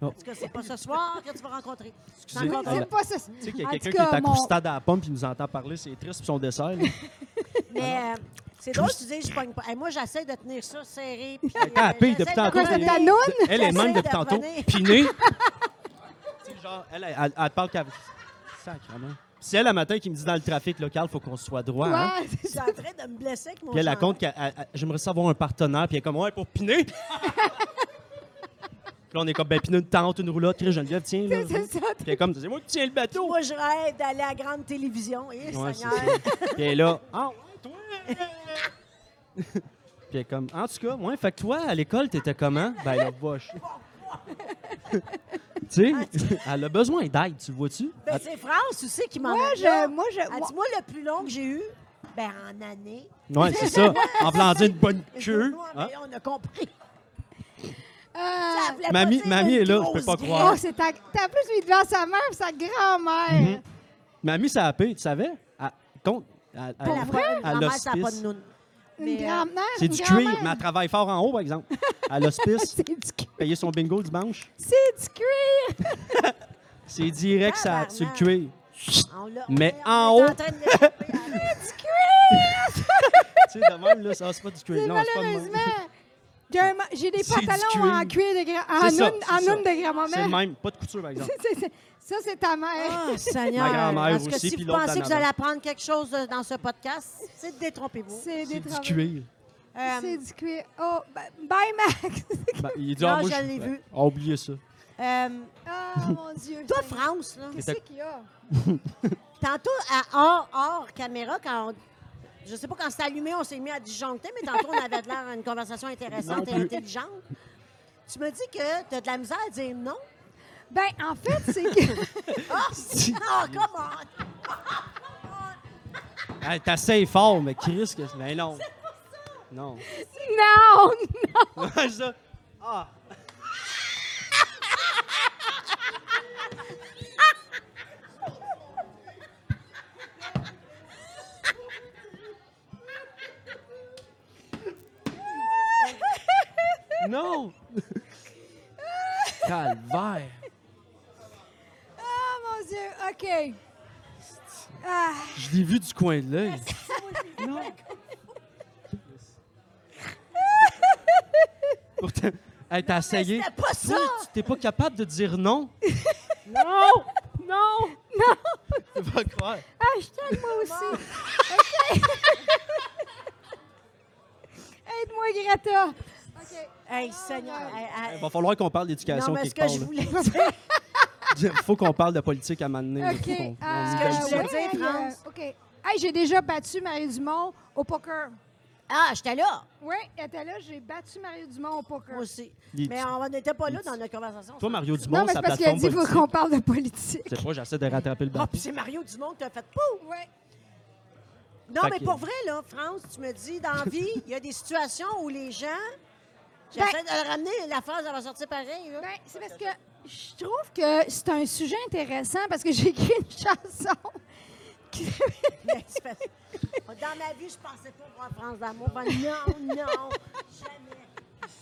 Speaker 1: tout cas, c'est pas ce soir que tu vas rencontrer.
Speaker 2: Excusez.
Speaker 1: Dans le
Speaker 2: Ah, là.
Speaker 3: C'est pas ça.
Speaker 2: Tu sais qu'il y a
Speaker 3: En
Speaker 2: quelqu'un
Speaker 3: tout
Speaker 2: qui est
Speaker 3: cas,
Speaker 2: à
Speaker 3: mon-
Speaker 2: croustade à la pomme puis nous entend parler, c'est triste pour son dessert. là.
Speaker 1: Mais euh, c'est drôle, tu dis, je pogne pas. Hey, moi, j'essaie de tenir ça serré. puis, euh,
Speaker 2: Elle tapille depuis
Speaker 1: j'essaie de
Speaker 2: tantôt.
Speaker 3: Quoi, c'est
Speaker 1: revenir.
Speaker 3: ta noune?
Speaker 2: Elle est même
Speaker 1: J'essaie
Speaker 2: depuis
Speaker 1: de
Speaker 2: tantôt.
Speaker 1: revenir.
Speaker 2: Pinée. Tu sais, genre, elle, elle, elle, elle te parle qu'elle. Sacrement. C'est elle, le matin, qui me dit dans le trafic local, faut qu'on soit droit. hein.
Speaker 3: Ouais, c'est
Speaker 1: Je suis
Speaker 3: ça.
Speaker 1: en train de me blesser avec mon
Speaker 2: Puis elle elle
Speaker 1: chandail.
Speaker 2: compte qu'elle elle- elle- j'aimerais savoir un partenaire. Puis elle est comme, ouais, pour piner. puis là, on est comme, ben, piner une tente, une roulotte. Chris Geneviève, tiens. Là.
Speaker 3: C'est ça.
Speaker 2: Puis elle est comme, c'est moi qui tiens le bateau.
Speaker 1: Moi, je rêve d'aller à la grande télévision. Eh,
Speaker 2: Ouais, c'est
Speaker 1: Seigneur.
Speaker 2: ça. Puis elle est là, ah ouais, toi! Puis elle est comme, en tout cas, ouais, fait que toi, à l'école, t'étais comment? Ben, elle a boche. tu sais, elle a besoin d'aide, tu le vois-tu?
Speaker 1: Ben, c'est France aussi qui m'en
Speaker 3: Moi,
Speaker 1: a
Speaker 3: je. Moi, je.
Speaker 1: Elle dit, moi, le plus long que j'ai eu, ben en année.
Speaker 2: Ah, Ouais, c'est ça. En plantant une bonne queue.
Speaker 1: Ouais,
Speaker 2: hein?
Speaker 1: mais On a compris.
Speaker 3: euh,
Speaker 1: Ça voulait pas
Speaker 2: Mamie-
Speaker 1: dire
Speaker 2: mamie
Speaker 1: une
Speaker 2: est là, je peux
Speaker 1: grosse
Speaker 2: pas
Speaker 1: grippe.
Speaker 2: croire.
Speaker 3: Oh, c'est ta. T'as plus lui devant sa mère et sa
Speaker 2: Mm-hmm.
Speaker 3: grand-mère.
Speaker 2: Ah, Mamie, ça a payé, tu savais? Elle compte. Elle, Ah, elle-
Speaker 1: Elle a pas-
Speaker 2: à
Speaker 1: Ah, ma mère, ça a pas de
Speaker 2: l'hospice.
Speaker 1: noun.
Speaker 3: Une
Speaker 1: Mais, euh,
Speaker 3: grand-mère.
Speaker 2: C'est
Speaker 3: une
Speaker 2: du cuir,
Speaker 3: grand-mère.
Speaker 2: mais elle travaille fort en haut, par exemple. À l'hospice,
Speaker 3: C'est du cuir.
Speaker 2: payer son bingo le dimanche.
Speaker 3: C'est du cuir.
Speaker 2: C'est direct, ça, sur le cuir.
Speaker 1: On l'a-
Speaker 2: Mais
Speaker 1: on est-
Speaker 2: en
Speaker 1: on est
Speaker 2: haut.
Speaker 1: train de l'échapper.
Speaker 2: tu sais, de même, là, ça, c'est pas du cuir.
Speaker 3: C'est
Speaker 2: Non, c'est pas de même.
Speaker 3: malheureusement. J'ai un ma- J'ai des
Speaker 2: C'est du
Speaker 3: pantalons
Speaker 2: cuir.
Speaker 3: en cuir de grand en
Speaker 2: C'est ça,
Speaker 3: une-
Speaker 2: c'est
Speaker 3: en
Speaker 2: ça.
Speaker 3: une de
Speaker 2: C'est le
Speaker 3: grand-maman.
Speaker 2: même, pas de couture, par exemple.
Speaker 3: C'est- c'est- Ça, c'est ta mère.
Speaker 1: Ah, Seigneur.
Speaker 2: Ma grand-mère
Speaker 1: Parce que
Speaker 2: aussi,
Speaker 1: si
Speaker 2: puis
Speaker 1: vous
Speaker 2: l'autre
Speaker 1: pensez
Speaker 2: en
Speaker 1: que vous allez
Speaker 2: avant.
Speaker 1: apprendre quelque chose euh, dans ce podcast, c'est détrompez-vous.
Speaker 3: C'est des travaux.
Speaker 1: Euh,
Speaker 3: C'est du cuir. Oh, ben, bye, Max.
Speaker 2: Ben, il dit,
Speaker 1: Non,
Speaker 2: ah, moi,
Speaker 1: je l'ai vu.
Speaker 2: On a oublié ça.
Speaker 1: euh,
Speaker 3: Oh, mon Dieu.
Speaker 1: toi, France, là,
Speaker 3: Qu'est-ce qu'il y a?
Speaker 1: tantôt, à hors, hors caméra, quand on- je sais pas quand c'est allumé, on s'est mis à disjoncter, mais tantôt, on avait de l'air à une conversation intéressante
Speaker 2: Non
Speaker 1: et
Speaker 2: plus.
Speaker 1: intelligente. Tu me dis que tu as de la misère à dire non.
Speaker 3: Ben, en fait, c'est que.
Speaker 1: Ah, oh, come on!
Speaker 2: Hey, T'essayes fort, mais Chris, que... ben non. Non.
Speaker 3: non, non.
Speaker 2: Ouais, ça. Ah. Non! Calvaire!
Speaker 3: Ah, Dieu, OK. Ah,
Speaker 2: Je l'ai vu du coin de l'œil. Non. Pourtant, hey, t'as essayé.
Speaker 1: c'était pas
Speaker 2: Toi,
Speaker 1: ça!
Speaker 2: tu t'es pas capable de dire non. non! Non!
Speaker 3: Non.
Speaker 2: Tu vas croire.
Speaker 3: hashtag moi aussi. OK. Aide-moi, Greta. OK.
Speaker 1: Hey, Seigneur! hey, hey.
Speaker 2: Il va falloir qu'on parle d'éducation
Speaker 1: Non, mais ce
Speaker 2: quelque
Speaker 1: que je
Speaker 2: part. là.
Speaker 1: voulais dire,
Speaker 2: Il faut qu'on parle de politique à un moment donné.
Speaker 3: OK.
Speaker 2: Il faut qu'on-
Speaker 3: euh,
Speaker 2: on
Speaker 1: Ce que je
Speaker 2: est
Speaker 1: voulais
Speaker 2: comme ça.
Speaker 1: dire,
Speaker 3: ouais,
Speaker 1: France.
Speaker 3: euh, OK. Hey, j'ai déjà battu Marie Dumont au poker.
Speaker 1: Ah, j'étais là!
Speaker 3: Oui, elle était là, j'ai battu Mario Dumont au poker.
Speaker 1: Moi aussi.
Speaker 2: Les
Speaker 1: Mais
Speaker 2: petits-
Speaker 1: on n'était pas là dans notre conversation.
Speaker 2: Toi, Mario Dumont,
Speaker 3: non, mais
Speaker 2: sa
Speaker 3: c'est parce
Speaker 2: plateforme
Speaker 3: qu'elle dit faut
Speaker 2: politique.
Speaker 3: qu'on parle de politique.
Speaker 2: Je sais pas, j'essaie de rattraper le
Speaker 1: Ah,
Speaker 2: bateau.
Speaker 1: puis c'est Mario Dumont qui t'a fait pouf!
Speaker 3: Ouais.
Speaker 1: Non,
Speaker 2: Fait
Speaker 1: mais
Speaker 2: que-
Speaker 1: pour vrai, là, France, tu me dis, dans la vie, il y a des situations où les gens. J'essaie de le ramener, la phrase, elle va sortir pareil. Là.
Speaker 3: Ben, c'est parce que je trouve que c'est un sujet intéressant parce que j'ai écrit une chanson. qui-
Speaker 1: Mais c'est parce- dans ma vie, je pensais pas voir France d'amour. Ben, non, non, jamais,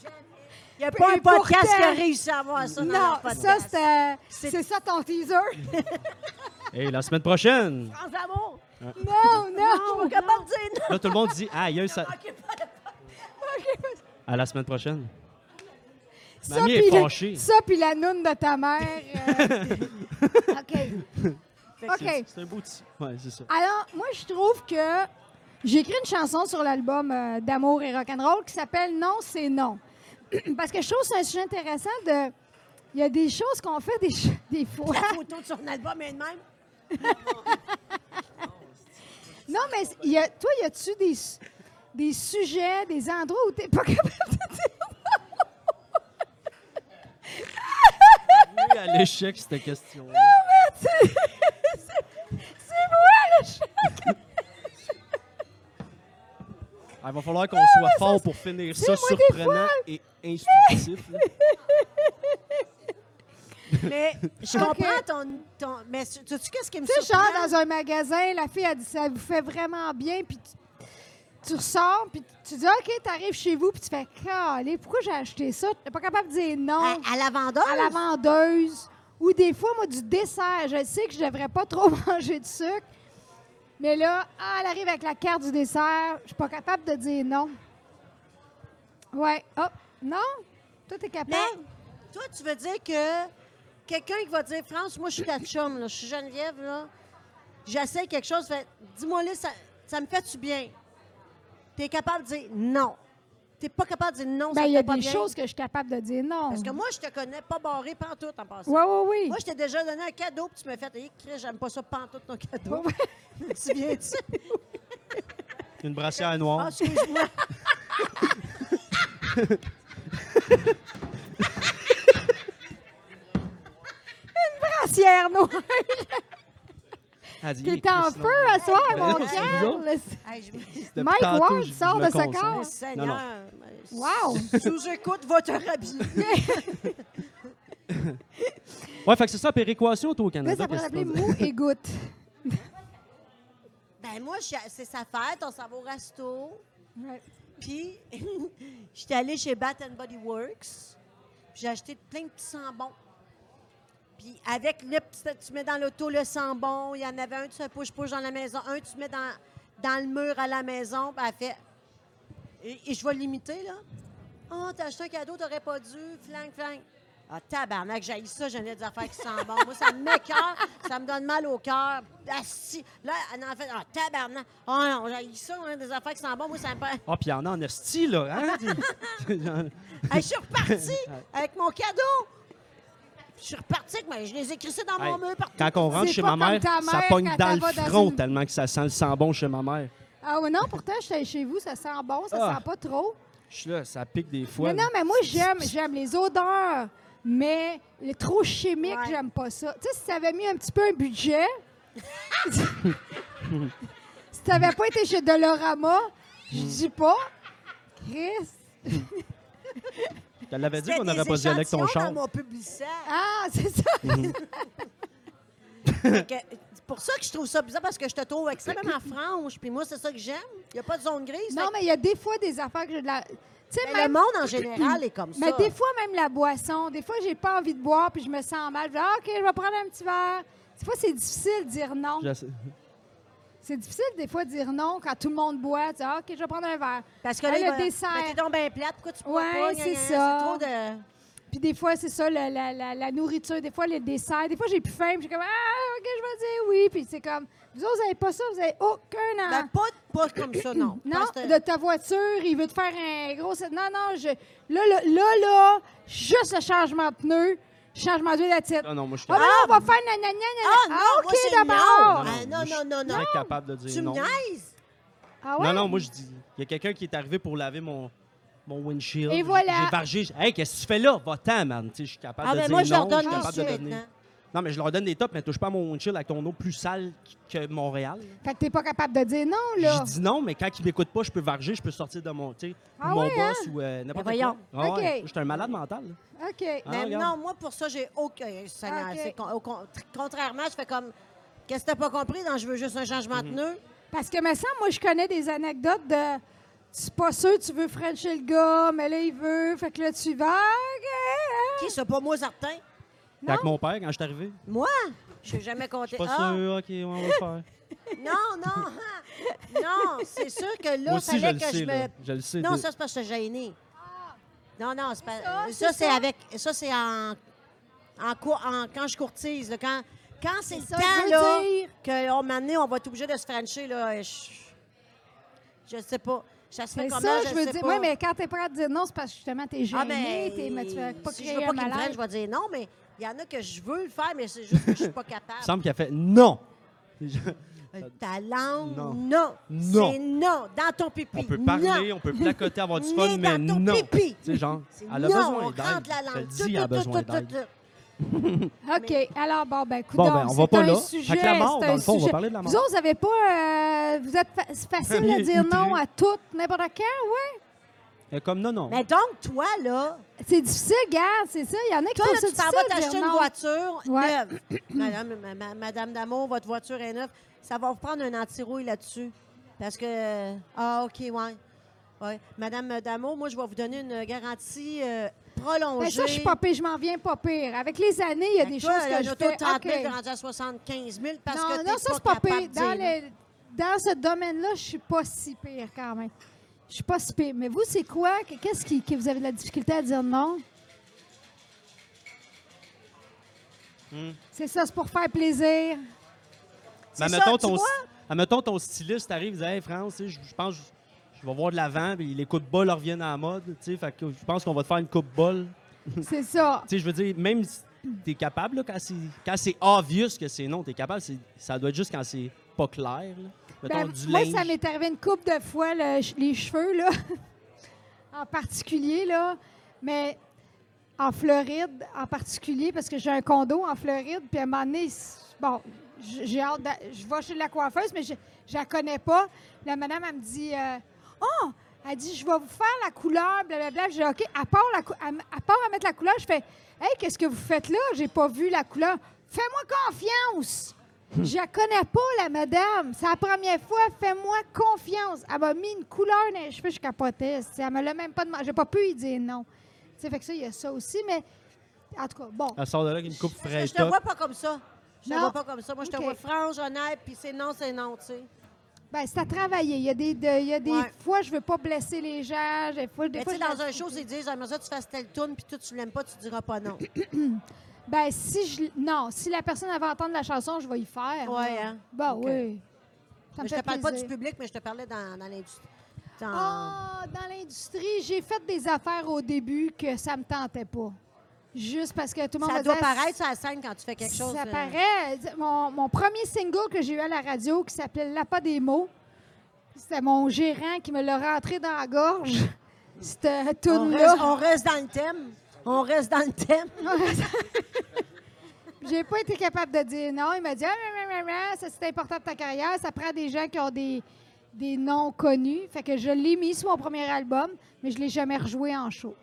Speaker 1: jamais. Il n'y a pas
Speaker 3: Et
Speaker 1: un podcast
Speaker 3: pourtant-
Speaker 1: qui a réussi à avoir ça dans
Speaker 3: non,
Speaker 1: leur podcast.
Speaker 3: ça, c'était-
Speaker 1: C'est-
Speaker 3: c'est ça ton teaser.
Speaker 2: Et la semaine prochaine,
Speaker 1: France d'amour!
Speaker 3: non,
Speaker 1: Non,
Speaker 3: non.
Speaker 1: on capable de dire non!
Speaker 2: là, tout le monde dit Ah, il y a eu ça.
Speaker 1: Ok, pas de-
Speaker 2: À la semaine prochaine.
Speaker 3: Ça,
Speaker 2: Mamie est
Speaker 3: puis le-
Speaker 2: fâchée.
Speaker 3: ça, puis la noune de ta mère. euh, OK. OK.
Speaker 2: C'est un beau petit. Ouais, c'est ça.
Speaker 3: Alors, moi, je trouve que j'ai écrit une chanson sur l'album euh, d'amour et rock'n'roll qui s'appelle Non, c'est non. Parce que je trouve que c'est un sujet intéressant de. Il y a des choses qu'on fait des, cho- des fois.
Speaker 1: La photo de son album est de même.
Speaker 3: Non, mais il y a- toi, y a-tu des, su- des sujets, des endroits où t'es pas capable de dire
Speaker 2: Oui, à l'échec, cette question.
Speaker 3: c'est moi le chat?
Speaker 2: Ah, Il va falloir qu'on soit fort pour finir ça
Speaker 3: moi, des
Speaker 2: surprenant et instructif. là.
Speaker 1: Mais je
Speaker 3: Ok.
Speaker 1: comprends ton, ton- Mais tu sais qu'est-ce qui me
Speaker 3: Tu sais, genre
Speaker 1: surprend?
Speaker 3: dans un magasin, la fille a dit ça vous fait vraiment bien, puis tu, tu ressors, puis tu dis OK, t'arrives chez vous, puis tu fais Calé, pourquoi j'ai acheté ça? T'es pas capable de dire non
Speaker 1: À, à la vendeuse?
Speaker 3: à la vendeuse. Ou des fois, moi, du dessert. Je sais que je devrais pas trop manger de sucre. Mais là, ah, elle arrive avec la carte du dessert. Je suis pas capable de dire non. Ouais. Oh, non? Toi, t'es capable?
Speaker 1: Mais toi, tu veux dire que quelqu'un qui va dire France, moi, je suis ta chum, là, je suis Geneviève, là, j'essaie quelque chose, fait, dis-moi là, ça, ça me fait-tu bien? Tu es capable de dire non. Tu pas capable de dire non.
Speaker 3: Ben,
Speaker 1: ça
Speaker 3: il y a
Speaker 1: te fait pas
Speaker 3: des
Speaker 1: bien.
Speaker 3: choses que je suis capable de dire non.
Speaker 1: Parce que moi, je te connais pas barré pantoute en passant.
Speaker 3: Oui, oui, oui.
Speaker 1: Moi, je t'ai déjà donné un cadeau, puis tu m'as fait, Hey, Chris, j'aime pas ça pantoute ton cadeau. tu viens-tu?
Speaker 2: Une brassière
Speaker 1: Ah,
Speaker 2: noire.
Speaker 1: excuse-moi.
Speaker 3: Brassière noire.
Speaker 2: Elle dit,
Speaker 3: T'es en
Speaker 2: Christ, non.
Speaker 3: feu à soir,
Speaker 2: Ben,
Speaker 3: mon
Speaker 2: c'est bizarre.
Speaker 3: Carl.
Speaker 1: Hey, je me-
Speaker 2: Depuis
Speaker 3: Mike
Speaker 2: tantôt,
Speaker 3: Ward
Speaker 2: je- je
Speaker 3: sort
Speaker 2: me
Speaker 3: de ce
Speaker 2: concentre.
Speaker 3: corps.
Speaker 1: Seigneur,
Speaker 2: Non,
Speaker 3: Wow!
Speaker 1: sous écoute, va te rhabiller.
Speaker 2: Ouais, fait que c'est ça, péréquation, toi, au
Speaker 3: Là,
Speaker 2: Canada.
Speaker 3: ça pourrait
Speaker 2: qu'est-ce que
Speaker 3: s'appeler
Speaker 2: tu veux
Speaker 3: mou et goutte.
Speaker 1: Ben moi, je- c'est sa fête, on s'en va au resto.
Speaker 3: Ouais.
Speaker 1: Puis, j'étais allée chez Bat and Body Works. puis J'ai acheté plein de petits sambons. Puis, avec le petit, tu mets dans l'auto le sambon. Il y en avait un, tu fais push-push dans la maison. Un, tu mets dans, dans le mur à la maison. Puis, elle fait. Et, et je vais l'imiter, là. Oh, t'as acheté un cadeau, t'aurais pas dû. Flang, flang. Ah, tabarnak, j'ai ça, j'ai des affaires qui sentent bon. Moi, ça m'écœure, ça me donne mal au cœur. Ah, si. Là, elle en fait. Ah, tabarnak. Ah, non, j'ai ça, hein, des affaires qui sentent bon. Moi, ça me prend.
Speaker 2: Ah, puis il y en a en esti, là,
Speaker 3: Ah,
Speaker 2: hein?
Speaker 1: Hey, je suis repartie avec mon cadeau. Je suis repartie, avec ma- je les ai crissés dans mon
Speaker 2: Hey,
Speaker 1: mur partout.
Speaker 2: Quand on rentre
Speaker 3: C'est
Speaker 2: chez
Speaker 3: pas
Speaker 2: ma mère,
Speaker 3: comme ta
Speaker 2: ça
Speaker 3: mère
Speaker 2: pogne
Speaker 3: quand
Speaker 2: dans
Speaker 3: elle
Speaker 2: le
Speaker 3: va dans
Speaker 2: front
Speaker 3: une-
Speaker 2: tellement que ça sent le sang bon chez ma mère.
Speaker 3: Ah ouais, non, pourtant, je suis allée chez vous, ça sent bon, ça
Speaker 2: Ah.
Speaker 3: sent pas trop.
Speaker 2: Je suis là, ça pique des fois.
Speaker 3: Mais non, mais moi, j'aime, j'aime les odeurs, mais les trop chimiques,
Speaker 1: Ouais.
Speaker 3: j'aime pas ça. Tu sais, si t'avais mis un petit peu un budget, si t'avais pas été chez Dolorama, je dis pas, Chris,
Speaker 2: Tu l'avais dit
Speaker 1: C'était
Speaker 2: qu'on n'avait
Speaker 1: des
Speaker 2: pas de dialecte ton
Speaker 1: échantillons
Speaker 2: char.
Speaker 1: dans mon publicitaire.
Speaker 3: ah, c'est ça.
Speaker 1: Fait que, C'est pour ça que je trouve ça bizarre, parce que je te trouve extrêmement franche. Puis moi, c'est ça que j'aime. Il n'y a pas de zone grise.
Speaker 3: non,
Speaker 1: Fait
Speaker 3: mais il y a des fois des affaires que j'ai de la... Tu sais,
Speaker 1: que- mais
Speaker 3: même...
Speaker 1: Ben, le monde en général est comme ça.
Speaker 3: Mais des fois, même la boisson, des fois, j'ai pas envie de boire, puis je me sens mal. Je dis, ah, OK, je vais prendre un petit verre. Tu Des fois, c'est difficile de dire non.
Speaker 2: Je sais-
Speaker 3: C'est difficile, des fois, de dire non quand tout le monde boit. Tu dis, Ah, OK, je vais prendre un verre.
Speaker 1: Parce que
Speaker 3: Ah,
Speaker 1: là, il
Speaker 3: le
Speaker 1: va-
Speaker 3: dessert.
Speaker 1: Mais t'es donc bien plate, pourquoi tu bois
Speaker 3: Ouais,
Speaker 1: pas? Gna,
Speaker 3: c'est
Speaker 1: gna, gna,
Speaker 3: ça.
Speaker 1: C'est trop de... ben,
Speaker 3: Puis des fois, c'est ça, la, la- la- la nourriture. Des fois, les desserts. Des fois, j'ai plus faim. puis J'ai comme, ah, OK, je vais dire oui. Puis c'est comme, vous autres, vous n'avez pas ça. Vous n'avez aucun
Speaker 1: Ben,
Speaker 3: an.
Speaker 1: pas, pas comme ça, non.
Speaker 3: Ah. non,
Speaker 1: Parce que-
Speaker 3: de ta voiture, il veut te faire un gros. set- Non, non, je, là, là, là, là, juste le changement de pneu, changement d'huile à titre.
Speaker 2: Ah non, moi, je suis
Speaker 3: Ah, ben
Speaker 2: capable.
Speaker 3: là, on va faire nanana.
Speaker 1: Ah, non,
Speaker 3: ah,
Speaker 1: moi,
Speaker 3: OK,
Speaker 1: c'est
Speaker 3: d'abord.
Speaker 1: non. Ah, non,
Speaker 2: moi, je
Speaker 1: non, non,
Speaker 2: suis
Speaker 1: non.
Speaker 2: incapable de dire
Speaker 1: Tu me
Speaker 2: non.
Speaker 1: niaises?
Speaker 3: Ah ouais?
Speaker 2: Non, non, moi, je dis. Il y a quelqu'un qui est arrivé pour laver mon, mon windshield.
Speaker 3: Et
Speaker 2: J'ai-
Speaker 3: voilà.
Speaker 2: J'ai vargé. j'ai- Hey, qu'est-ce que tu fais là? Va-t'en, man. Tu sais, je suis capable
Speaker 1: Ah,
Speaker 2: de
Speaker 1: ben
Speaker 2: dire
Speaker 1: moi, je
Speaker 2: non.
Speaker 1: leur donne
Speaker 2: suis
Speaker 1: des hein.
Speaker 2: capable de
Speaker 1: sous
Speaker 2: donner-
Speaker 1: maintenant.
Speaker 2: Non, mais je leur donne des tops, mais touche pas à mon windshield avec ton eau plus sale que Montréal.
Speaker 3: Fait que t'es pas capable de dire non,
Speaker 2: J'ai
Speaker 3: là.
Speaker 2: dit non, mais quand ils m'écoutent pas, je peux varger, je peux sortir de mon, tu sais,
Speaker 3: Ah
Speaker 2: mon
Speaker 3: ouais,
Speaker 2: boss ou euh, n'importe
Speaker 1: Ben
Speaker 2: quoi.
Speaker 1: voyons.
Speaker 2: Ah ouais,
Speaker 3: OK.
Speaker 2: J'étais un malade mental. là.
Speaker 3: OK.
Speaker 2: Ah,
Speaker 1: Mais
Speaker 2: regarde.
Speaker 1: non, moi, pour ça, j'ai aucun. ça n'a-
Speaker 3: Ok.
Speaker 1: c'est con- au con- tr- Contrairement, je fais comme. Qu'est-ce que t'as pas compris dans Je veux juste un changement de
Speaker 2: Mhm.
Speaker 1: pneu?
Speaker 3: Parce que, me semble, moi, je connais des anecdotes de. Tu suis pas sûr, tu veux frencher le gars, mais là, il veut. Fait que là, tu vas. OK.
Speaker 1: Qui, c'est pas moi, certain?
Speaker 2: Fait que mon père, quand je suis arrivé,
Speaker 1: Moi? Je n'ai jamais compté.
Speaker 2: je suis pas
Speaker 1: Ah,
Speaker 2: sûr, OK, ouais, on va le faire.
Speaker 1: Non, non! hein. non, c'est sûr que là,
Speaker 2: Moi
Speaker 1: il
Speaker 2: aussi, je
Speaker 1: fallait
Speaker 2: le
Speaker 1: que
Speaker 2: sais,
Speaker 1: je
Speaker 2: là.
Speaker 1: me.
Speaker 2: Je le sais.
Speaker 1: Non,
Speaker 2: de-
Speaker 1: ça, c'est parce que je suis gênée. Non, non, c'est pas.
Speaker 3: Ah! C'est ça,
Speaker 1: Ça,
Speaker 3: c'est
Speaker 1: c'est
Speaker 3: ça.
Speaker 1: avec. Ça, c'est en. en, cour- en- Quand je courtise, là, quand, quand c'est le
Speaker 3: ça, je
Speaker 1: temps,
Speaker 3: veux
Speaker 1: là,
Speaker 3: dire.
Speaker 1: que, oh, un moment donné, on va être obligé de se frencher, là. Je, je sais pas. Ça se fait
Speaker 3: C'est
Speaker 1: comment,
Speaker 3: ça,
Speaker 1: je,
Speaker 3: je veux
Speaker 1: sais
Speaker 3: dire.
Speaker 1: pas. Ah, ben,
Speaker 3: Oui, mais quand t'es prêt à dire non, c'est parce que justement, t'es gêné, t'es- mais tu veux pas
Speaker 1: si
Speaker 3: créer
Speaker 1: je veux
Speaker 3: un
Speaker 1: pas qu'il me prenne,
Speaker 3: malaise.
Speaker 1: je vais dire non, mais il y en a que je veux le faire, mais c'est juste que je suis pas
Speaker 2: Il me
Speaker 1: capable.
Speaker 2: semble qu'il a fait non.
Speaker 1: Euh, Ta langue,
Speaker 2: Non.
Speaker 1: non. Non.
Speaker 2: Non.
Speaker 1: C'est non. Dans ton pipi.
Speaker 2: On peut parler,
Speaker 1: Non.
Speaker 2: on peut placoter, avoir du
Speaker 1: Nez
Speaker 2: fun, mais
Speaker 1: dans ton
Speaker 2: non.
Speaker 1: pipi.
Speaker 2: Tu sais, genre,
Speaker 1: C'est
Speaker 2: elle a
Speaker 1: non,
Speaker 2: besoin
Speaker 1: on
Speaker 2: d'aide.
Speaker 1: rentre la
Speaker 2: Je te le
Speaker 1: langue.
Speaker 2: dis,
Speaker 1: Tout,
Speaker 2: elle a
Speaker 1: tout,
Speaker 2: besoin
Speaker 1: tout, tout,
Speaker 2: d'aide.
Speaker 1: tout.
Speaker 3: OK. Alors, bon, ben, écoute,
Speaker 2: Bon, ben, on va pas là. Fait que
Speaker 3: Sujet,
Speaker 2: la mort,
Speaker 3: c'est
Speaker 2: dans
Speaker 3: un
Speaker 2: le fond, on va
Speaker 3: sujet.
Speaker 2: parler de la
Speaker 3: Vous
Speaker 2: mort.
Speaker 3: autres, vous avez pas. euh, vous êtes. fa- C'est facile
Speaker 2: Premier
Speaker 3: de dire non
Speaker 2: utérus.
Speaker 3: à tout, n'importe quand, ouais.
Speaker 2: Elle est Comme non, non.
Speaker 1: Mais donc, toi, là,
Speaker 3: C'est difficile, regarde, c'est ça. Il y en a qui
Speaker 1: toi,
Speaker 3: trouvent
Speaker 1: là,
Speaker 3: ça
Speaker 1: tu t'en vas
Speaker 3: difficile de
Speaker 1: t'acheter
Speaker 3: dire
Speaker 1: une
Speaker 3: non.
Speaker 1: voiture
Speaker 3: Ouais.
Speaker 1: neuve. Madame, ma- ma- Madame Damour, votre voiture est neuve. Ça va vous prendre un antirouille là-dessus. Parce que. Ah, OK, ouais. ouais. Madame Damour, moi, je vais vous donner une garantie euh, prolongée.
Speaker 3: Ben ça, je suis pas pire, je m'en viens pas pire. Avec les années, il y a
Speaker 1: Ben,
Speaker 3: des choses que je
Speaker 1: auto de
Speaker 3: fais.
Speaker 1: 30 000
Speaker 3: OK.
Speaker 1: t'es rendu à 75 000 parce
Speaker 3: non,
Speaker 1: que t'es
Speaker 3: non, ça,
Speaker 1: pas
Speaker 3: c'est pas
Speaker 1: capable
Speaker 3: pire.
Speaker 1: de
Speaker 3: Dans,
Speaker 1: dire non.
Speaker 3: le- dans ce domaine-là, je suis pas si pire quand même. Je suis pas si pire. Mais vous, c'est quoi? Que- Qu'est-ce qui, que vous avez de la difficulté à dire non?
Speaker 2: Hmm.
Speaker 3: C'est ça, c'est pour faire plaisir.
Speaker 2: Mais
Speaker 1: C'est ça,
Speaker 2: mettons,
Speaker 1: tu
Speaker 2: ton,
Speaker 1: vois?
Speaker 2: mettons ton styliste arrive, il dit Hey, France, tu sais, je je pense que je- je vais voir de l'avant, puis les coupes bol reviennent à la mode. tu sais, Fait que je pense qu'on va te faire une coupe bol.
Speaker 3: C'est ça.
Speaker 2: Tu sais, je veux dire, même si t'es capable, là, quand c'est- quand c'est obvious que c'est non, t'es capable, c'est- ça doit être juste quand c'est pas clair. là. Mettons
Speaker 3: Ben,
Speaker 2: du
Speaker 3: moi,
Speaker 2: linge.
Speaker 3: ça m'est arrivé une couple de fois, le ch- les cheveux, là, en particulier, là. Mais en Floride, en particulier, parce que j'ai un condo en Floride, puis à un moment donné, c- bon, j- j'ai hâte d'a- Je vais chez la coiffeuse, mais je je la connais pas. La madame, elle me dit euh, Oh! Elle dit Je vais vous faire la couleur, blablabla. J'ai dit OK. À part, la cou- à, m- à part à mettre la couleur, je fais Hey, qu'est-ce que vous faites là? J'ai pas vu la couleur. Fais-moi confiance! Je la connais pas, la madame. C'est la première fois. Fais-moi confiance. Elle m'a mis une couleur dans les cheveux, je capotais. C'est- Elle me l'a même pas demandé. J'ai pas pu y dire non. Tu sais, fait que ça, il y a ça aussi, mais en tout cas, bon.
Speaker 2: Elle sort de là avec une coupe
Speaker 1: Parce que
Speaker 2: fraîche.
Speaker 1: Je te vois pas comme ça. Je te
Speaker 3: Non.
Speaker 1: vois pas comme ça. Moi, je te
Speaker 3: OK.
Speaker 1: vois franche, honnête, puis c'est non, c'est non, tu sais.
Speaker 3: Ben, c'est à travailler. Il y a des, de- il y a des
Speaker 1: Ouais.
Speaker 3: fois, je veux pas blesser les gens. Des fois, des
Speaker 1: Mais tu
Speaker 3: fois
Speaker 1: sais,
Speaker 3: je
Speaker 1: dans
Speaker 3: me-
Speaker 1: un show, ils disent, ah, mais ça, tu fasses telle tune, puis toi, tu l'aimes pas, tu diras pas non.
Speaker 3: Ben, si je. Non, si la personne avait entendre la chanson, je vais y faire.
Speaker 1: Ouais,
Speaker 3: là.
Speaker 1: hein?
Speaker 3: Ben
Speaker 1: OK.
Speaker 3: oui. Ça me
Speaker 1: Mais je
Speaker 3: fait
Speaker 1: te parle pas du
Speaker 3: plaisir.
Speaker 1: public, mais je te parlais dans, dans l'industrie. Dans-
Speaker 3: Ah, dans l'industrie, j'ai fait des affaires au début que ça me tentait pas. Juste parce que tout le monde
Speaker 1: ça
Speaker 3: me
Speaker 1: doit
Speaker 3: disait,
Speaker 1: paraître sur la scène quand tu fais quelque chose.
Speaker 3: Ça
Speaker 1: euh,
Speaker 3: paraît. Mon, mon premier single que j'ai eu à la radio qui s'appelait L'appât des mots, c'était mon gérant qui me l'a rentré dans la gorge. C'était
Speaker 1: on,
Speaker 3: tout
Speaker 1: reste,
Speaker 3: là.
Speaker 1: on reste dans le thème. On reste dans le thème.
Speaker 3: J'ai pas été capable de dire non. Il m'a dit Ah, ah, ah, ah, ah, ça c'est important de ta carrière. Ça prend des gens qui ont des, des noms connus. Fait que je l'ai mis sur mon premier album, mais je l'ai jamais rejoué en show.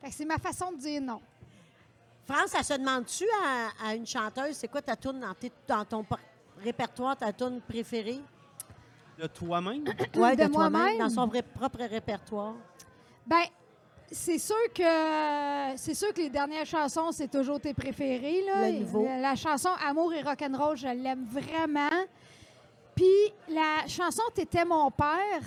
Speaker 3: Fait que c'est ma façon de dire non.
Speaker 1: France, ça se demande-tu à, à une chanteuse, c'est quoi ta tune dans, tes- dans ton por- répertoire, ta tune préférée?
Speaker 2: De toi-même.
Speaker 1: Ouais,
Speaker 3: De
Speaker 1: de toi-même,
Speaker 3: moi-même?
Speaker 1: dans son vrai- propre répertoire.
Speaker 3: Ben, c'est sûr que c'est sûr que les dernières chansons, c'est toujours tes préférées. Là.
Speaker 1: Le nouveau.
Speaker 3: La, la chanson Amour et rock'n'roll, je l'aime vraiment. Puis la chanson T'étais mon père,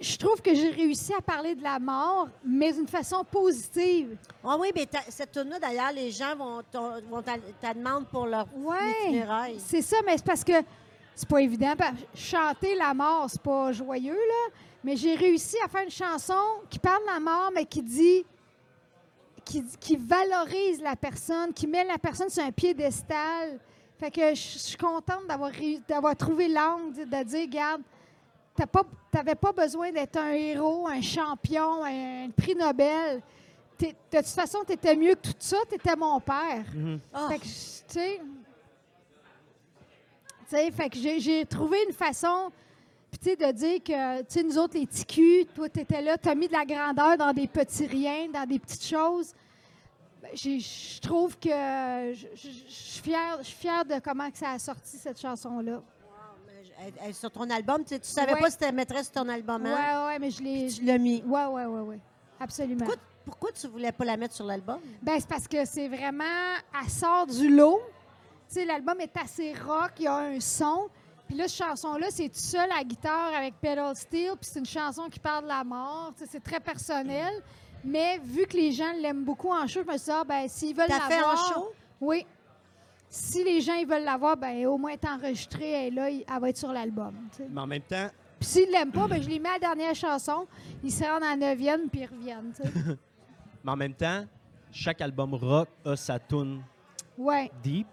Speaker 3: je trouve que j'ai réussi à parler de la mort, mais d'une façon positive.
Speaker 1: Ah oui, mais ta- cette tournée, d'ailleurs, les gens vont, t'en- vont t'a t'a demande pour leur
Speaker 3: Ouais.
Speaker 1: les funérailles.
Speaker 3: C'est ça, mais c'est parce que c'est pas évident. pa- Chanter la mort, c'est pas joyeux, là. Mais j'ai réussi à faire une chanson qui parle de la mort, mais qui dit. Qui, qui valorise la personne, qui met la personne sur un piédestal. Fait que je je suis contente d'avoir réu- d'avoir trouvé l'angle de- de dire, regarde, t'as pas- t'avais pas besoin d'être un héros, un champion, un, prix Nobel. T'es- De toute façon, t'étais mieux que tout ça, t'étais mon père.
Speaker 1: Ah,
Speaker 3: Fait que, je- tu sais, tu sais, fait que j'ai- j'ai trouvé une façon, puis tu sais, de dire que, tu sais, nous autres, les petits culs, toi, t'étais là, t'as mis de la grandeur dans des petits riens, dans des petites choses. Ben, j'ai- Je trouve que je je- je suis fière, je suis fière de comment que ça a sorti, cette chanson-là.
Speaker 1: mais je- elle- elle- sur ton album, tu sais, tu savais
Speaker 3: Ouais.
Speaker 1: pas si t'es maîtresse sur ton album,
Speaker 3: Ouais,
Speaker 1: hein?
Speaker 3: ouais, mais je l'ai...
Speaker 1: Tu l'as mis.
Speaker 3: Ouais, ouais, ouais, ouais. Absolument.
Speaker 1: Pourquoi, pourquoi tu voulais pas la mettre sur l'album?
Speaker 3: Ben, c'est parce que c'est vraiment. Elle sort du lot. Tu sais, l'album est assez rock, il y a un son. Puis là, cette chanson-là, c'est tout seul à la guitare avec Pedal Steel. Puis c'est une chanson qui parle de la mort. Tu sais, c'est très personnel. Mais vu que les gens l'aiment beaucoup en show, je me suis dit, ah, ben, s'ils veulent
Speaker 1: T'as
Speaker 3: la
Speaker 1: fait en
Speaker 3: voir.
Speaker 1: show?
Speaker 3: Oui. Si les gens ils veulent la voir, ben, au moins, elle est enregistrée, elle est là, il- elle va être sur l'album. tu sais.
Speaker 2: Mais en même temps,
Speaker 3: Puis s'ils l'aiment pas, ben, je les mets à la dernière chanson. Ils se rendent en neuvième, puis ils reviennent. tu sais.
Speaker 2: mais en même temps, chaque album rock a sa tune
Speaker 3: Ouais.
Speaker 2: deep.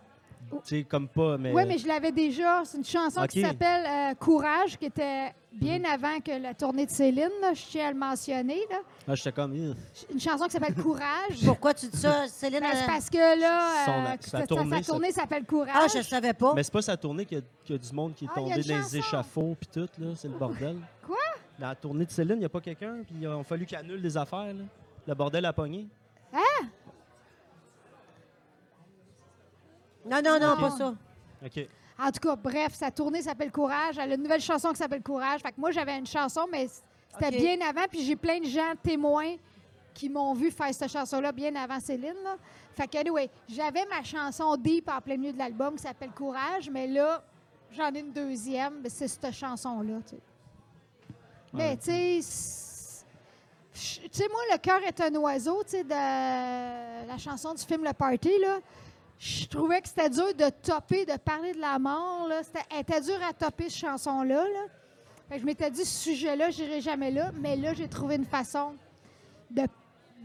Speaker 2: Tu sais, comme pas, mais.
Speaker 3: Oui, mais je l'avais déjà. C'est une chanson qui
Speaker 2: Ok.
Speaker 3: s'appelle euh, Courage, qui était bien avant que la tournée de Céline. là, je tiens à le mentionner. là.
Speaker 2: Là, j'étais comme. euh,
Speaker 3: Une chanson qui s'appelle Courage.
Speaker 1: Pourquoi tu dis ça, Céline?
Speaker 3: Ben, c'est
Speaker 1: elle-
Speaker 3: parce que là,
Speaker 2: Son-
Speaker 3: euh,
Speaker 2: sa
Speaker 3: que sa, sa
Speaker 2: tournée,
Speaker 3: tournée,
Speaker 2: ça-
Speaker 3: s'appelle Courage.
Speaker 1: Ah, je savais pas.
Speaker 2: Mais c'est pas sa tournée qu'il y, a- qu'il y a du monde qui est
Speaker 3: Ah, il y
Speaker 2: tombé
Speaker 3: a
Speaker 2: dans
Speaker 3: une
Speaker 2: les
Speaker 3: chanson.
Speaker 2: échafauds puis tout, là. C'est le bordel.
Speaker 3: Quoi?
Speaker 2: Dans la tournée de Céline, il n'y a pas quelqu'un, puis il a fallu qu'il annule des affaires, là. Le bordel a pogné.
Speaker 1: Non, non, non,
Speaker 2: Ok.
Speaker 1: pas ça.
Speaker 2: OK.
Speaker 3: En tout cas, bref, sa tournée s'appelle Courage. Elle a une nouvelle chanson qui s'appelle Courage. Fait que moi, j'avais une chanson, mais c'était
Speaker 1: Ok.
Speaker 3: bien avant. Puis j'ai plein de gens témoins qui m'ont vu faire cette chanson-là bien avant Céline. là. Fait que, anyway, j'avais ma chanson Deep en plein milieu de l'album qui s'appelle Courage, mais là, j'en ai une deuxième. mais C'est cette chanson-là. tu sais. Mais,
Speaker 2: Ouais.
Speaker 3: tu sais, c'est- je- tu sais, moi, le cœur est un oiseau, tu sais, de la chanson du film Le Party, là. Je trouvais que c'était dur de topper, de parler de la mort, là. C'était, elle était dure à topper, cette chanson-là, là. Fait que je m'étais dit, ce sujet-là, j'irai jamais là. Mais là, j'ai trouvé une façon de,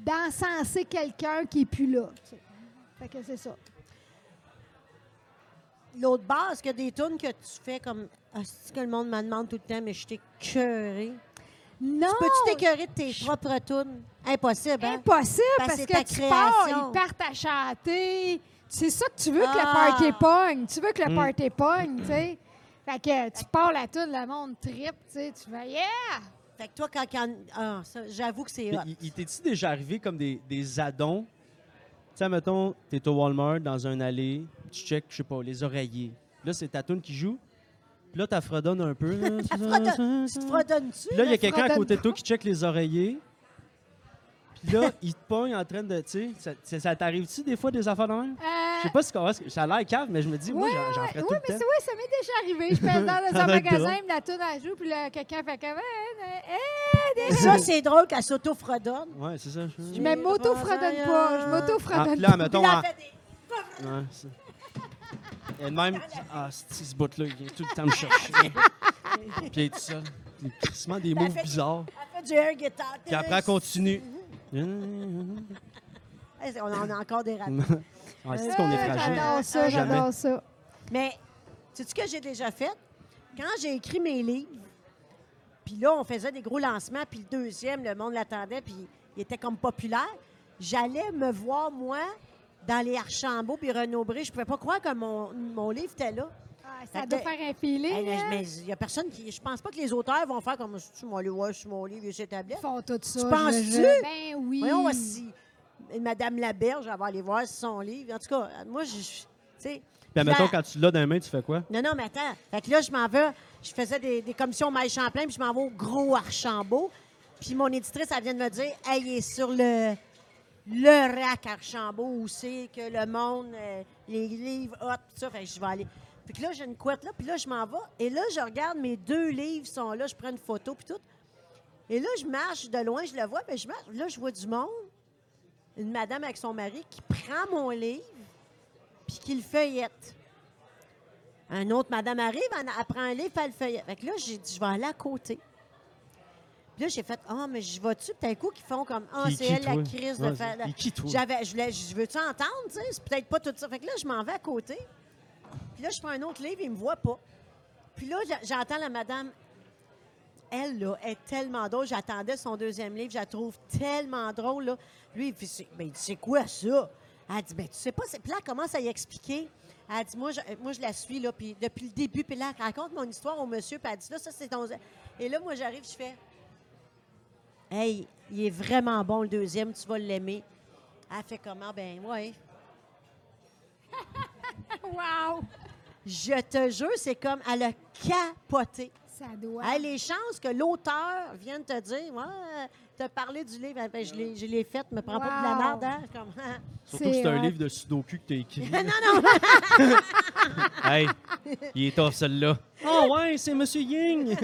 Speaker 3: d'encenser quelqu'un qui est plus là. tu sais. Fait que c'est ça.
Speaker 1: L'autre base, est-ce qu'il y a des tunes que tu fais comme. Ah, c'est que le monde me demande tout le temps, mais je t'ai cœuré.
Speaker 3: Non!
Speaker 1: Peux-tu t'écœurer de tes propres tunes? Impossible, hein?
Speaker 3: Oh! Impossible
Speaker 1: Parce
Speaker 3: parce,
Speaker 1: que
Speaker 3: que,
Speaker 1: c'est ta
Speaker 3: tu pars,
Speaker 1: création.
Speaker 3: ils partent à chanter. C'est ça que tu veux que
Speaker 1: Ah.
Speaker 3: le party pogne. Tu veux que le
Speaker 2: Mm.
Speaker 3: party pogne, tu sais. Fait que tu pars la toune, le monde trip, tu sais. Tu vas, yeah!
Speaker 1: Fait que toi, quand. quand- ah, ça, j'avoue que c'est
Speaker 2: Mais
Speaker 1: hot.
Speaker 2: il, il t'est-tu déjà arrivé comme des, des addons? Tu sais, mettons, t'es au Walmart dans un allée, tu check, je sais pas, les oreillers. Là, c'est ta toune qui joue. Puis là, t'as fredonne un peu.
Speaker 1: Tu
Speaker 2: là.
Speaker 1: te fredonnes-tu?
Speaker 2: Puis là, il y a
Speaker 3: la
Speaker 2: quelqu'un à
Speaker 3: fredonne
Speaker 2: côté de toi qui check les oreillers. Puis là, il te pogne en train de. Tu sais, ça, ça- ça t'arrive-tu des fois des affaires de même? Je
Speaker 3: Euh,
Speaker 2: sais pas si comment- ça a l'air cave, mais je me dis, moi,
Speaker 3: Ouais,
Speaker 2: j'en- j'en ferais
Speaker 3: oui,
Speaker 2: tout le
Speaker 3: mais
Speaker 2: temps.
Speaker 3: c'est- oui, ça m'est déjà arrivé. Je passe dans
Speaker 2: Ça
Speaker 3: un
Speaker 2: doit être
Speaker 3: magasin,
Speaker 2: drôle.
Speaker 3: puis la toune, elle joue, puis là, quelqu'un fait comme, Eh, eh, eh, des-
Speaker 1: Ça, c'est drôle qu'elle s'auto-fredonne.
Speaker 2: Ouais, c'est ça. je-
Speaker 3: Je ne m'auto-fredonne pas. Je
Speaker 2: Ah, puis
Speaker 3: m'auto-fredonne
Speaker 2: là,
Speaker 3: pas.
Speaker 1: Puis
Speaker 2: mettons.
Speaker 1: là,
Speaker 2: en-
Speaker 1: elle fait des-
Speaker 2: Ouais, c'est- Et de même, ah, c'est ce bout-là, il vient tout le temps me chercher. Puis il est tout seul. Il crissement des mots
Speaker 1: fait-
Speaker 2: bizarres.
Speaker 1: elle fait du air guitar.
Speaker 2: Puis après, elle continue.
Speaker 1: Hey, c'est- On en a encore des rappels.
Speaker 2: Ah, c'est qu'on est
Speaker 3: Ah,
Speaker 2: fragile.
Speaker 3: J'adore ça,
Speaker 2: Jamais.
Speaker 3: j'adore ça.
Speaker 1: Mais, sais-tu que j'ai déjà fait? Quand j'ai écrit mes livres, puis là, on faisait des gros lancements, puis le deuxième, le monde l'attendait, puis il était comme populaire. J'allais me voir, moi, dans les Archambault puis Renaud-Bré. Je pouvais pas croire que mon, mon livre était là.
Speaker 3: Ah, Ça
Speaker 1: Fait
Speaker 3: doit
Speaker 1: que-
Speaker 3: faire un feeling.
Speaker 1: Hey, mais-
Speaker 3: hein?
Speaker 1: mais il y a personne qui... Je pense pas que les auteurs vont faire comme... Tu m'as lu, ouais, sur mon livre, et ses tablettes.
Speaker 3: font tout ça.
Speaker 1: Tu
Speaker 3: je
Speaker 1: penses-tu?
Speaker 3: veux- Ben oui.
Speaker 1: Voyons voir si... Madame Laberge, elle va aller voir son livre. En tout cas, moi, je... je- Tu sais...
Speaker 2: Puis mettons,
Speaker 1: la-
Speaker 2: quand tu l'as dans la main, tu fais quoi?
Speaker 1: Non, non, mais attends. Fait que là, je m'en vais, je faisais des, des commissions Maille Champlain, puis je m'en vais au gros Archambault. Puis mon éditrice, elle vient de me dire, hey, il est sur le, le rack à Archambault où c'est que le monde, euh, les livres, hop, tout ça. Fait que je vais aller. Puis que là, j'ai une couette là, puis là, je m'en vais. Et là, je regarde, mes deux livres sont là, je prends une photo, puis tout. Et là, je marche de loin, je le vois, mais je marche. Là, je vois du monde, une madame avec son mari qui prend mon livre, puis qui le feuillette. Un autre madame arrive, elle, elle prend un livre, puis elle le feuillette. Fait que là, j'ai dit, je vais aller à côté. Puis là, j'ai fait, ah, mais je vais-tu? Puis d'un coup, qui font comme, ah,
Speaker 2: Qui-
Speaker 1: c'est
Speaker 2: qui,
Speaker 1: elle la
Speaker 2: toi?
Speaker 1: crise de
Speaker 2: Ouais,
Speaker 1: fa-
Speaker 2: c'est- qui, toi?
Speaker 1: J'avais, je voulais, je veux-tu entendre, tu sais? C'est peut-être pas tout ça. Fait que là, je m'en vais à côté. Puis là, je prends un autre livre, il me voit pas. Puis là, j'a- j'entends la madame. Elle, là, est tellement drôle. J'attendais son deuxième livre, je la trouve tellement drôle, là. Lui, il fait, c'est- ben, il dit, c'est quoi ça? Elle dit, ben, tu sais pas, c'est. Puis là, elle commence à y expliquer. Elle dit, moi, je, euh, moi, je la suis, là, puis depuis le début. Puis là, elle raconte mon histoire au monsieur, puis elle dit, là, ça, c'est ton. Et là, moi, j'arrive, je fais, hey, il est vraiment bon, le deuxième, tu vas l'aimer. Elle fait comment? Ben, ouais.
Speaker 3: Wow!
Speaker 1: Je te jure, c'est comme, elle a capoté.
Speaker 3: Ça doit.
Speaker 1: Hey, les chances que l'auteur vienne te dire, ouais, te parler du livre, ben, je l'ai- je l'ai faite, me prends pas de la
Speaker 3: Wow.
Speaker 1: merde, hein? Comme, hein.
Speaker 2: Surtout que c'est
Speaker 3: hot.
Speaker 2: un livre de Sudoku que t'as écrit. non, non! hey, il est tough, celle-là. Oh, ouais, c'est Monsieur Ying!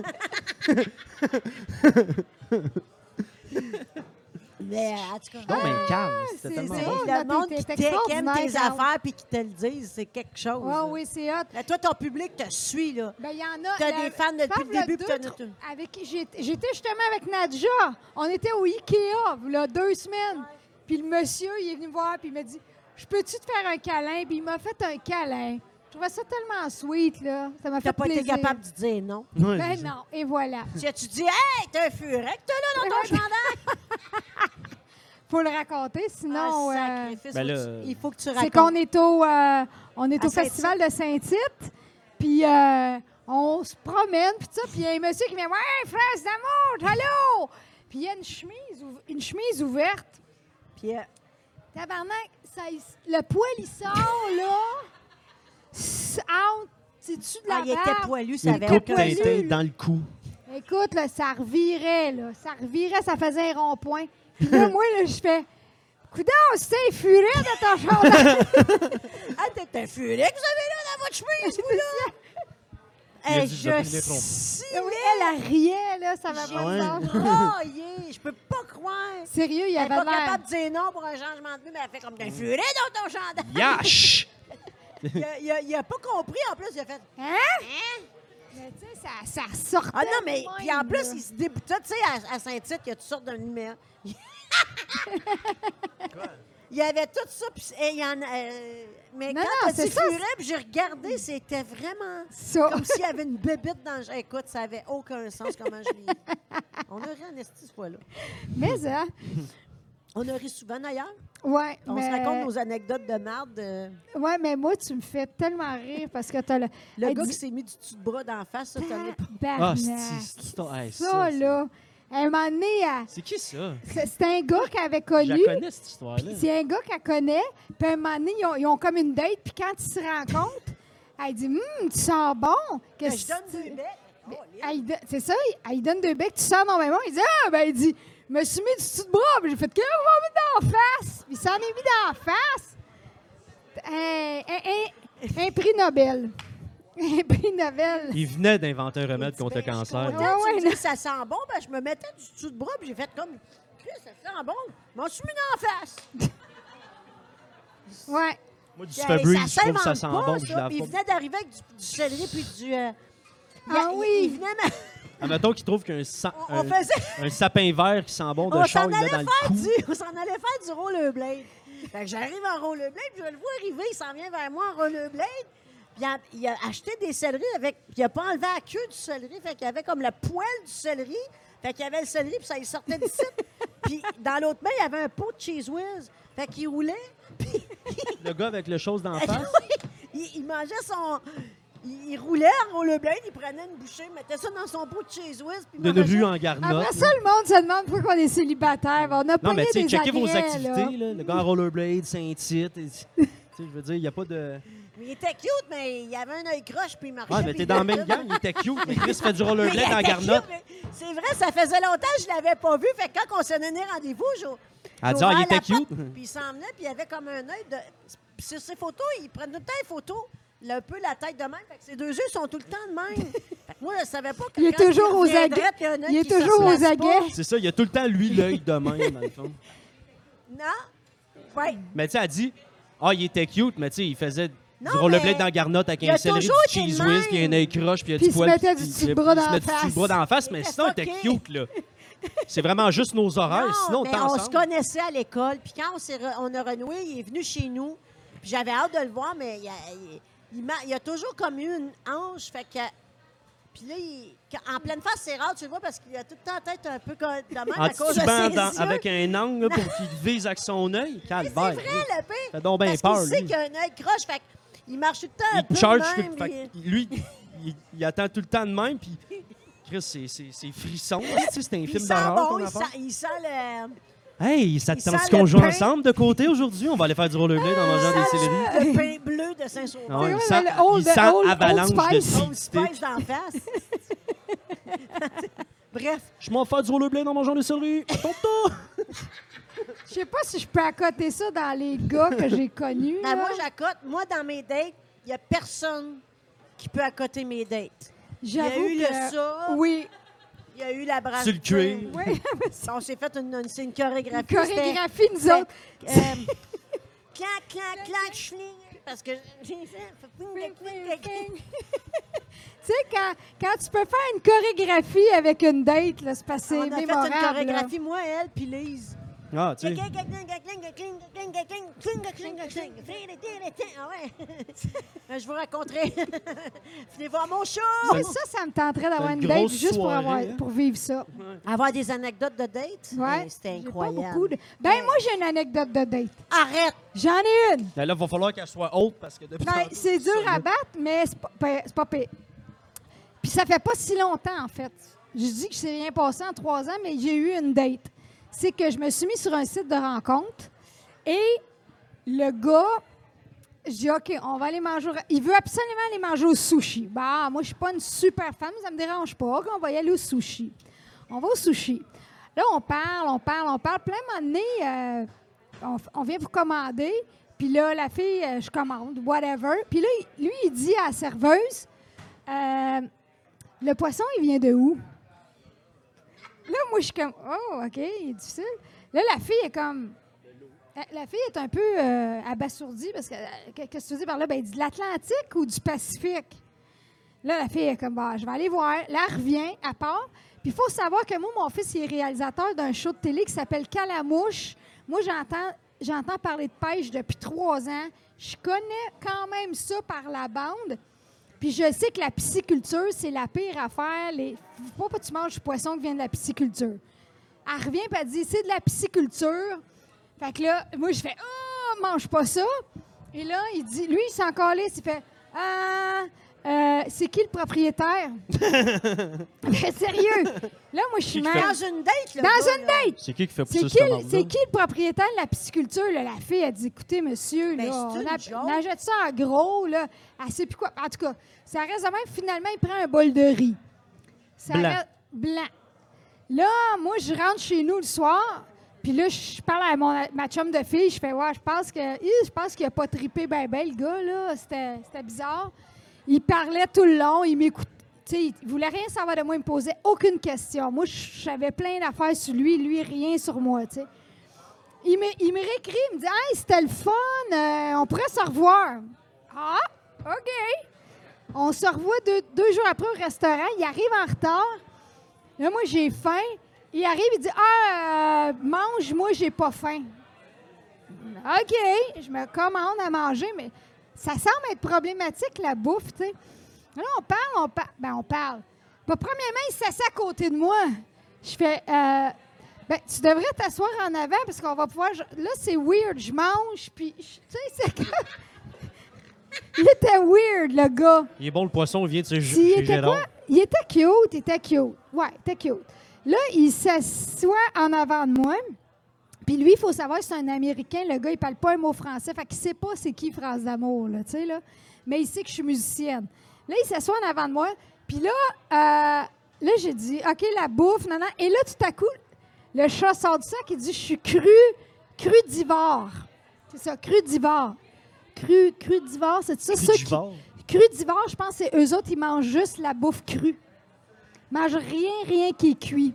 Speaker 1: Mais Ben, en tout cas,
Speaker 2: Non, mais calme,
Speaker 3: c'est
Speaker 2: c'était tellement
Speaker 1: c'est
Speaker 3: ça.
Speaker 2: bon.
Speaker 3: drôle, là,
Speaker 1: le monde
Speaker 3: t'es-
Speaker 1: qui t'a-
Speaker 3: t'es
Speaker 1: qui aime tes
Speaker 3: extraordinaire, Carl.
Speaker 1: affaires puis qui te le disent, c'est quelque chose.
Speaker 3: Ouais,
Speaker 1: là.
Speaker 3: oui, c'est hot.
Speaker 1: Mais toi, ton public te suit, là.
Speaker 3: Ben, il y en a.
Speaker 1: T'as
Speaker 3: la-
Speaker 1: des fans depuis
Speaker 3: Paf,
Speaker 1: le début,
Speaker 3: deux,
Speaker 1: puis t'as-
Speaker 3: tro- avec qui j'étais j'étais justement avec Nadja. On était au Ikea, là, deux semaines. Puis le monsieur, il est venu me voir, puis il m'a dit Je peux-tu te faire un câlin Puis il m'a fait un câlin. Je trouvais ça tellement sweet, là. Ça m'a fait
Speaker 1: T'as pas
Speaker 3: plaisir.
Speaker 1: été capable de dire non.
Speaker 2: Ouais,
Speaker 3: Ben
Speaker 2: c'est ça.
Speaker 3: non, et voilà.
Speaker 1: Si tu dis, hey, t'es un furet, que t'as là dans ton chandail.
Speaker 3: Faut le raconter, sinon.
Speaker 1: Ah,
Speaker 3: euh,
Speaker 1: sacrifice,
Speaker 2: Ben
Speaker 1: faut que
Speaker 2: là,
Speaker 1: tu- il faut que tu
Speaker 3: C'est
Speaker 1: racontes.
Speaker 3: qu'on est au, euh, on est
Speaker 1: À
Speaker 3: au festival de Saint-Tite, puis euh, on se promène, puis tout ça, puis il y a un monsieur qui vient voir Hey, Frère d'amour, allô! Puis il y a une chemise, ouv- une chemise ouverte.
Speaker 1: Puis, euh,
Speaker 3: Tabarnak, ça, il s- le poil, il sort, là. S- Out, c'est-tu de la
Speaker 1: ah, il était
Speaker 3: barbe?
Speaker 1: poilu, ça
Speaker 2: Une
Speaker 1: avait
Speaker 2: coupe
Speaker 1: aucun
Speaker 3: poilue.
Speaker 2: Tintin dans le cou.
Speaker 3: Écoute, là, ça revirait, là. Ça revirait, ça faisait un rond-point. Puis là, moi, là, je fais Coudon, c'est furé de ton chandail!
Speaker 1: Ah, t'es un furet que vous avez là dans votre chemise, vous, là.
Speaker 2: Il a
Speaker 1: Hey,
Speaker 2: dû jeter les
Speaker 1: je
Speaker 2: trompes.
Speaker 1: suis
Speaker 3: Eh Oui, Elle elle riait, là, ça va
Speaker 1: J'ai
Speaker 3: pas de sens.
Speaker 1: broyé. Je peux pas croire.
Speaker 3: Sérieux, il y
Speaker 1: Elle est pas
Speaker 3: avait l'air.
Speaker 1: capable de dire non pour un changement de vue, mais elle fait comme d'un furet dans ton chandail.
Speaker 2: Yash!
Speaker 1: Il a, il a- il a pas compris, en plus, il a fait
Speaker 3: Hein? Mais tu sais, ça, ça sortait.
Speaker 1: Ah non, mais
Speaker 3: de même,
Speaker 1: puis en plus,
Speaker 3: là.
Speaker 1: il se déboutait, tu sais, à, à Saint-Tite, il y a toutes sortes de numéros. il y avait tout ça, puis et il y en a. euh, mais
Speaker 3: Non,
Speaker 1: quand t'as
Speaker 3: non,
Speaker 1: dit
Speaker 3: c'est ça,
Speaker 1: furet, puis j'ai regardé, c'était vraiment
Speaker 3: Ça.
Speaker 1: comme s'il y avait une bébite dans le. Écoute, ça avait aucun sens comment je l'ai. On a ri en esti, ce fois-là.
Speaker 3: Mais, hein?
Speaker 1: On a ri souvent d'ailleurs.
Speaker 3: Ouais.
Speaker 1: On
Speaker 3: mais-
Speaker 1: se raconte nos anecdotes de marde. euh,
Speaker 3: Ouais, mais moi, tu me fais tellement rire parce que t'as le.
Speaker 1: Le
Speaker 3: Hey,
Speaker 1: gars
Speaker 3: dis-
Speaker 1: qui s'est mis du dessus de bras d'en face, ça, t'en es pas.
Speaker 2: Ah,
Speaker 3: Tabarnak.
Speaker 2: c'est- c'est ton- hey,
Speaker 3: ça,
Speaker 2: ça,
Speaker 3: là. À un moment donné, elle-
Speaker 2: C'est qui ça?
Speaker 3: c'est c'est un gars qu'elle avait
Speaker 2: Je
Speaker 3: connu.
Speaker 2: la connais, cette histoire-là.
Speaker 3: Puis c'est un gars qu'elle connaît. Puis à un moment donné, ils ont, ils ont comme une date. Puis quand ils se rencontrent, elle dit Hum, tu sens bon. Qu'est-ce
Speaker 1: Je
Speaker 3: que
Speaker 1: donne
Speaker 3: tu-
Speaker 1: du bec. Oh,
Speaker 3: Elle, il don- c'est ça, il- elle, il donne deux becs, tu sors normalement. Il dit Ah, ben, il dit, je me suis mis du dessus de bras, puis j'ai fait que on m'a mis d'en face. Puis il s'en est mis d'en face. Un, un- un- un prix Nobel. Un prix Nobel.
Speaker 2: Il venait d'inventer un remède
Speaker 1: Il dit,
Speaker 2: contre le
Speaker 1: ben, je suis
Speaker 2: cancer.
Speaker 1: contente,
Speaker 3: Ah
Speaker 1: tu me
Speaker 3: ouais,
Speaker 1: dis
Speaker 3: non.
Speaker 1: que ça sent bon, ben, je me mettais du dessous de bras, puis j'ai fait comme. Chris, Ça sent bon. Je m'en suis mis en face.
Speaker 3: Ouais.
Speaker 2: Moi, du
Speaker 1: Puis,
Speaker 2: Febreze,
Speaker 1: ça
Speaker 2: je trouve que ça
Speaker 1: s'invente
Speaker 2: sent
Speaker 1: pas,
Speaker 2: bon, je
Speaker 1: ça.
Speaker 2: la
Speaker 1: Puis il
Speaker 2: fous.
Speaker 1: venait d'arriver avec du, du céleri puis du. euh, il y a-
Speaker 3: Ah
Speaker 1: il-
Speaker 3: oui.
Speaker 1: Il venait. ma-
Speaker 2: Admettons Ah, qu'il trouve qu'un sa-
Speaker 1: On, on
Speaker 2: un,
Speaker 1: faisait.
Speaker 2: un sapin vert qui sent bon
Speaker 1: On
Speaker 2: de
Speaker 1: s'en
Speaker 2: char, il
Speaker 1: allait
Speaker 2: l'a dans le
Speaker 1: faire
Speaker 2: cou.
Speaker 1: du. On s'en allait faire du rollerblade. Fait que j'arrive en rollerblade, puis je le vois arriver, il s'en vient vers moi en rollerblade. Puis il a- il a acheté des céleris avec. Puis il a pas enlevé la queue du céleri. Fait qu'il y avait comme le poil du céleri. Fait qu'il y avait le céleri, puis ça il sortait d'ici. puis dans l'autre main, il y avait un pot de cheese whiz. Fait qu'il roulait. Puis
Speaker 2: Le gars avec le chose d'en face.
Speaker 1: il, il mangeait son. Il, il roulait en rollerblade, il prenait une bouchée, mettait ça dans son pot de cheese whiz. puis il
Speaker 2: D'une
Speaker 1: mangeait.
Speaker 2: rue en garnotte.
Speaker 3: Après ça, le monde se demande pourquoi on est célibataire. On a pas
Speaker 2: Non, mais tu sais,
Speaker 3: des
Speaker 2: checkez vos
Speaker 3: agrès, là.
Speaker 2: activités. là. Le gars en rollerblade, Saint-Tite. et- tu sais, Je veux dire, il n'y a pas de.
Speaker 1: Il était cute, mais il avait un œil croche puis il marchait.
Speaker 2: Ouais, mais
Speaker 1: puis
Speaker 2: t'es
Speaker 1: il
Speaker 2: dans la
Speaker 1: était-
Speaker 2: même gang, il était cute, mais Chris fait du rollerblade
Speaker 1: Mais il
Speaker 2: dans la
Speaker 1: était
Speaker 2: garnotte.
Speaker 1: cute, mais C'est vrai, ça faisait longtemps que je l'avais pas vu. Fait que quand on s'est donné rendez-vous, j'ai j'ai
Speaker 2: Elle dit, Ah, il
Speaker 1: ouvert la
Speaker 2: était cute.
Speaker 1: porte, Puis il s'en venait, puis il avait comme un œil de. Puis sur ses photos, il prennent tout le temps les photos, il a un peu la tête de même. Fait que ses deux yeux sont tout le temps de même. Fait que moi, je savais pas que
Speaker 3: Il est
Speaker 1: quand
Speaker 3: toujours aux
Speaker 1: reviendrait,
Speaker 3: aguets.
Speaker 1: puis un œil
Speaker 3: Il est
Speaker 1: qui se
Speaker 3: toujours
Speaker 1: replace
Speaker 3: aux
Speaker 1: pas.
Speaker 3: aguets.
Speaker 2: C'est ça, il y a tout le temps, lui, l'œil de même, dans le fond.
Speaker 1: Non? Oui.
Speaker 2: Mais tu sais, elle dit, ah, il était cute, mais tu sais, il faisait
Speaker 1: Non,
Speaker 2: du rollerblade
Speaker 1: mais
Speaker 2: dans la garnotte avec
Speaker 1: il a
Speaker 2: un céleri,
Speaker 1: toujours
Speaker 2: du
Speaker 1: été
Speaker 2: cheese
Speaker 1: le
Speaker 2: whiz,
Speaker 1: même.
Speaker 2: puis un œil croche, puis il y a
Speaker 3: Puis
Speaker 2: du
Speaker 3: il se
Speaker 2: poil.
Speaker 3: mettait
Speaker 2: puis
Speaker 3: du
Speaker 2: il-
Speaker 3: petit bras
Speaker 2: il se
Speaker 3: dans
Speaker 2: met
Speaker 3: la
Speaker 2: du petit
Speaker 3: face.
Speaker 2: bras dans la face, mais
Speaker 1: était
Speaker 2: sinon, il était
Speaker 1: fucké.
Speaker 2: cute, là. C'est vraiment juste nos horaires,
Speaker 1: Non,
Speaker 2: sinon,
Speaker 1: mais
Speaker 2: t'es
Speaker 1: on se
Speaker 2: ensemble.
Speaker 1: connaissait à l'école. Puis quand on, s'est re- on a renoué, il est venu chez nous. Puis j'avais hâte de le voir, mais il a, il- il m'a- il a toujours comme eu une hanche. Fait que. Puis là, il- quand- en pleine face, c'est rare, tu le vois, parce qu'il a tout le temps la tête un peu comme de même
Speaker 2: En
Speaker 1: à
Speaker 2: te
Speaker 1: cause de ses
Speaker 2: tubant dans-
Speaker 1: yeux.
Speaker 2: avec un angle là, pour qu'il te vise avec son œil. Calvaire.
Speaker 1: C'est vrai, le pire.
Speaker 2: Fait donc bien
Speaker 1: parce
Speaker 2: peur,
Speaker 1: qu'il sait
Speaker 2: lui.
Speaker 1: qu'il a un œil croche. Fait qu'il marche tout le temps un peu
Speaker 2: il
Speaker 1: de
Speaker 2: charge.
Speaker 1: même,
Speaker 2: fait-
Speaker 1: puis-
Speaker 2: fait que lui, il, il attend tout le temps de même, puis Chris, c'est- c'est c'est frisson. tu sais, C'est un
Speaker 1: puis
Speaker 2: film
Speaker 1: il sent
Speaker 2: d'horreur
Speaker 1: bon,
Speaker 2: qu'on
Speaker 1: il
Speaker 2: a
Speaker 1: sent, il sent le...
Speaker 2: Hey, ça te
Speaker 1: il sent
Speaker 2: tente
Speaker 1: le
Speaker 2: qu'on joue
Speaker 1: pain.
Speaker 2: ensemble de côté aujourd'hui? On va aller faire du rollerblade en mangeant des céleris.
Speaker 1: le pain bleu de Saint-Sauveur.
Speaker 2: Ah ouais, il
Speaker 3: Ouais,
Speaker 2: sent,
Speaker 3: Ah, mais le old-
Speaker 2: il sent
Speaker 3: old- old
Speaker 2: avalanche de
Speaker 3: spice.
Speaker 1: On
Speaker 2: six
Speaker 1: se
Speaker 2: sticks.
Speaker 1: pèse d'en face. Bref,
Speaker 2: Je m'en fais du rollerblade en mangeant des céleris. Attends-toi!
Speaker 3: Je sais pas si je peux accoter ça dans les gars que j'ai connus.
Speaker 1: ben,
Speaker 3: là.
Speaker 1: moi, j'accote. Moi, dans mes dates, il n'y a personne qui peut accoter mes dates. Il y a
Speaker 3: J'avoue
Speaker 1: eu
Speaker 3: que...
Speaker 1: le ça,
Speaker 3: Oui,
Speaker 1: il y a eu la brasse.
Speaker 2: Sur le cuir.
Speaker 3: oui.
Speaker 1: On s'est fait une, une- c'est une chorégraphie.
Speaker 3: chorégraphie, nous autres.
Speaker 1: C'était, euh, clac, clac, clac, schling. Parce que j'ai fait.
Speaker 3: Ping, ping, ping. tu sais, quand, quand tu peux faire une chorégraphie avec une date, là, c'est parce que
Speaker 1: On
Speaker 3: c'est
Speaker 1: a fait une
Speaker 3: mémorable. là.
Speaker 1: chorégraphie, moi, elle, puis Lise.
Speaker 2: Ah, tu sais.
Speaker 1: Ah ouais. Je vous raconterai. Venez voir mon show.
Speaker 3: Moi, ça, ça me tenterait d'avoir
Speaker 2: une
Speaker 3: une, date
Speaker 2: grosse
Speaker 3: juste
Speaker 2: soirée,
Speaker 3: pour, avoir,
Speaker 2: hein?
Speaker 3: pour vivre ça.
Speaker 1: Avoir des anecdotes de date,
Speaker 3: Ouais.
Speaker 1: mais c'était
Speaker 3: J'ai pas
Speaker 1: incroyable.
Speaker 3: beaucoup de- Ben, moi, j'ai une anecdote de date.
Speaker 1: Arrête!
Speaker 3: J'en ai une.
Speaker 2: Mais là, il va falloir qu'elle soit haute parce que depuis.
Speaker 3: Ben,
Speaker 2: tantôt,
Speaker 3: c'est dur
Speaker 2: ça,
Speaker 3: à
Speaker 2: là.
Speaker 3: battre, mais c'est pas, pa- c'est pas pire. Puis ça fait pas si longtemps, en fait. Je dis que je sais rien passé en trois ans, mais j'ai eu une date. C'est que je me suis mis sur un site de rencontre et le gars, je dis OK, on va aller manger. au ra- Il veut absolument aller manger au sushi. Bah, moi, je suis pas une super femme, ça me dérange pas. OK, on va y aller au sushi. On va au sushi. Là, on parle, on parle, on parle. Puis là, à un moment donné, euh, on, f- on vient pour commander. Puis là, la fille, euh, je commande, whatever. Puis là, il- lui, il dit à la serveuse, euh, le poisson, il vient de où? Là, moi, je suis comme, oh, OK, il est difficile. Là, la fille est comme, la- la fille est un peu euh, abasourdie parce que, euh, que- qu'est-ce que tu dis par là? Ben, il dit de l'Atlantique ou du Pacifique? Là, la fille est comme, bah, je vais aller voir. Là, elle revient, à part. Puis il faut savoir que moi, mon fils, il est réalisateur d'un show de télé qui s'appelle Calamouche. Moi, j'entends, j'entends parler de pêche depuis trois ans. Je connais quand même ça par la bande. Puis je sais que la pisciculture, c'est la pire affaire. Les... Faut pas que tu manges du poisson qui vient de la pisciculture. Elle revient et elle dit c'est de la pisciculture. Fait que là, moi, je fais Ah, mange pas ça. Et là, il dit lui, il s'en calisse. Il fait Ah, euh, c'est qui le propriétaire? Mais sérieux! Là, moi, je suis
Speaker 2: Qui qui fait-
Speaker 3: mal.
Speaker 1: Dans une date, là.
Speaker 3: Dans
Speaker 1: gars,
Speaker 3: une
Speaker 1: là.
Speaker 3: date!
Speaker 2: C'est qui qui fait pousser
Speaker 3: C'est qui,
Speaker 2: cette
Speaker 3: le-
Speaker 2: marde-là?
Speaker 3: c'est qui le propriétaire de la pisciculture? là? La fille a dit écoutez, monsieur,
Speaker 1: Ben,
Speaker 3: là,
Speaker 1: c'est une
Speaker 3: on, a-
Speaker 1: joke.
Speaker 3: on achète ça en gros, là. Elle sait plus quoi. En tout cas, ça reste de même. Finalement, il prend un bol de riz. Ça
Speaker 2: Blanc.
Speaker 3: reste blanc. Là, moi, je rentre chez nous le soir, puis là, je parle à mon, ma chum de fille, je fais Ouais, je pense que. Hi, je pense qu'il a pas trippé ben ben, le gars, là. C'était c'était bizarre. Il parlait tout le long, il m'écoutait. Tu sais, il voulait rien savoir de moi, il me posait aucune question. Moi, je- j'avais plein d'affaires sur lui, lui, rien sur moi, tu sais. Il me, il me réécrit, il me dit Hey, c'était le fun, euh, on pourrait se revoir. Ah, OK. On se revoit deux, deux jours après au restaurant. Il arrive en retard. Là, moi, j'ai faim. Il arrive, il dit Ah, euh, mange, moi, j'ai pas faim. OK. Je me commande à manger, mais ça semble être problématique, la bouffe, tu sais. Là, on parle, on parle. Ben, on parle. Bah, premièrement, il s'assied à côté de moi. Je fais euh, ben, tu devrais t'asseoir en avant parce qu'on va pouvoir. Là, c'est weird. Je mange, puis. je- Tu sais, c'est comme. il était weird, le gars.
Speaker 2: Il est bon, le poisson, il vient de chez
Speaker 3: Puis il
Speaker 2: chez
Speaker 3: était
Speaker 2: Gérard.
Speaker 3: quoi? Il était cute, il était cute. Ouais, il était cute. Là, il s'assoit en avant de moi. Puis lui, il faut savoir que c'est un Américain. Le gars, il parle pas un mot français. Fait qu'il sait pas c'est qui France d'amour, là, tu sais, là. Mais il sait que je suis musicienne. Là, il s'assoit en avant de moi. Puis là, euh, là, j'ai dit, OK, la bouffe, non, non. Et là, tout à coup, le chat sort du sac et dit, je suis cru, cru d'ivore. C'est ça, cru d'ivore. Cru, cru d'ivore, c'est ça? ceux qui-
Speaker 2: Crudivore.
Speaker 3: Crudivore, je pense, c'est eux autres, ils mangent juste la bouffe crue. Ils mangent rien, rien qui est cuit.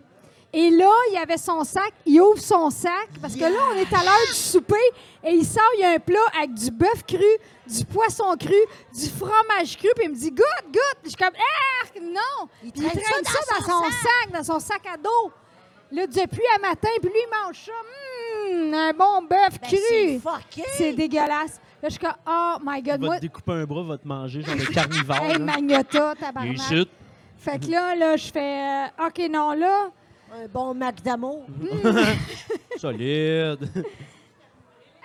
Speaker 3: Et là, il avait son sac, il ouvre son sac, parce que là, on est à l'heure du souper, et il sort, il y a un plat avec du bœuf cru, du poisson cru, du fromage cru, puis il me dit goûte, goûte. Je suis comme, ah, non!
Speaker 1: Il
Speaker 3: Puis il traîne ça dans, son sac. dans son sac à dos. Là, depuis à matin, puis lui, il mange ça. Hum, un bon bœuf
Speaker 1: Ben, c'est
Speaker 3: cru.
Speaker 1: fucké!
Speaker 3: C'est dégueulasse. Là, je suis comme, oh my God,
Speaker 2: Va
Speaker 3: moi,
Speaker 2: te découper un bras, va te manger, genre de carnivore.
Speaker 3: Hey,
Speaker 2: là.
Speaker 3: Magnota,
Speaker 2: Il
Speaker 3: tabarnak.
Speaker 2: chute.
Speaker 3: Fait que là, là, je fais euh, OK, non, là.
Speaker 1: Un bon Mac d'amour.
Speaker 2: Solide.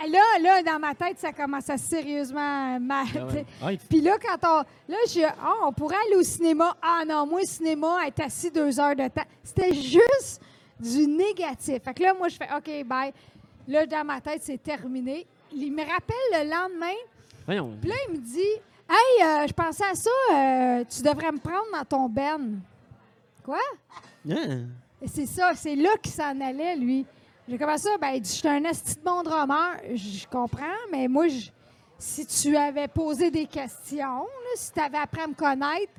Speaker 3: Là, là, dans ma tête, ça commence à sérieusement mal.
Speaker 2: Ah ouais. Ah, il-
Speaker 3: Puis là, quand on. Là, j'ai. Ah, on pourrait aller au cinéma. Ah non, moi, le cinéma, être assis deux heures de temps. C'était juste du négatif. Fait que là, moi, je fais OK, bye. Là, dans ma tête, c'est terminé. Il me rappelle le lendemain.
Speaker 2: Voyons.
Speaker 3: Puis là, il me dit Hey, euh, je pensais à ça. euh, tu devrais me prendre dans ton ben. Quoi?
Speaker 2: Hein?
Speaker 3: Et C'est ça, c'est là qu'il s'en allait, lui. J'ai commencé ça, ben, il dit, je suis un asti de bon drummer. Je comprends, mais moi, je- si tu avais posé des questions, là, si tu avais appris à me connaître,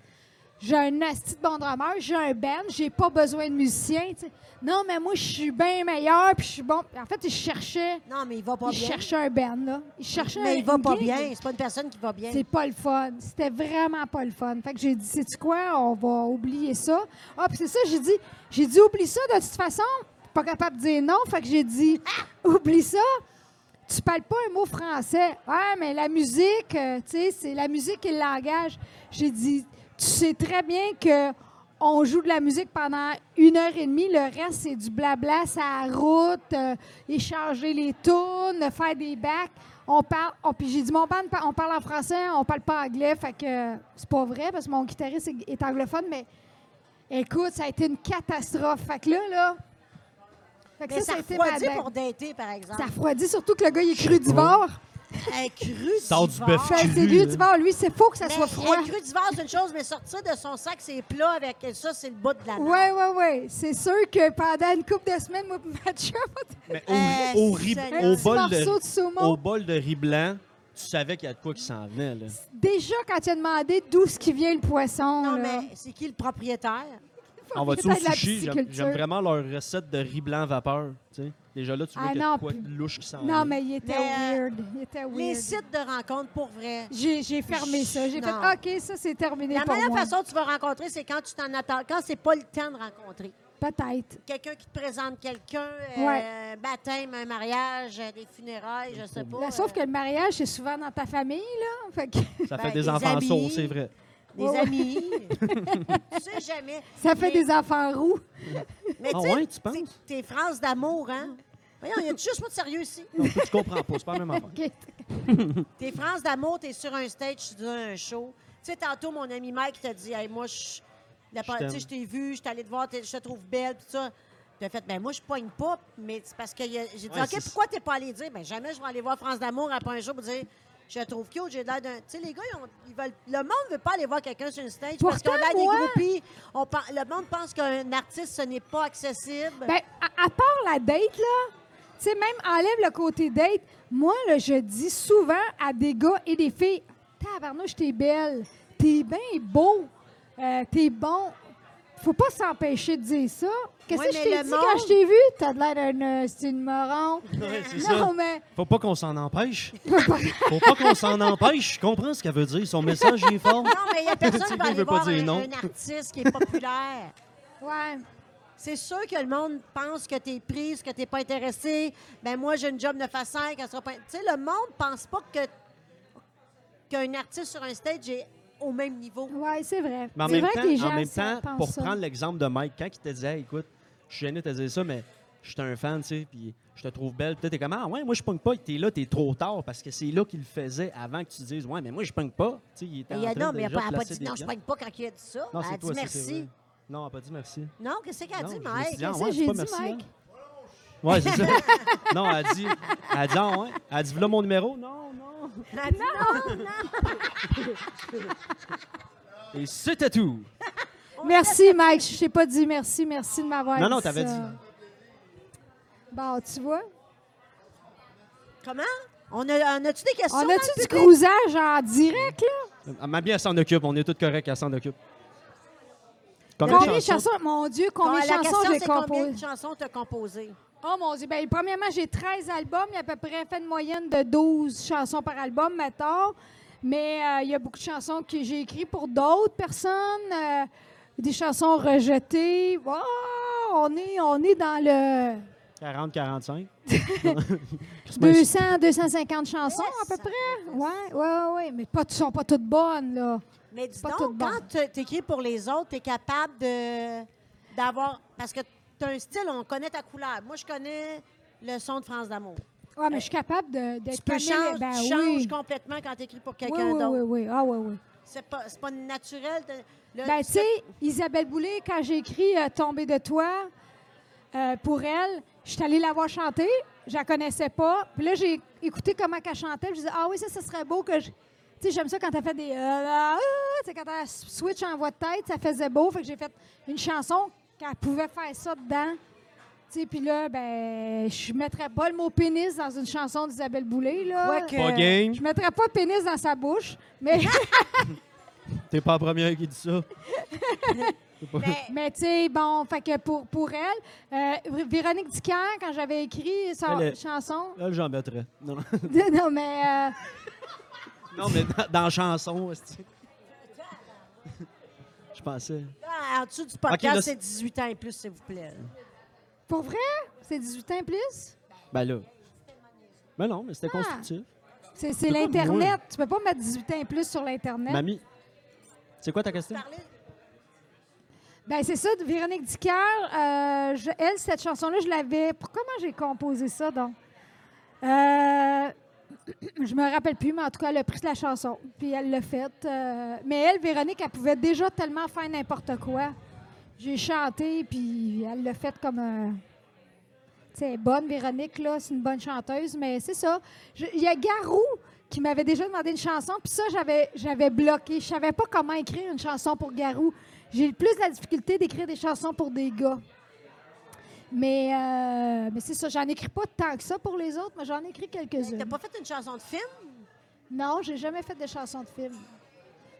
Speaker 3: j'ai un asti de bon drummer, j'ai un band, j'ai pas besoin de musicien. tu sais. Non, mais moi, je suis bien meilleur, puis je suis bon. En fait, il cherchait,
Speaker 1: Non, mais il va pas
Speaker 3: il
Speaker 1: bien.
Speaker 3: cherchait un band, là. Il cherchait un
Speaker 1: Mais il va
Speaker 3: une
Speaker 1: pas
Speaker 3: gig.
Speaker 1: bien. C'est pas une personne qui va bien.
Speaker 3: C'est pas le fun. C'était vraiment pas le fun. Fait que j'ai dit, sais-tu quoi, on va oublier ça. Ah, puis c'est ça, j'ai dit, j'ai dit, oublie ça, de toute façon, pas capable de dire non. Fait que j'ai dit, oublie ça, tu parles pas un mot français. Ouais, mais la musique, euh, tu sais, c'est la musique et le langage. J'ai dit, tu sais très bien que on joue de la musique pendant une heure et demie. Le reste, c'est du blabla, ça route, euh, échanger les tunes, faire des bacs. On parle, on- puis j'ai dit, mon band, pa- on parle en français, on parle pas anglais, fait que euh, c'est pas vrai parce que mon guitariste est- est anglophone, mais écoute, ça a été une catastrophe. Fait que là, là. Fait que
Speaker 1: Mais ça,
Speaker 3: a été ma
Speaker 1: refroidit
Speaker 3: date.
Speaker 1: pour dater, par exemple.
Speaker 3: Ça refroidit, surtout que le gars, il est cru d'ivore.
Speaker 1: Un cru
Speaker 2: Sort du
Speaker 1: d'hiver.
Speaker 2: bœuf.
Speaker 3: Fait que C'est
Speaker 2: Cru,
Speaker 3: lui
Speaker 2: là.
Speaker 3: d'ivore, lui, c'est faux que ça
Speaker 1: Mais
Speaker 3: soit froid.
Speaker 1: Un Ben, cru d'hiver, c'est une chose, mais sortir de son sac, c'est plat avec ça, c'est le bout de la main.
Speaker 3: Ouais, ouais, ouais. C'est sûr que pendant une couple de semaines, moi, pis ma chum,
Speaker 2: Mais au,
Speaker 1: Euh,
Speaker 2: au, riz-
Speaker 1: Seigneur.
Speaker 2: au
Speaker 3: un
Speaker 1: Au
Speaker 3: petit
Speaker 2: bol
Speaker 3: morceau
Speaker 2: de,
Speaker 3: de saumon.
Speaker 2: au bol de riz blanc, tu savais qu'il y a de quoi qui s'en venait. Là.
Speaker 3: Déjà, quand tu as demandé d'où ce qui vient le poisson,
Speaker 1: Non,
Speaker 3: là,
Speaker 1: mais c'est qui le propriétaire?
Speaker 2: On va-tu
Speaker 3: de
Speaker 2: au
Speaker 3: la
Speaker 2: sushi? J'aime-
Speaker 3: pisciculture.
Speaker 2: J'aime vraiment leur recette de riz blanc vapeur. tu sais. Déjà là, tu vois
Speaker 3: Ah
Speaker 2: qu'il y a
Speaker 3: non,
Speaker 2: de quoi
Speaker 3: puis-
Speaker 2: de louche qui s'en
Speaker 3: non,
Speaker 2: vient.
Speaker 3: mais il était
Speaker 1: Mais, euh,
Speaker 3: weird. Il était
Speaker 1: Les
Speaker 3: weird.
Speaker 1: sites de rencontres, pour vrai.
Speaker 3: J'ai j'ai fermé ça. J'ai fait
Speaker 1: Non.
Speaker 3: OK, ça, c'est terminé
Speaker 1: La
Speaker 3: pour
Speaker 1: meilleure
Speaker 3: moi.
Speaker 1: façon que tu vas rencontrer, c'est quand tu t'en attends, quand c'est pas le temps de rencontrer.
Speaker 3: Peut-être.
Speaker 1: Quelqu'un qui te présente quelqu'un, euh,
Speaker 3: Ouais.
Speaker 1: baptême, un mariage, euh, des funérailles, je sais pas.
Speaker 3: Ben, sauf
Speaker 1: euh,
Speaker 3: que le mariage, c'est souvent dans ta famille, là. Fait que
Speaker 2: Ça
Speaker 1: ben,
Speaker 2: fait des
Speaker 1: des
Speaker 2: enfants
Speaker 1: amis.
Speaker 2: sourds, c'est vrai.
Speaker 1: Des
Speaker 3: Ouais, ouais.
Speaker 1: amis. tu sais jamais.
Speaker 3: ça fait
Speaker 1: Mais-
Speaker 3: des enfants roux.
Speaker 1: Mais
Speaker 2: Ah
Speaker 1: tu sais,
Speaker 2: ouais, tu penses?
Speaker 1: t'es- T'es phrases d'amour, hein? Voyons, y a juste moi de sérieux ici.
Speaker 2: Non, toi, tu comprends pas, c'est pas la même affaire.
Speaker 3: OK.
Speaker 1: Tes phrases d'amour, t'es sur un stage, tu donnes un show. Tu sais, tantôt, mon ami Mike t'a dit, hey, moi, je. la pre-
Speaker 2: Je t'aime.
Speaker 1: Tu sais, je t'ai vu, je suis allée te voir, t'es- je te trouve belle, tout ça. Tu as fait, ben moi, je poigne pas, mais c'est parce que y a- j'ai dit,
Speaker 2: Ouais,
Speaker 1: OK,
Speaker 2: c'est-
Speaker 1: pourquoi t'es pas allé dire? Ben jamais je vais aller voir France d'amour après un show pour dire, je te trouve cute, j'ai l'air d'un. Tu sais, les gars, ils ont- ils veulent. Le monde veut pas aller voir quelqu'un sur une stage parce qu'on
Speaker 3: Pourtant,
Speaker 1: a des
Speaker 3: moi-
Speaker 1: groupies. On, pen- le monde pense qu'un artiste, ce n'est pas accessible.
Speaker 3: Ben, à, à part la date, là, tu sais, même enlève le côté date. Moi, là, je dis souvent à des gars et des filles Tabarnouche, t'es belle, t'es bien beau, euh, t'es bon. Faut pas s'empêcher de dire ça. Qu'est-ce
Speaker 1: Ouais,
Speaker 3: que je
Speaker 1: mais
Speaker 3: t'ai
Speaker 1: le
Speaker 3: dit
Speaker 1: monde-
Speaker 3: quand je t'ai vu? T'as de l'air d'un euh, c'est une moron.
Speaker 2: Ouais, c'est ça.
Speaker 3: Non, mais.
Speaker 2: Faut pas qu'on s'en empêche. Faut pas qu'on s'en empêche. Je comprends ce qu'elle veut dire. Son message il est fort.
Speaker 1: Non, mais il n'y a personne
Speaker 2: Tu
Speaker 1: qui
Speaker 2: sais,
Speaker 1: va
Speaker 2: il
Speaker 1: aller
Speaker 2: veut pas
Speaker 1: voir
Speaker 2: dire
Speaker 1: un,
Speaker 2: non.
Speaker 1: un artiste qui est populaire.
Speaker 3: Ouais.
Speaker 1: C'est sûr que le monde pense que tu es prise, que tu n'es pas intéressée. Ben moi, j'ai une job 9 à 5, elle sera pas... Tu sais, le monde pense pas que qu'un artiste sur un stage est au même niveau.
Speaker 3: Ouais, c'est vrai.
Speaker 2: Mais en
Speaker 3: C'est
Speaker 2: même
Speaker 3: vrai
Speaker 2: temps,
Speaker 3: que les gens
Speaker 2: en même
Speaker 3: ça,
Speaker 2: temps,
Speaker 3: pensent
Speaker 2: pour
Speaker 3: ça.
Speaker 2: prendre l'exemple de Mike, quand il te disait Hey, écoute, je suis gêné de te dire ça, mais je suis un fan, tu sais, puis je te trouve belle. Peut-être t'es comme Ah ouais, moi je pogne pas, t'es là, t'es trop tard parce que c'est là qu'il le faisait avant que tu dises Ouais, mais moi je pogne pas. Tu sais, il était
Speaker 1: Mais il
Speaker 2: en
Speaker 1: y a-
Speaker 2: train
Speaker 1: non,
Speaker 2: de
Speaker 1: mais elle
Speaker 2: déjà
Speaker 1: n'a pas
Speaker 2: placer
Speaker 1: dit
Speaker 2: des
Speaker 1: non, je
Speaker 2: bières.
Speaker 1: ne pas quand il a dit ça. elle
Speaker 2: Non,
Speaker 1: a
Speaker 2: c'est
Speaker 1: dit
Speaker 2: toi, ça, c'est
Speaker 1: merci.
Speaker 2: vrai. Non, elle a pas dit merci.
Speaker 1: Non, qu'est-ce qu'elle a
Speaker 2: Non,
Speaker 1: dit,
Speaker 2: je me suis
Speaker 1: Mike?
Speaker 2: dit, Ah,
Speaker 3: Qu'est-ce que
Speaker 2: ouais,
Speaker 3: j'ai
Speaker 2: c'est pas
Speaker 3: dit,
Speaker 2: merci,
Speaker 3: Mike?
Speaker 2: hein? Ouais, c'est ça. non, elle dit, elle dit, ah, ouais. Elle dit, voilà mon numéro. Non, non.
Speaker 1: Elle dit,
Speaker 2: Et c'était tout.
Speaker 3: Merci, Mike. Je t'ai pas dit merci. Merci de m'avoir
Speaker 2: Non,
Speaker 3: dit
Speaker 2: non, t'avais
Speaker 3: ça.
Speaker 2: dit.
Speaker 3: Bon, tu vois.
Speaker 1: Comment? On a, on a-tu des questions?
Speaker 3: On
Speaker 1: dans le
Speaker 3: a-tu du
Speaker 1: public?
Speaker 3: cruisage en direct, là?
Speaker 2: Ah, Ma bien, elle s'en occupe. On est tous corrects, elle s'en occupe.
Speaker 3: Combien de chansons? Mon Dieu, combien de
Speaker 1: la
Speaker 3: chansons
Speaker 1: question,
Speaker 3: j'ai
Speaker 1: c'est combien de
Speaker 3: composées?
Speaker 1: chansons t'as composées?
Speaker 3: Oh mon Dieu, ben premièrement, j'ai 13 albums. Il y a à peu près fait une moyenne de 12 chansons par album, mettons. Mais euh, il y a beaucoup de chansons que j'ai écrites pour d'autres personnes. euh, des chansons rejetées. Wow! on, est, on est dans
Speaker 1: Ben,
Speaker 3: le
Speaker 2: 40, 45.
Speaker 3: 200, 250 chansons à peu
Speaker 1: Yes.
Speaker 3: près. Oui, oui, oui. Mais pas, sont pas toutes bonnes, là.
Speaker 1: Mais dis
Speaker 3: Pas
Speaker 1: donc,
Speaker 3: toutes bonnes.
Speaker 1: quand tu écris pour les autres, tu es capable de d'avoir. Parce que tu as un style, on connaît ta couleur. Moi, je connais le son de France d'amour.
Speaker 3: Oui, mais je suis capable de, de
Speaker 1: Tu peux
Speaker 3: caler-
Speaker 1: changer,
Speaker 3: ben
Speaker 1: tu
Speaker 3: oui.
Speaker 1: changes complètement quand tu écris pour
Speaker 3: Oui,
Speaker 1: quelqu'un
Speaker 3: oui,
Speaker 1: d'autre.
Speaker 3: oui, oui. Ah, oui, oui.
Speaker 1: C'est pas, c'est pas naturel. de- le-
Speaker 3: Ben, tu sais, Isabelle Boulay, quand j'ai écrit euh, Tomber de toi euh, pour elle, je suis allée la voir chanter. Je la connaissais pas. Puis là, j'ai écouté comment qu'elle chantait. puis Je disais, ah oui, ça, ce serait beau que je. Tu sais, j'aime ça quand elle fait des. euh, ah, ah, tu sais, quand elle switch en voix de tête, ça faisait beau. Fait que j'ai fait une chanson qu'elle pouvait faire ça dedans. Tu sais, puis là, ben, je mettrais pas le mot pénis dans une chanson d'Isabelle Boulay, là.
Speaker 1: Quoique.
Speaker 2: Pas game.
Speaker 3: Je mettrais pas pénis dans sa bouche, mais.
Speaker 2: T'es pas la première qui dit ça. Ben-
Speaker 1: mais-
Speaker 3: Mais tu sais, bon, fait que pour, pour elle, euh, Véronique Dicker, quand j'avais écrit sa
Speaker 2: Elle est-
Speaker 3: chanson,
Speaker 2: Là, j'en mettrais. Non, non.
Speaker 3: non, mais euh,
Speaker 2: Non, mais dans, dans chanson, est-ce que- Je pensais.
Speaker 1: Ah, en dessous du podcast,
Speaker 2: Ok, là,
Speaker 1: c'est 18 ans et plus, s'il vous plaît.
Speaker 3: pour vrai, c'est 18 ans plus.
Speaker 2: Ben là. Ben non, mais c'était constructif.
Speaker 3: C'est, c'est
Speaker 2: peux pas mourir.
Speaker 3: l'Internet. Tu peux pas mettre 18 ans plus sur l'Internet.
Speaker 2: Mamie, c'est quoi ta question?
Speaker 1: Parler-
Speaker 3: Ben, c'est ça, de Véronique Dicker, euh, je- elle, cette chanson-là, je l'avais. pour- Comment j'ai composé ça, donc? Euh, je me rappelle plus, mais en tout cas, elle a pris la chanson, puis elle l'a faite. euh, mais elle, Véronique, elle pouvait déjà tellement faire n'importe quoi. J'ai chanté, puis elle l'a faite comme. un- tu sais, elle est bonne, Véronique, là, c'est une bonne chanteuse, mais c'est ça. Je- Il y a Garou qui m'avait déjà demandé une chanson, puis ça, j'avais, j'avais bloqué. Je savais pas comment écrire une chanson pour Garou. J'ai le plus la difficulté d'écrire des chansons pour des gars. Mais, euh, mais c'est ça, j'en écris pas tant que ça pour les autres, mais j'en écris quelques-unes.
Speaker 1: T'as pas fait une chanson de film?
Speaker 3: Non, j'ai jamais fait de chanson de film.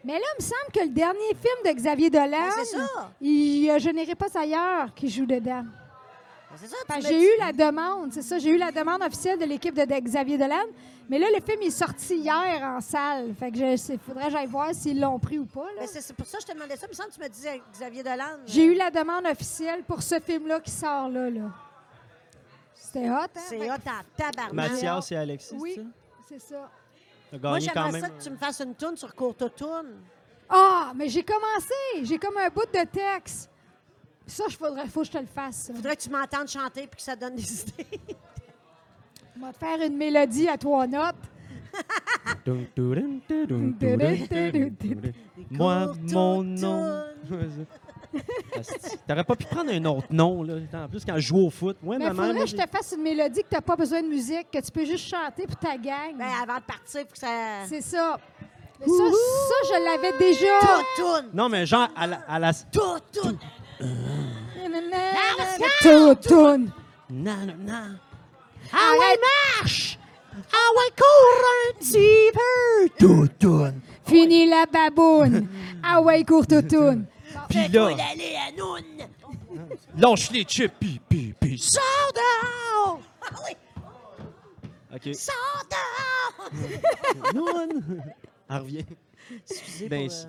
Speaker 3: Mais là, il me semble que le dernier film de Xavier Dolan,
Speaker 1: Ben, c'est ça.
Speaker 3: il euh, Je n'irai pas ailleurs qui joue dedans.
Speaker 1: Ben, C'est ça, tu
Speaker 3: Parce que
Speaker 1: m'as
Speaker 3: j'ai
Speaker 1: dit-
Speaker 3: eu la demande, c'est ça, j'ai eu la demande officielle de l'équipe de, de Xavier Dolan. Mais là, le film est sorti hier en salle. Fait que il faudrait que j'aille voir s'ils l'ont pris ou pas. là.
Speaker 1: Ben, c'est c'est pour ça que je te demandais ça. Il me semble que tu me disais Xavier Dolan. euh,
Speaker 3: J'ai eu la demande officielle pour ce film-là qui sort là. là. C'était hot, hein? Fait
Speaker 1: C'est
Speaker 3: que-
Speaker 1: hot en tabarnak.
Speaker 2: Mathias et Alexis,
Speaker 3: Oui,
Speaker 2: tu sais.
Speaker 3: c'est ça.
Speaker 2: T'as
Speaker 1: Moi,
Speaker 2: gagné quand
Speaker 1: j'aimerais
Speaker 2: même.
Speaker 1: ça que tu me fasses une tourne sur Courte-Tourne.
Speaker 3: Ah, mais j'ai commencé! J'ai comme un bout de texte. Ça, il faudrait, faut que je te le fasse. ça.
Speaker 1: Il faudrait que tu m'entendes chanter puis que ça te donne des idées.
Speaker 3: On va te faire une mélodie à trois notes.
Speaker 2: Moi, mon nom. Asti, T'aurais pas pu prendre un autre nom, là. En plus, quand je joue au foot. Ouais,
Speaker 3: Mais
Speaker 2: maman.
Speaker 3: faudrait
Speaker 2: moi,
Speaker 3: que je
Speaker 2: j'ai-
Speaker 3: te fasse une mélodie que t'as pas besoin de musique, que tu peux juste chanter pour ta gang.
Speaker 1: Ben, avant de partir, pour que ça.
Speaker 3: C'est ça. Mais ça, ça, je l'avais déjà.
Speaker 1: Courte-Tourne!
Speaker 2: Non, mais genre, à la. à la-
Speaker 1: Courte-Tourne!
Speaker 3: Tout, tout.
Speaker 2: Non, non, non.
Speaker 3: Ah ouais,
Speaker 2: Marche! Ah ouais, cours un petit peu! Tout, tout.
Speaker 3: Fini la baboune. Ah ouais, court tout.
Speaker 2: Puis
Speaker 3: ben,
Speaker 2: là. Lâche les chips, pis, pis, pis. Sors dehors!
Speaker 1: Ah oui!
Speaker 2: OK.
Speaker 1: Sors dehors!
Speaker 2: Noun! Elle revient.
Speaker 1: Excusez
Speaker 2: Ben,
Speaker 1: pour, euh,
Speaker 2: si-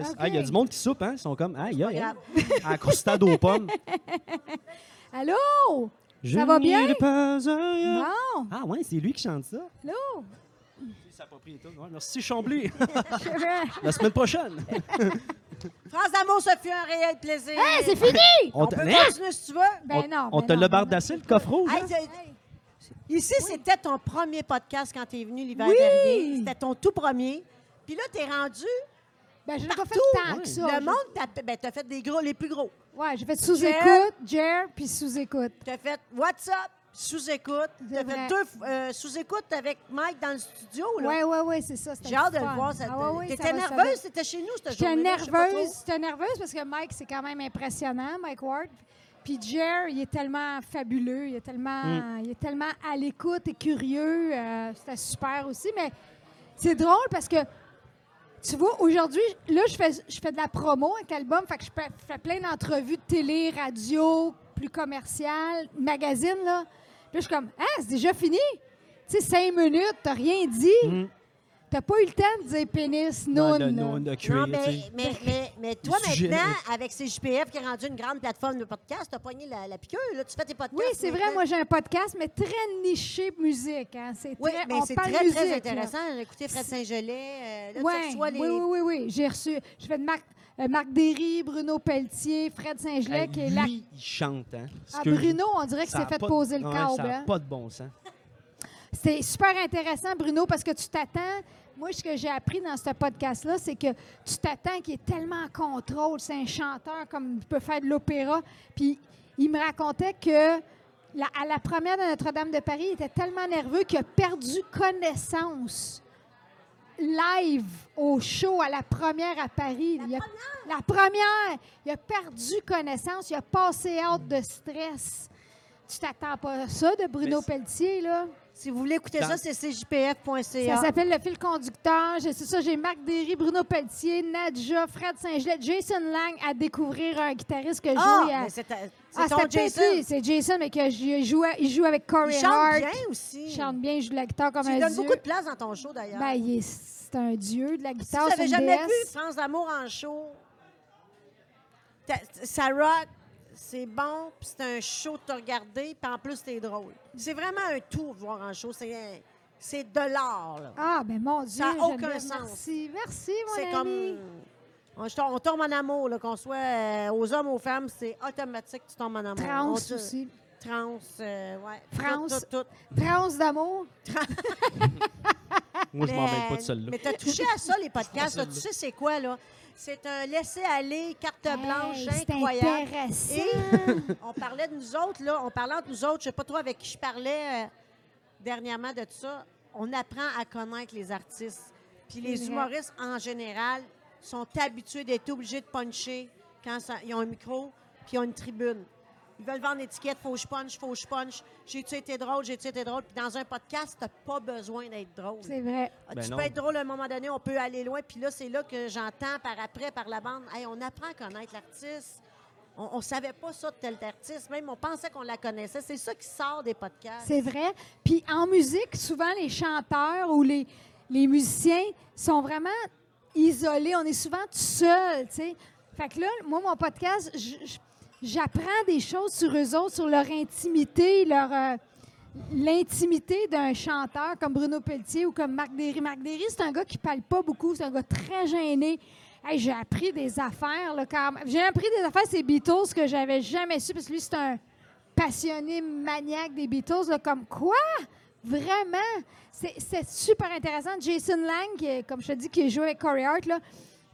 Speaker 2: Chris.
Speaker 3: Ok.
Speaker 2: Ah, il y a du monde qui soupe, hein? Ils sont comme, ah, il y
Speaker 1: pas
Speaker 2: a,
Speaker 1: grave.
Speaker 2: à croustade aux pommes.
Speaker 3: Allô?
Speaker 2: Je
Speaker 3: va bien?
Speaker 2: n'irai pas ailleurs.
Speaker 3: Bon,
Speaker 2: Ah ouais, c'est lui qui chante ça.
Speaker 3: allô?
Speaker 2: merci Chambly. La semaine prochaine.
Speaker 1: France d'amour, ce fut un réel plaisir.
Speaker 3: hein. Hey, c'est fini!
Speaker 1: On
Speaker 2: te-
Speaker 1: peut
Speaker 2: Hein?
Speaker 1: continuer si tu veux.
Speaker 3: Ben non.
Speaker 2: on
Speaker 3: ben
Speaker 2: te
Speaker 3: non,
Speaker 2: l'a
Speaker 3: ben
Speaker 2: bardassé, le coffre rouge.
Speaker 1: Hey,
Speaker 2: hein?
Speaker 1: c'est- Ici, c'était ton premier podcast quand tu es venu l'hiver
Speaker 3: Oui!
Speaker 1: dernier. C'était ton tout premier. Puis là, tu es rendu
Speaker 3: Ben, je n'ai pas fait
Speaker 1: Partout.
Speaker 3: tant
Speaker 2: Oui.
Speaker 3: que ça.
Speaker 1: Le
Speaker 3: Je-
Speaker 1: monde, t'as ben, t'as fait des gros, les plus gros.
Speaker 3: Ouais, j'ai fait
Speaker 1: Jer.
Speaker 3: sous-écoute, Jer, puis sous-écoute.
Speaker 1: T'as fait WhatsApp, sous-écoute.
Speaker 3: C'est
Speaker 1: T'as
Speaker 3: vrai.
Speaker 1: fait deux euh, sous-écoutes avec Mike dans le studio. Là.
Speaker 3: Ouais, ouais, ouais, c'est ça. c'était
Speaker 1: J'ai hâte de
Speaker 3: fun.
Speaker 1: le voir. ça-
Speaker 3: Ah ouais, ouais, ça
Speaker 1: T'étais
Speaker 3: va, ça va.
Speaker 1: nerveuse, t'étais chez nous cette
Speaker 3: J'étais
Speaker 1: journée-là, je sais pas trop.
Speaker 3: nerveuse, j'étais nerveuse parce que Mike, c'est quand même impressionnant, Mike Ward. Puis Jer, il est tellement fabuleux, il est tellement,
Speaker 2: Mm.
Speaker 3: il est tellement à l'écoute et curieux. euh, C'était super aussi, mais c'est drôle parce que, tu vois, aujourd'hui, là, je fais, je fais de la promo avec l'album, fait que je fais, je fais plein d'entrevues de télé, radio, plus commerciales, magazine, là. Puis Là, je suis comme, ah, c'est déjà fini? Tu sais, cinq minutes, t'as rien dit.
Speaker 2: Mm.
Speaker 3: T'as pas eu le temps de dire pénis, non,
Speaker 2: Non, le-
Speaker 3: non.
Speaker 2: non, ben, le cuir,
Speaker 1: Non,
Speaker 2: tu
Speaker 1: mais,
Speaker 2: sais.
Speaker 1: mais, mais, mais toi,
Speaker 2: Le sujet,
Speaker 1: maintenant, avec CJPF qui est rendu une grande plateforme de podcast, t'as pogné la, la piqûre, là, tu fais tes podcasts.
Speaker 3: Oui, c'est vrai, moi j'ai un podcast, mais très niché musique. Hein. C'est
Speaker 1: Oui,
Speaker 3: très,
Speaker 1: mais
Speaker 3: on
Speaker 1: c'est
Speaker 3: parle
Speaker 1: très,
Speaker 3: musique,
Speaker 1: très
Speaker 3: là.
Speaker 1: intéressant. J'ai écouté Fred Saint-Gelais. euh, là,
Speaker 3: Ouais,
Speaker 1: tu reçois les...
Speaker 3: Oui, oui, oui, oui. J'ai reçu. Je fais de Marc, euh, Marc Derry, Bruno Pelletier, Fred Saint-Gelais,
Speaker 2: Hey,
Speaker 3: qui est là.
Speaker 2: lui, il chante, hein?
Speaker 3: Ah,
Speaker 2: Excuse.
Speaker 3: Bruno, on dirait qu'il
Speaker 2: Ça a
Speaker 3: s'est fait
Speaker 2: pas de-
Speaker 3: poser le
Speaker 2: Ouais,
Speaker 3: câble.
Speaker 2: Ça
Speaker 3: hein.
Speaker 2: n'a pas de bon sens.
Speaker 3: C'est super intéressant, Bruno, parce que tu t'attends. Moi, ce que j'ai appris dans ce podcast-là, c'est que tu t'attends qu'il est tellement en contrôle. C'est un chanteur comme il peut faire de l'opéra. Puis il me racontait que la- à la première de Notre-Dame de Paris, il était tellement nerveux qu'il a perdu connaissance live au show à la première à Paris. Il a- La première! Il a perdu connaissance, il a passé hâte de stress. Tu t'attends pas à ça de
Speaker 2: Mais
Speaker 3: Bruno
Speaker 2: c'est-
Speaker 3: Pelletier, là?
Speaker 1: Si vous voulez écouter
Speaker 2: Dans-
Speaker 1: ça, c'est cjpf.ca.
Speaker 3: Ça s'appelle le fil conducteur. J'ai- C'est ça, j'ai Marc Derry, Bruno Pelletier, Nadja, Fred Saint-Gelais, Jason Lang à découvrir un guitariste que je
Speaker 1: Ah,
Speaker 3: joue.
Speaker 1: mais c'est ta- c'est
Speaker 3: ah,
Speaker 1: ton
Speaker 3: c'était
Speaker 1: Jason.
Speaker 3: pas lui, c'est Jason, mais que je- il joue, à- il joue avec Corey
Speaker 1: Il chante
Speaker 3: Hart.
Speaker 1: bien aussi.
Speaker 3: Il chante bien, il joue de la guitare comme
Speaker 1: tu
Speaker 3: un
Speaker 1: lui donnes
Speaker 3: dieu.
Speaker 1: beaucoup de place dans ton show, d'ailleurs.
Speaker 3: Ben, il est- c'est un dieu de la
Speaker 1: si tu
Speaker 3: guitare.
Speaker 1: n'avais
Speaker 3: c'est une
Speaker 1: jamais
Speaker 3: déesse.
Speaker 1: vu France d'amour en show, t'as- ça rock, c'est bon, puis c'est un show de te regarder, puis en plus, t'es drôle. C'est vraiment un tout, voir en show. C'est un- C'est de l'art, là.
Speaker 3: Ah, ben mon Dieu.
Speaker 1: Ça a
Speaker 3: j'aime
Speaker 1: aucun
Speaker 3: bien.
Speaker 1: sens.
Speaker 3: Merci, merci, mon
Speaker 1: C'est
Speaker 3: ami.
Speaker 1: comme. On, je tom- on tombe en amour, là, qu'on soit euh, aux hommes, aux femmes, c'est automatique que tu tombes en amour.
Speaker 3: Trans
Speaker 1: On te-
Speaker 3: aussi.
Speaker 1: Trans, euh, ouais.
Speaker 3: France.
Speaker 1: Tout, tout, tout.
Speaker 3: Trans d'amour.
Speaker 2: Moi, je m'en
Speaker 1: Mais-
Speaker 2: mêle pas de celle-là.
Speaker 1: Mais t'as touché à ça, les podcasts. là. tu sais, c'est quoi, là? C'est un laisser-aller, carte blanche,
Speaker 3: Hey,
Speaker 1: incroyable.
Speaker 3: C'est
Speaker 1: Et
Speaker 3: intéressant.
Speaker 1: on parlait de nous autres, là. On parlait entre nous autres. Je sais pas trop avec qui je parlais euh, dernièrement de tout ça. On apprend à connaître les artistes. Puis les
Speaker 3: vrai.
Speaker 1: humoristes, en général, sont habitués d'être obligés de puncher quand ça- ils ont un micro puis ils ont une tribune. Ils veulent vendre l'étiquette, faut que je punch, faut que je punch. J'ai-tu été drôle, j'ai-tu été drôle. Puis dans un podcast, t'as pas besoin d'être drôle.
Speaker 3: C'est vrai.
Speaker 1: Ah,
Speaker 2: Ben
Speaker 1: tu
Speaker 2: non.
Speaker 1: peux être drôle à un moment donné, on peut aller loin. Puis là, c'est là que j'entends par après, par la bande, Hey, on apprend à connaître l'artiste. On ne savait pas ça de tel artiste, même on pensait qu'on la connaissait. C'est ça qui sort des podcasts.
Speaker 3: C'est vrai. Puis en musique, souvent, les chanteurs ou les, les musiciens sont vraiment isolés. On est souvent tout seul, tu sais. Fait que là, moi, mon podcast, j- j- j'apprends des choses sur eux autres, sur leur intimité, leur... euh, L'intimité d'un chanteur comme Bruno Pelletier ou comme Marc Derry. Marc Derry, c'est un gars qui parle pas beaucoup, c'est un gars très gêné. Hey, j'ai appris des affaires, là, quand même. J'ai appris des affaires, c'est Beatles que j'avais jamais su, parce que lui, c'est un, passionné maniaque des Beatles, là, comme quoi? Vraiment? C'est c'est super intéressant. Jason Lang, qui est- comme je te dis, qui joue avec Corey Hart, là,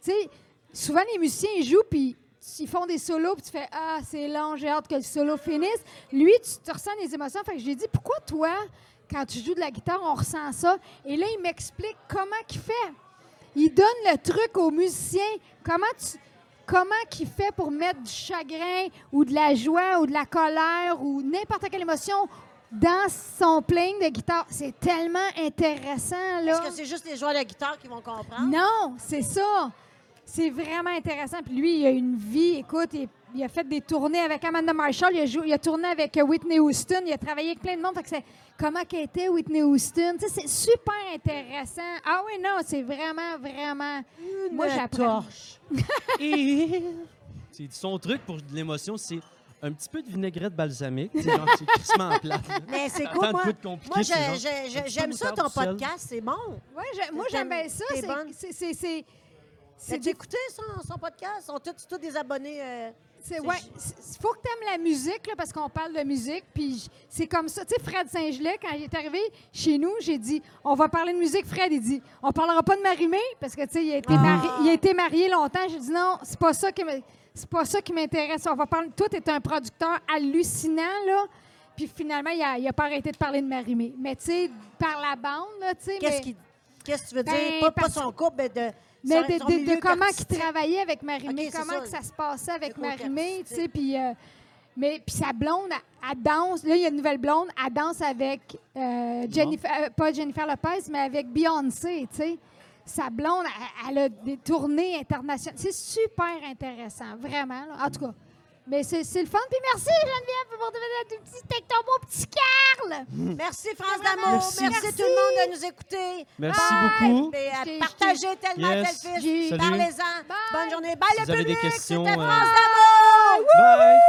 Speaker 3: tu sais, souvent les musiciens, ils jouent, puis ils font des solos, puis tu fais Ah, c'est long, j'ai hâte que le solo finisse. Lui, tu te ressens des émotions. Fait que j'ai dit Pourquoi toi, quand tu joues de la guitare, on ressent ça? Et là, il m'explique comment qu'il fait. Il donne le truc aux musiciens. Comment tu. Comment qu'il fait pour mettre du chagrin ou de la joie ou de la colère ou n'importe quelle émotion dans son playing de guitare? C'est tellement intéressant, là.
Speaker 1: Est-ce que c'est juste les joueurs de guitare qui vont comprendre?
Speaker 3: Non, c'est ça. C'est vraiment intéressant. Puis lui, il a une vie. Écoute, il, il a fait des tournées avec Amanda Marshall. Il a, jou- il a tourné avec euh, Whitney Houston. Il a travaillé avec plein de monde. Fait que c'est comment qu'elle était Whitney Houston. Tu sais, c'est super intéressant. Ah oui, non, c'est vraiment, vraiment. Moi,
Speaker 1: Une
Speaker 3: j'apprends.
Speaker 1: torche.
Speaker 2: C'est- Son truc pour de l'émotion, c'est un petit peu de vinaigrette balsamique. C'est genre, c'est crissement en plate. là.
Speaker 1: Mais c'est
Speaker 2: Tant
Speaker 1: quoi,
Speaker 2: de
Speaker 1: moi?
Speaker 2: coups de compliqué,
Speaker 1: Moi,
Speaker 2: c'est genre,
Speaker 1: je- je- je-
Speaker 2: tu peux
Speaker 1: j'aime
Speaker 2: nous
Speaker 1: ça,
Speaker 2: faire
Speaker 1: ton
Speaker 2: du sel.
Speaker 1: podcast, c'est bon.
Speaker 3: Ouais, je- moi, j'aime bien ça.
Speaker 1: T'es
Speaker 3: C'est-
Speaker 1: bonne.
Speaker 3: c'est- c'est- C'est.
Speaker 1: C'est
Speaker 3: c'est-
Speaker 1: d'écouter son, son podcast? Sont tous, tous des abonnés euh,
Speaker 3: C'est ouais,
Speaker 1: ju-
Speaker 3: c'est- faut que t'aimes la musique là, parce qu'on parle de musique puis j- c'est comme ça, tu sais Fred Saint-Gelais quand il est arrivé chez nous, j'ai dit on va parler de musique Fred il dit on parlera pas de Marimé parce que tu sais il a été
Speaker 1: Ah.
Speaker 3: marié, il a été marié longtemps, j'ai dit non, c'est pas ça qui me- c'est pas ça qui m'intéresse, on va parler toi t'es un producteur hallucinant là. Puis finalement, il a, il a pas arrêté de parler de Marimé. Mais tu sais, par la bande, là, tu sais. mais-
Speaker 1: Qu'est-ce qu'il- qu'est-ce que tu veux dire?
Speaker 3: Ben,
Speaker 1: pas, pas
Speaker 3: parce-
Speaker 1: son couple, mais de,
Speaker 3: mais
Speaker 1: son-
Speaker 3: de,
Speaker 1: son
Speaker 3: de- de
Speaker 1: milieu
Speaker 3: comment
Speaker 1: artistique.
Speaker 3: qu'il travaillait avec Marimé,
Speaker 1: Ok, c'est
Speaker 3: comment
Speaker 1: ça.
Speaker 3: que ça se passait avec
Speaker 1: Le côté
Speaker 3: Marimé, tu
Speaker 1: artistique.
Speaker 3: sais, puis euh, mais puis sa blonde, elle, elle danse. Là, il y a une nouvelle blonde, elle danse avec euh, Jennifer, euh, pas Jennifer Lopez, mais avec Beyoncé, tu sais. Sa blonde, elle, elle a des tournées internationales. C'est super intéressant, vraiment. là. En tout cas, mais c'est c'est le fun. Puis merci Geneviève pour ton petit, avec ton beau petit Carl.
Speaker 1: Merci, France
Speaker 3: Vraiment,
Speaker 1: d'amour. Merci.
Speaker 3: merci.
Speaker 1: tout le monde de nous écouter.
Speaker 2: Merci
Speaker 1: Bye.
Speaker 2: beaucoup.
Speaker 1: Mais, euh,
Speaker 3: Je t'ai-
Speaker 1: partagez tellement
Speaker 2: Yes.
Speaker 1: tel
Speaker 3: J'ai-
Speaker 1: fils.
Speaker 2: Salut.
Speaker 1: Parlez-en.
Speaker 3: Bye.
Speaker 1: Bonne journée. Bye,
Speaker 2: Si
Speaker 1: le
Speaker 2: vous avez des
Speaker 1: public.
Speaker 2: questions,
Speaker 1: C'était
Speaker 2: euh,
Speaker 1: France d'amour.
Speaker 2: Bye!